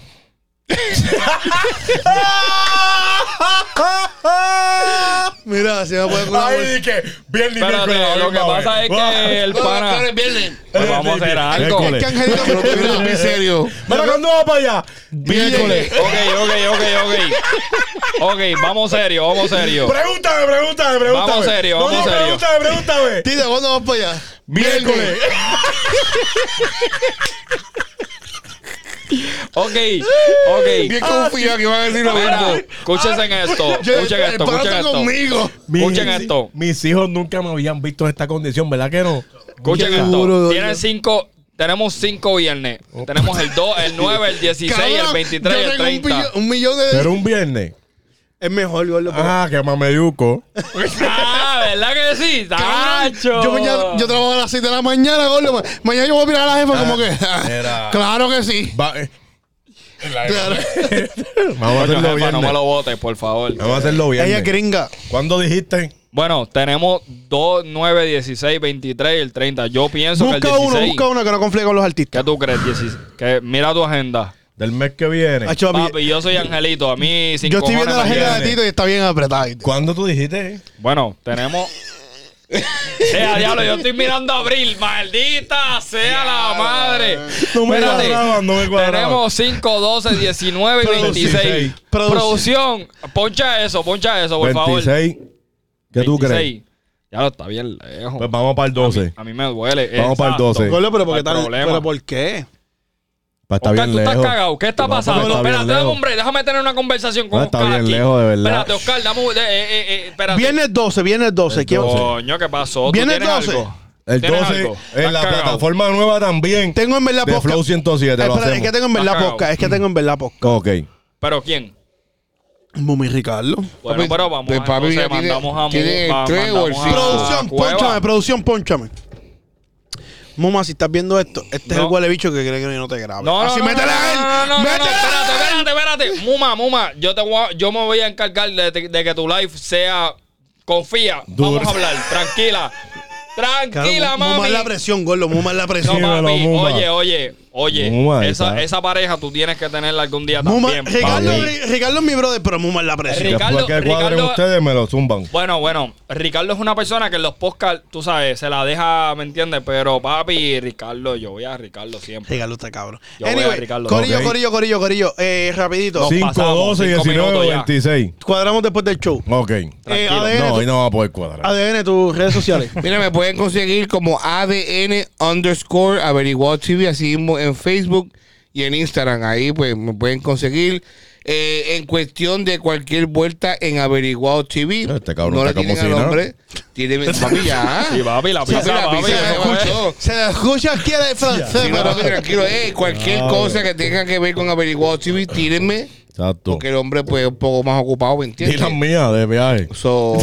Ah, Mira, si me puede Ay, dije, viernes y Espérate, miércoles, la lo que misma pasa vez. es que el pana. Claro, es viernes. Pues vamos a hacer algo. Es que Angelito me lo pidió muy serio. Mira, ¿cuándo va para allá? Miércoles. Ok, ok, ok, ok. Ok, vamos serio, vamos serio. Pregúntame, pregúntame, pregúntame. Vamos serio, No, vamos no, serio. Pregúntame, pregúntame. Tito, ¿cuándo vamos para allá? Miércoles. Ok, Bien ok. confiado que van a decir lo Mira, mismo. escúchense en esto, Ah, Yo- eh, escuchen el esto, pana escuchen está esto. conmigo. Escuchen esto. Mis hijos nunca me habían visto en esta condición, ¿verdad que no? Escuchen Qué esto. duro, Tienen cinco. Tenemos cinco viernes. Tenemos el 2, el 9, el 16, Cabrón, el 23, yo el tengo un 30. billo- Un millón de Pero un viernes. Es mejor, gordo. pero- Ah, que mameyuco. Ah, ¿verdad que sí? ¡Tacho! Yo, mañana, yo trabajo a las 6 de la mañana, gordo. Ma- Mañana yo voy a mirar a la jefa como que. Ah, era. Claro que sí. Va- eh, Claro. Vamos a Coño, hacerlo jefa, no me viernes. lo votes, por favor. Vamos a hacerlo Ella es viernes. gringa. ¿Cuándo dijiste? Bueno, tenemos 2, 9, 16, 23 y el 30. Yo pienso que el Busca 16. uno, busca uno que no conflicte con los artistas. ¿Qué tú crees? 16? Que mira tu agenda. Del mes que viene. Hacho, papi, Papi, yo soy Angelito. A mí, sin yo estoy viendo la cojones me agenda de tiene. Tito y está bien apretada. ¿viste? ¿Cuándo tú dijiste? Bueno, tenemos. sea diablo, yo estoy mirando abril. Maldita sea la madre. No me Espérate, cuadraban, no me cuadraban. Tenemos 5, 12, 19 y 26. Producción. Producción. Poncha eso, poncha eso, por favor. 26. ¿Qué tú crees? Ya lo está bien lejos. Pues vamos para el 12. a mí me duele. Vamos para el 12. Gordo, pero, porque Hay tan- problema. pero ¿por qué? Pa- Está Oscar, bien tú lejos. estás cagado. ¿Qué está No, pasando? porque está bien espérate, lejos. hombre, déjame tener una conversación con No, está Oscar. bien aquí. lejos, de verdad. Espérate, Oscar, dame. un- eh, eh, eh, espérate. Viernes 12, viernes 12. ¿Quién- Coño, ¿qué pasó? ¿Tú Viernes tienes 12. algo? El ¿Tienes 12 algo? en la Estás cagao. plataforma nueva también. Tengo en verdad de podcast. Flow 107. Ay, lo espérate, hacemos. es que tengo en verdad Está cagado. podcast. Es que tengo en verdad podcast. Ok. ¿Pero quién? Mumi Ricardo. Bueno, Papi, pero vamos pues, a papi, entonces tiene- mandamos a tiene el tres o el Ah, cinco. Producción, ponchame, producción, ponchame. Muma, si estás viendo esto, este es No. el huele bicho que cree que no te grabe. No, no, Así no, métele no, a él. no, no, no, no, métele a espérate, él. espérate, espérate. Muma, Muma, yo, te voy a- yo me voy a encargar de, de que tu live sea... Confía, vamos Duro. a hablar, tranquila. Tranquila, Claro, Muma mami. es la presión, gordo. Muma es la presión. No, papi, Dímelo, Muma. oye, oye, oye. Muma, esa, está. esa pareja tú tienes que tenerla algún día Muma- también. Ricardo, papi. Ri- Ricardo es mi brother, pero Muma es la presión. Ricardo, Después que cuadren Ricardo- ustedes, me lo zumban. Bueno, bueno, Ricardo es una persona que en los podcasts, tú sabes, se la deja, ¿me entiendes? Pero papi, Ricardo, yo voy a Ricardo siempre. Ricardo está cabrón. Yo voy a Ricardo. corillo, Ok. corillo, corillo, corillo. Eh, rapidito. Nos Sí. 5, pasamos, 12, cinco 19, minutos ya. 26. Cuadramos después del show. Ok. Eh, Tranquilo. ADN, No, tu- hoy no va a poder cuadrar. ADN, tus redes sociales. Mira, me pueden conseguir como ADN underscore averiguado TV, así mismo en Facebook y en Instagram. Ahí pues me pueden conseguir. Eh, en cuestión de cualquier vuelta en Averiguado TV, Este cabrón no le está como tienen al si nada. hombre. Tiene, papi, ya. Sí, papi, la Papi, pizza, la papi. pizza, eso es. escuchó. Se la escucha aquí en el francés. Sí, no, papi, tranquilo. Eh, cualquier cosa que tenga que ver con Averiguado TV, tírenme. Exacto. Porque el hombre pues es un poco más ocupado, ¿me Y entiendes? las mías de viaje. So,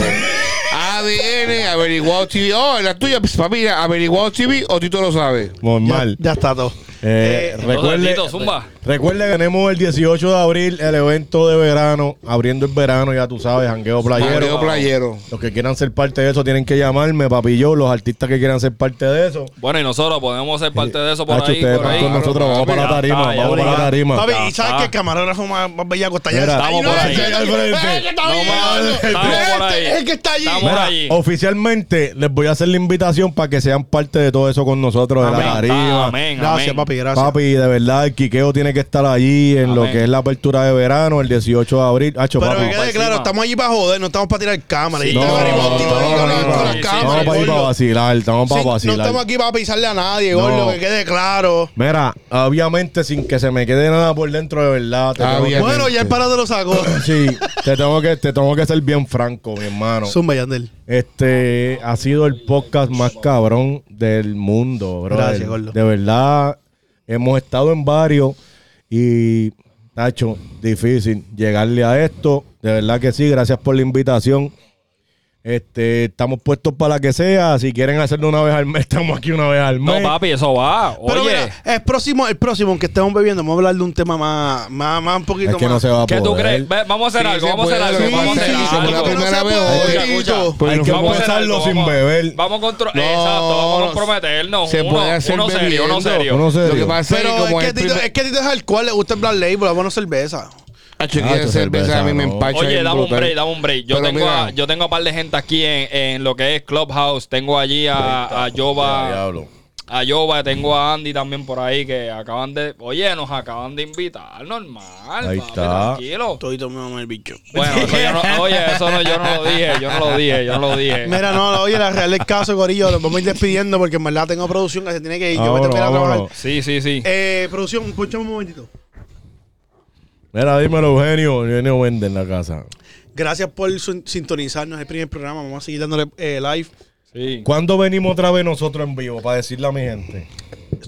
ADN, Averiguado TV. Oh, la tuya, pues, papi, mira, Averiguado TV o Tito lo sabe. Normal. Ya está todo. Eh, recuerde, Tito, zumba. recuerde que tenemos el 18 de abril el evento de verano, abriendo el verano, ya tú sabes, jangueo Averiguado playero. Playero. Los que quieran ser parte de eso tienen que llamarme, papi yo, los artistas que quieran ser parte de eso. Bueno, y nosotros podemos ser parte de eso por Hacho, ahí. ustedes por van ahí. con nosotros, vamos para la Ya tarima, está, ya vamos para la está. tarima. Papi, ¿y Ya sabes está. que el camarógrafo más, más bellaco está allá? Mira, Está ahí, Estamos ¿no? por ahí. Ese es el- frente. ese que está No, bien, ma- gordo. estamos Ese por ahí. Es el que está allí. Estamos- por Mira, ahí. oficialmente les voy a hacer la invitación para que sean parte de todo eso con nosotros de la Amén, Ah, tarima. amén, Gracias, amén. papi, gracias. Papi, de verdad, el Quiqueo tiene que estar allí en lo Amén. que es la apertura de verano, el 18 de abril. Hacho, Pero papi. que quede claro, encima. estamos allí para joder, no estamos para tirar cámaras. Sí. Y No, te no, averiguamos, no, tío, no, averiguamos no, con no, las sí, cámaras, Estamos para ir para gordo. vacilar, estamos para Sí, No vacilar. estamos aquí para pisarle a nadie, gordo, No. que quede claro. Mira, obviamente sin que se me quede nada por dentro de verdad. te tengo que- Obviamente. Bueno, ya el parado lo sacó. sí, te tengo que, te tengo que ser bien franco, mi hermano. Zumba, Yandel. Este ha sido el podcast más cabrón del mundo, bro. Gracias, gordo. De verdad, hemos estado en varios y, Nacho, difícil llegarle a esto. De verdad que sí, gracias por la invitación. Este, estamos puestos para la que sea. Si quieren hacerlo una vez al mes, estamos aquí una vez al mes. No, papi, eso va. Pero Oye. mira, el próximo, el próximo, aunque estemos bebiendo, vamos a hablar de un tema más, más, más un poquito Es que más. no se va a ¿Qué tú poder. crees? Ve, Vamos a hacer Sí, algo, se vamos a hacer puede, algo, sí, vamos a hacer sí, se algo. puede, la primera vez hoy. Escucha, escucha. Pues Hay nos que vamos a hacer empezarlo algo, sin vamos. beber. Vamos a contro- No, Exacto, vamos a comprometernos. se uno, puede hacer uno serio, uno bebiendo. serio. Uno serio. Lo que pasa es que Pero como es es que, el Tito, primer- es que Tito es alcohol, le gusta el Black Label, la buena cerveza. Ah, chico, Ah, quiere tu cerveza, a mí cerveza, me no. empacha. Oye, bien dame un brutal. break, dame un break. Yo Pero tengo mira, a, yo tengo a par de gente aquí en, en lo que es Clubhouse. Tengo allí a, a Ya, Jova, diablo. a Jova, tengo a Andy también por ahí que acaban de, oye, nos acaban de invitar, normal, Ahí papi, está. tranquilo. Todito me mama el bicho. Bueno, eso yo no- oye, eso no, yo no lo dije, yo no lo dije, yo no lo dije. Mira, no, oye, la real del caso, Corillo, nos vamos a ir despidiendo porque en verdad tengo producción que se tiene que ir. Yo voy a Vámonos, terminar a trabajar. vámonos. Sí, sí, sí. Eh, producción, escuchame un momentito. Mira, dímelo, Eugenio. Eugenio vende en la casa. Gracias por su- sintonizarnos. Es el primer programa. Vamos a seguir dándole eh, live. sí. ¿Cuándo venimos otra vez nosotros en vivo para decirle a mi gente?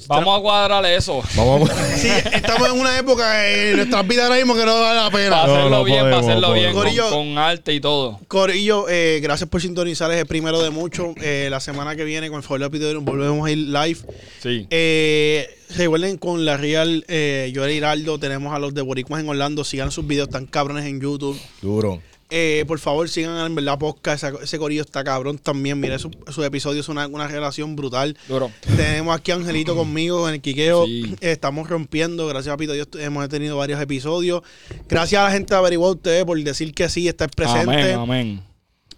Vamos a cuadrar eso. Vamos a... Sí, estamos en una época eh, en nuestras vidas ahora mismo que no vale la Para pena. No, hacerlo no bien, podemos, para hacerlo podemos. bien, con- Corillo. con arte y todo. Corillo, eh, gracias por sintonizar. Es el primero de muchos. Eh, la semana que viene, con el favor de Pitodino, volvemos a ir live. Sí. Eh, recuerden con la Real eh, Joel Hiraldo. Tenemos a los de Boricuas en Orlando. Sigan sus videos tan cabrones en YouTube. Duro. Eh, por favor, sigan en verdad podcast. Ese, ese corillo está cabrón también. Mira, sus sus episodios son una, una relación brutal. Duro. Tenemos aquí a Angelito conmigo en el Quiqueo. Sí. Eh, Estamos rompiendo. Gracias a Pito Dios hemos tenido varios episodios. Gracias a la gente de Averiguado Ustedes por decir que sí, estar presente. Amén, amén.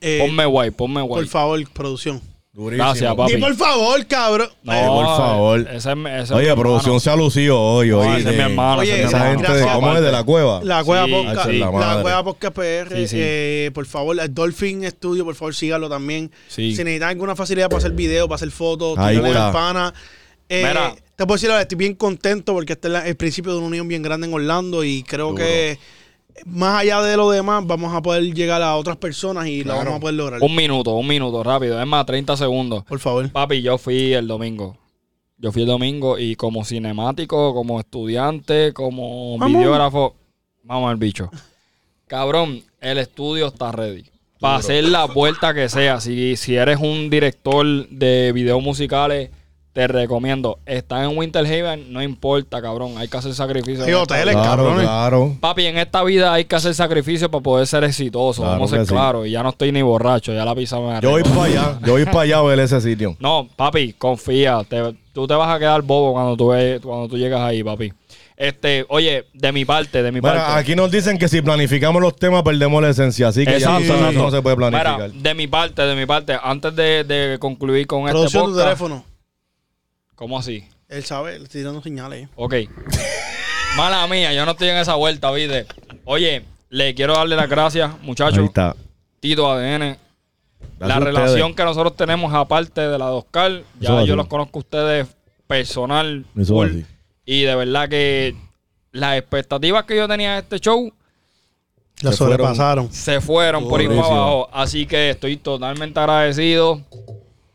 Eh, Ponme guay, ponme guay. por favor, producción. Durísimo. Gracias, papá. Y Papi. por favor, cabrón. Ay, por favor. Ese, es mi- ese es mi Oye, producción hermano. se ha lucido hoy. No, oye, ese es mi hermano. Oye, ese es mi Esa hermano. gente, de, Gracias, ¿cómo es? De la cueva. La Cueva Sí, Podcast. Ah, sí. La, La madre. Cueva Podcast PR. Sí, sí. eh, por favor, el Dolphin Studio, por favor, sígalo también. Sí. Si necesitan alguna facilidad para hacer video, para hacer fotos, Ahí tirarle está. la pana. Eh, Mira. Te puedo decir, la verdad, estoy bien contento porque este es la- el principio de una unión bien grande en Orlando y creo que más allá de lo demás vamos a poder llegar a otras personas y la vamos a poder lograr. Un minuto, un minuto, rápido. Es más, 30 segundos. Por favor. Papi, yo fui el domingo. Yo fui el domingo y como cinemático, como estudiante, como videógrafo. Vamos al bicho. Cabrón, el estudio está ready. Para hacer la vuelta que sea. Si, si eres un director de videos musicales, te recomiendo. Está en Winter Haven, no importa, cabrón. Hay que hacer sacrificios. Hay hoteles, Claro, cabrones. claro. Papi, en esta vida hay que hacer sacrificios para poder ser exitoso. Claro Vamos a ser que sí. claros. Y ya no estoy ni borracho, ya la pizza me Yo arregló. voy para allá. Yo voy para allá a ver ese sitio. No, papi, confía. te- tú te vas a quedar bobo cuando tú, ve- cuando tú llegas ahí, papi. Este, oye, de mi parte, de mi Bueno, parte. aquí nos dicen que si planificamos los temas perdemos la esencia, así que Exacto, ya no- exacto. no se puede planificar. Mira, de mi parte, de mi parte, antes de, de concluir con este Producción tu podcast, teléfono. ¿Cómo así? Él sabe, le estoy dando señales. Ok. Mala mía, yo no estoy en esa vuelta, ¿viste? Oye, le quiero darle las gracias, Ahí muchachos. está. Tito ADN, la Gracias a relación ustedes. que nosotros tenemos aparte de la de Oscar, ya Eso es yo así. los conozco a ustedes personal. Eso full, es así. y de verdad que las expectativas que yo tenía de este show La Se fueron. sobrepasaron. se fueron por ir para Durísimo. abajo. Así que estoy totalmente agradecido.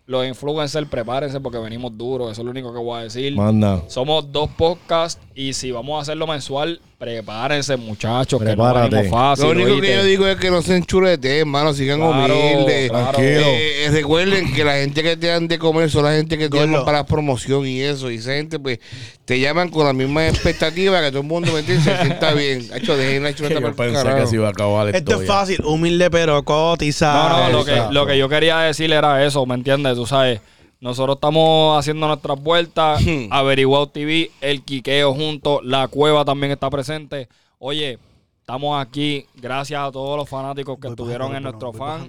Los influencers, prepárense porque venimos duros. Eso es lo único que voy a decir. Manda. Somos dos podcasts y si vamos a hacerlo mensual, prepárense, muchachos, que Prepárate. no venimos fácil. Lo único que ¿oíste? yo digo es que no se enchuleten, hermano, sigan Claro, humildes. claro. Tranquilo. Eh, eh, recuerden que la gente que te dan de comer son la gente que te Gordo. llaman para promoción y eso. Y esa gente, pues, te llaman con la misma expectativa que todo el mundo, ¿me entiendes? Se sienta bien. Hacho, dejen la chuleta para el carajo. iba a acabar Esto es fácil, humilde pero No, cotizado. no, lo que, lo que yo quería decir era eso, ¿me entiendes? Tú sabes, nosotros estamos haciendo nuestras vueltas, Averiguado TV, El Quiqueo junto, La Cueva también está presente. Oye, estamos aquí, gracias a todos los fanáticos que estuvieron en nuestro fan.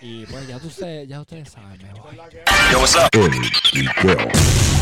Y pues ya, tú sé- ya ustedes saben, me voy. Yo, what's up?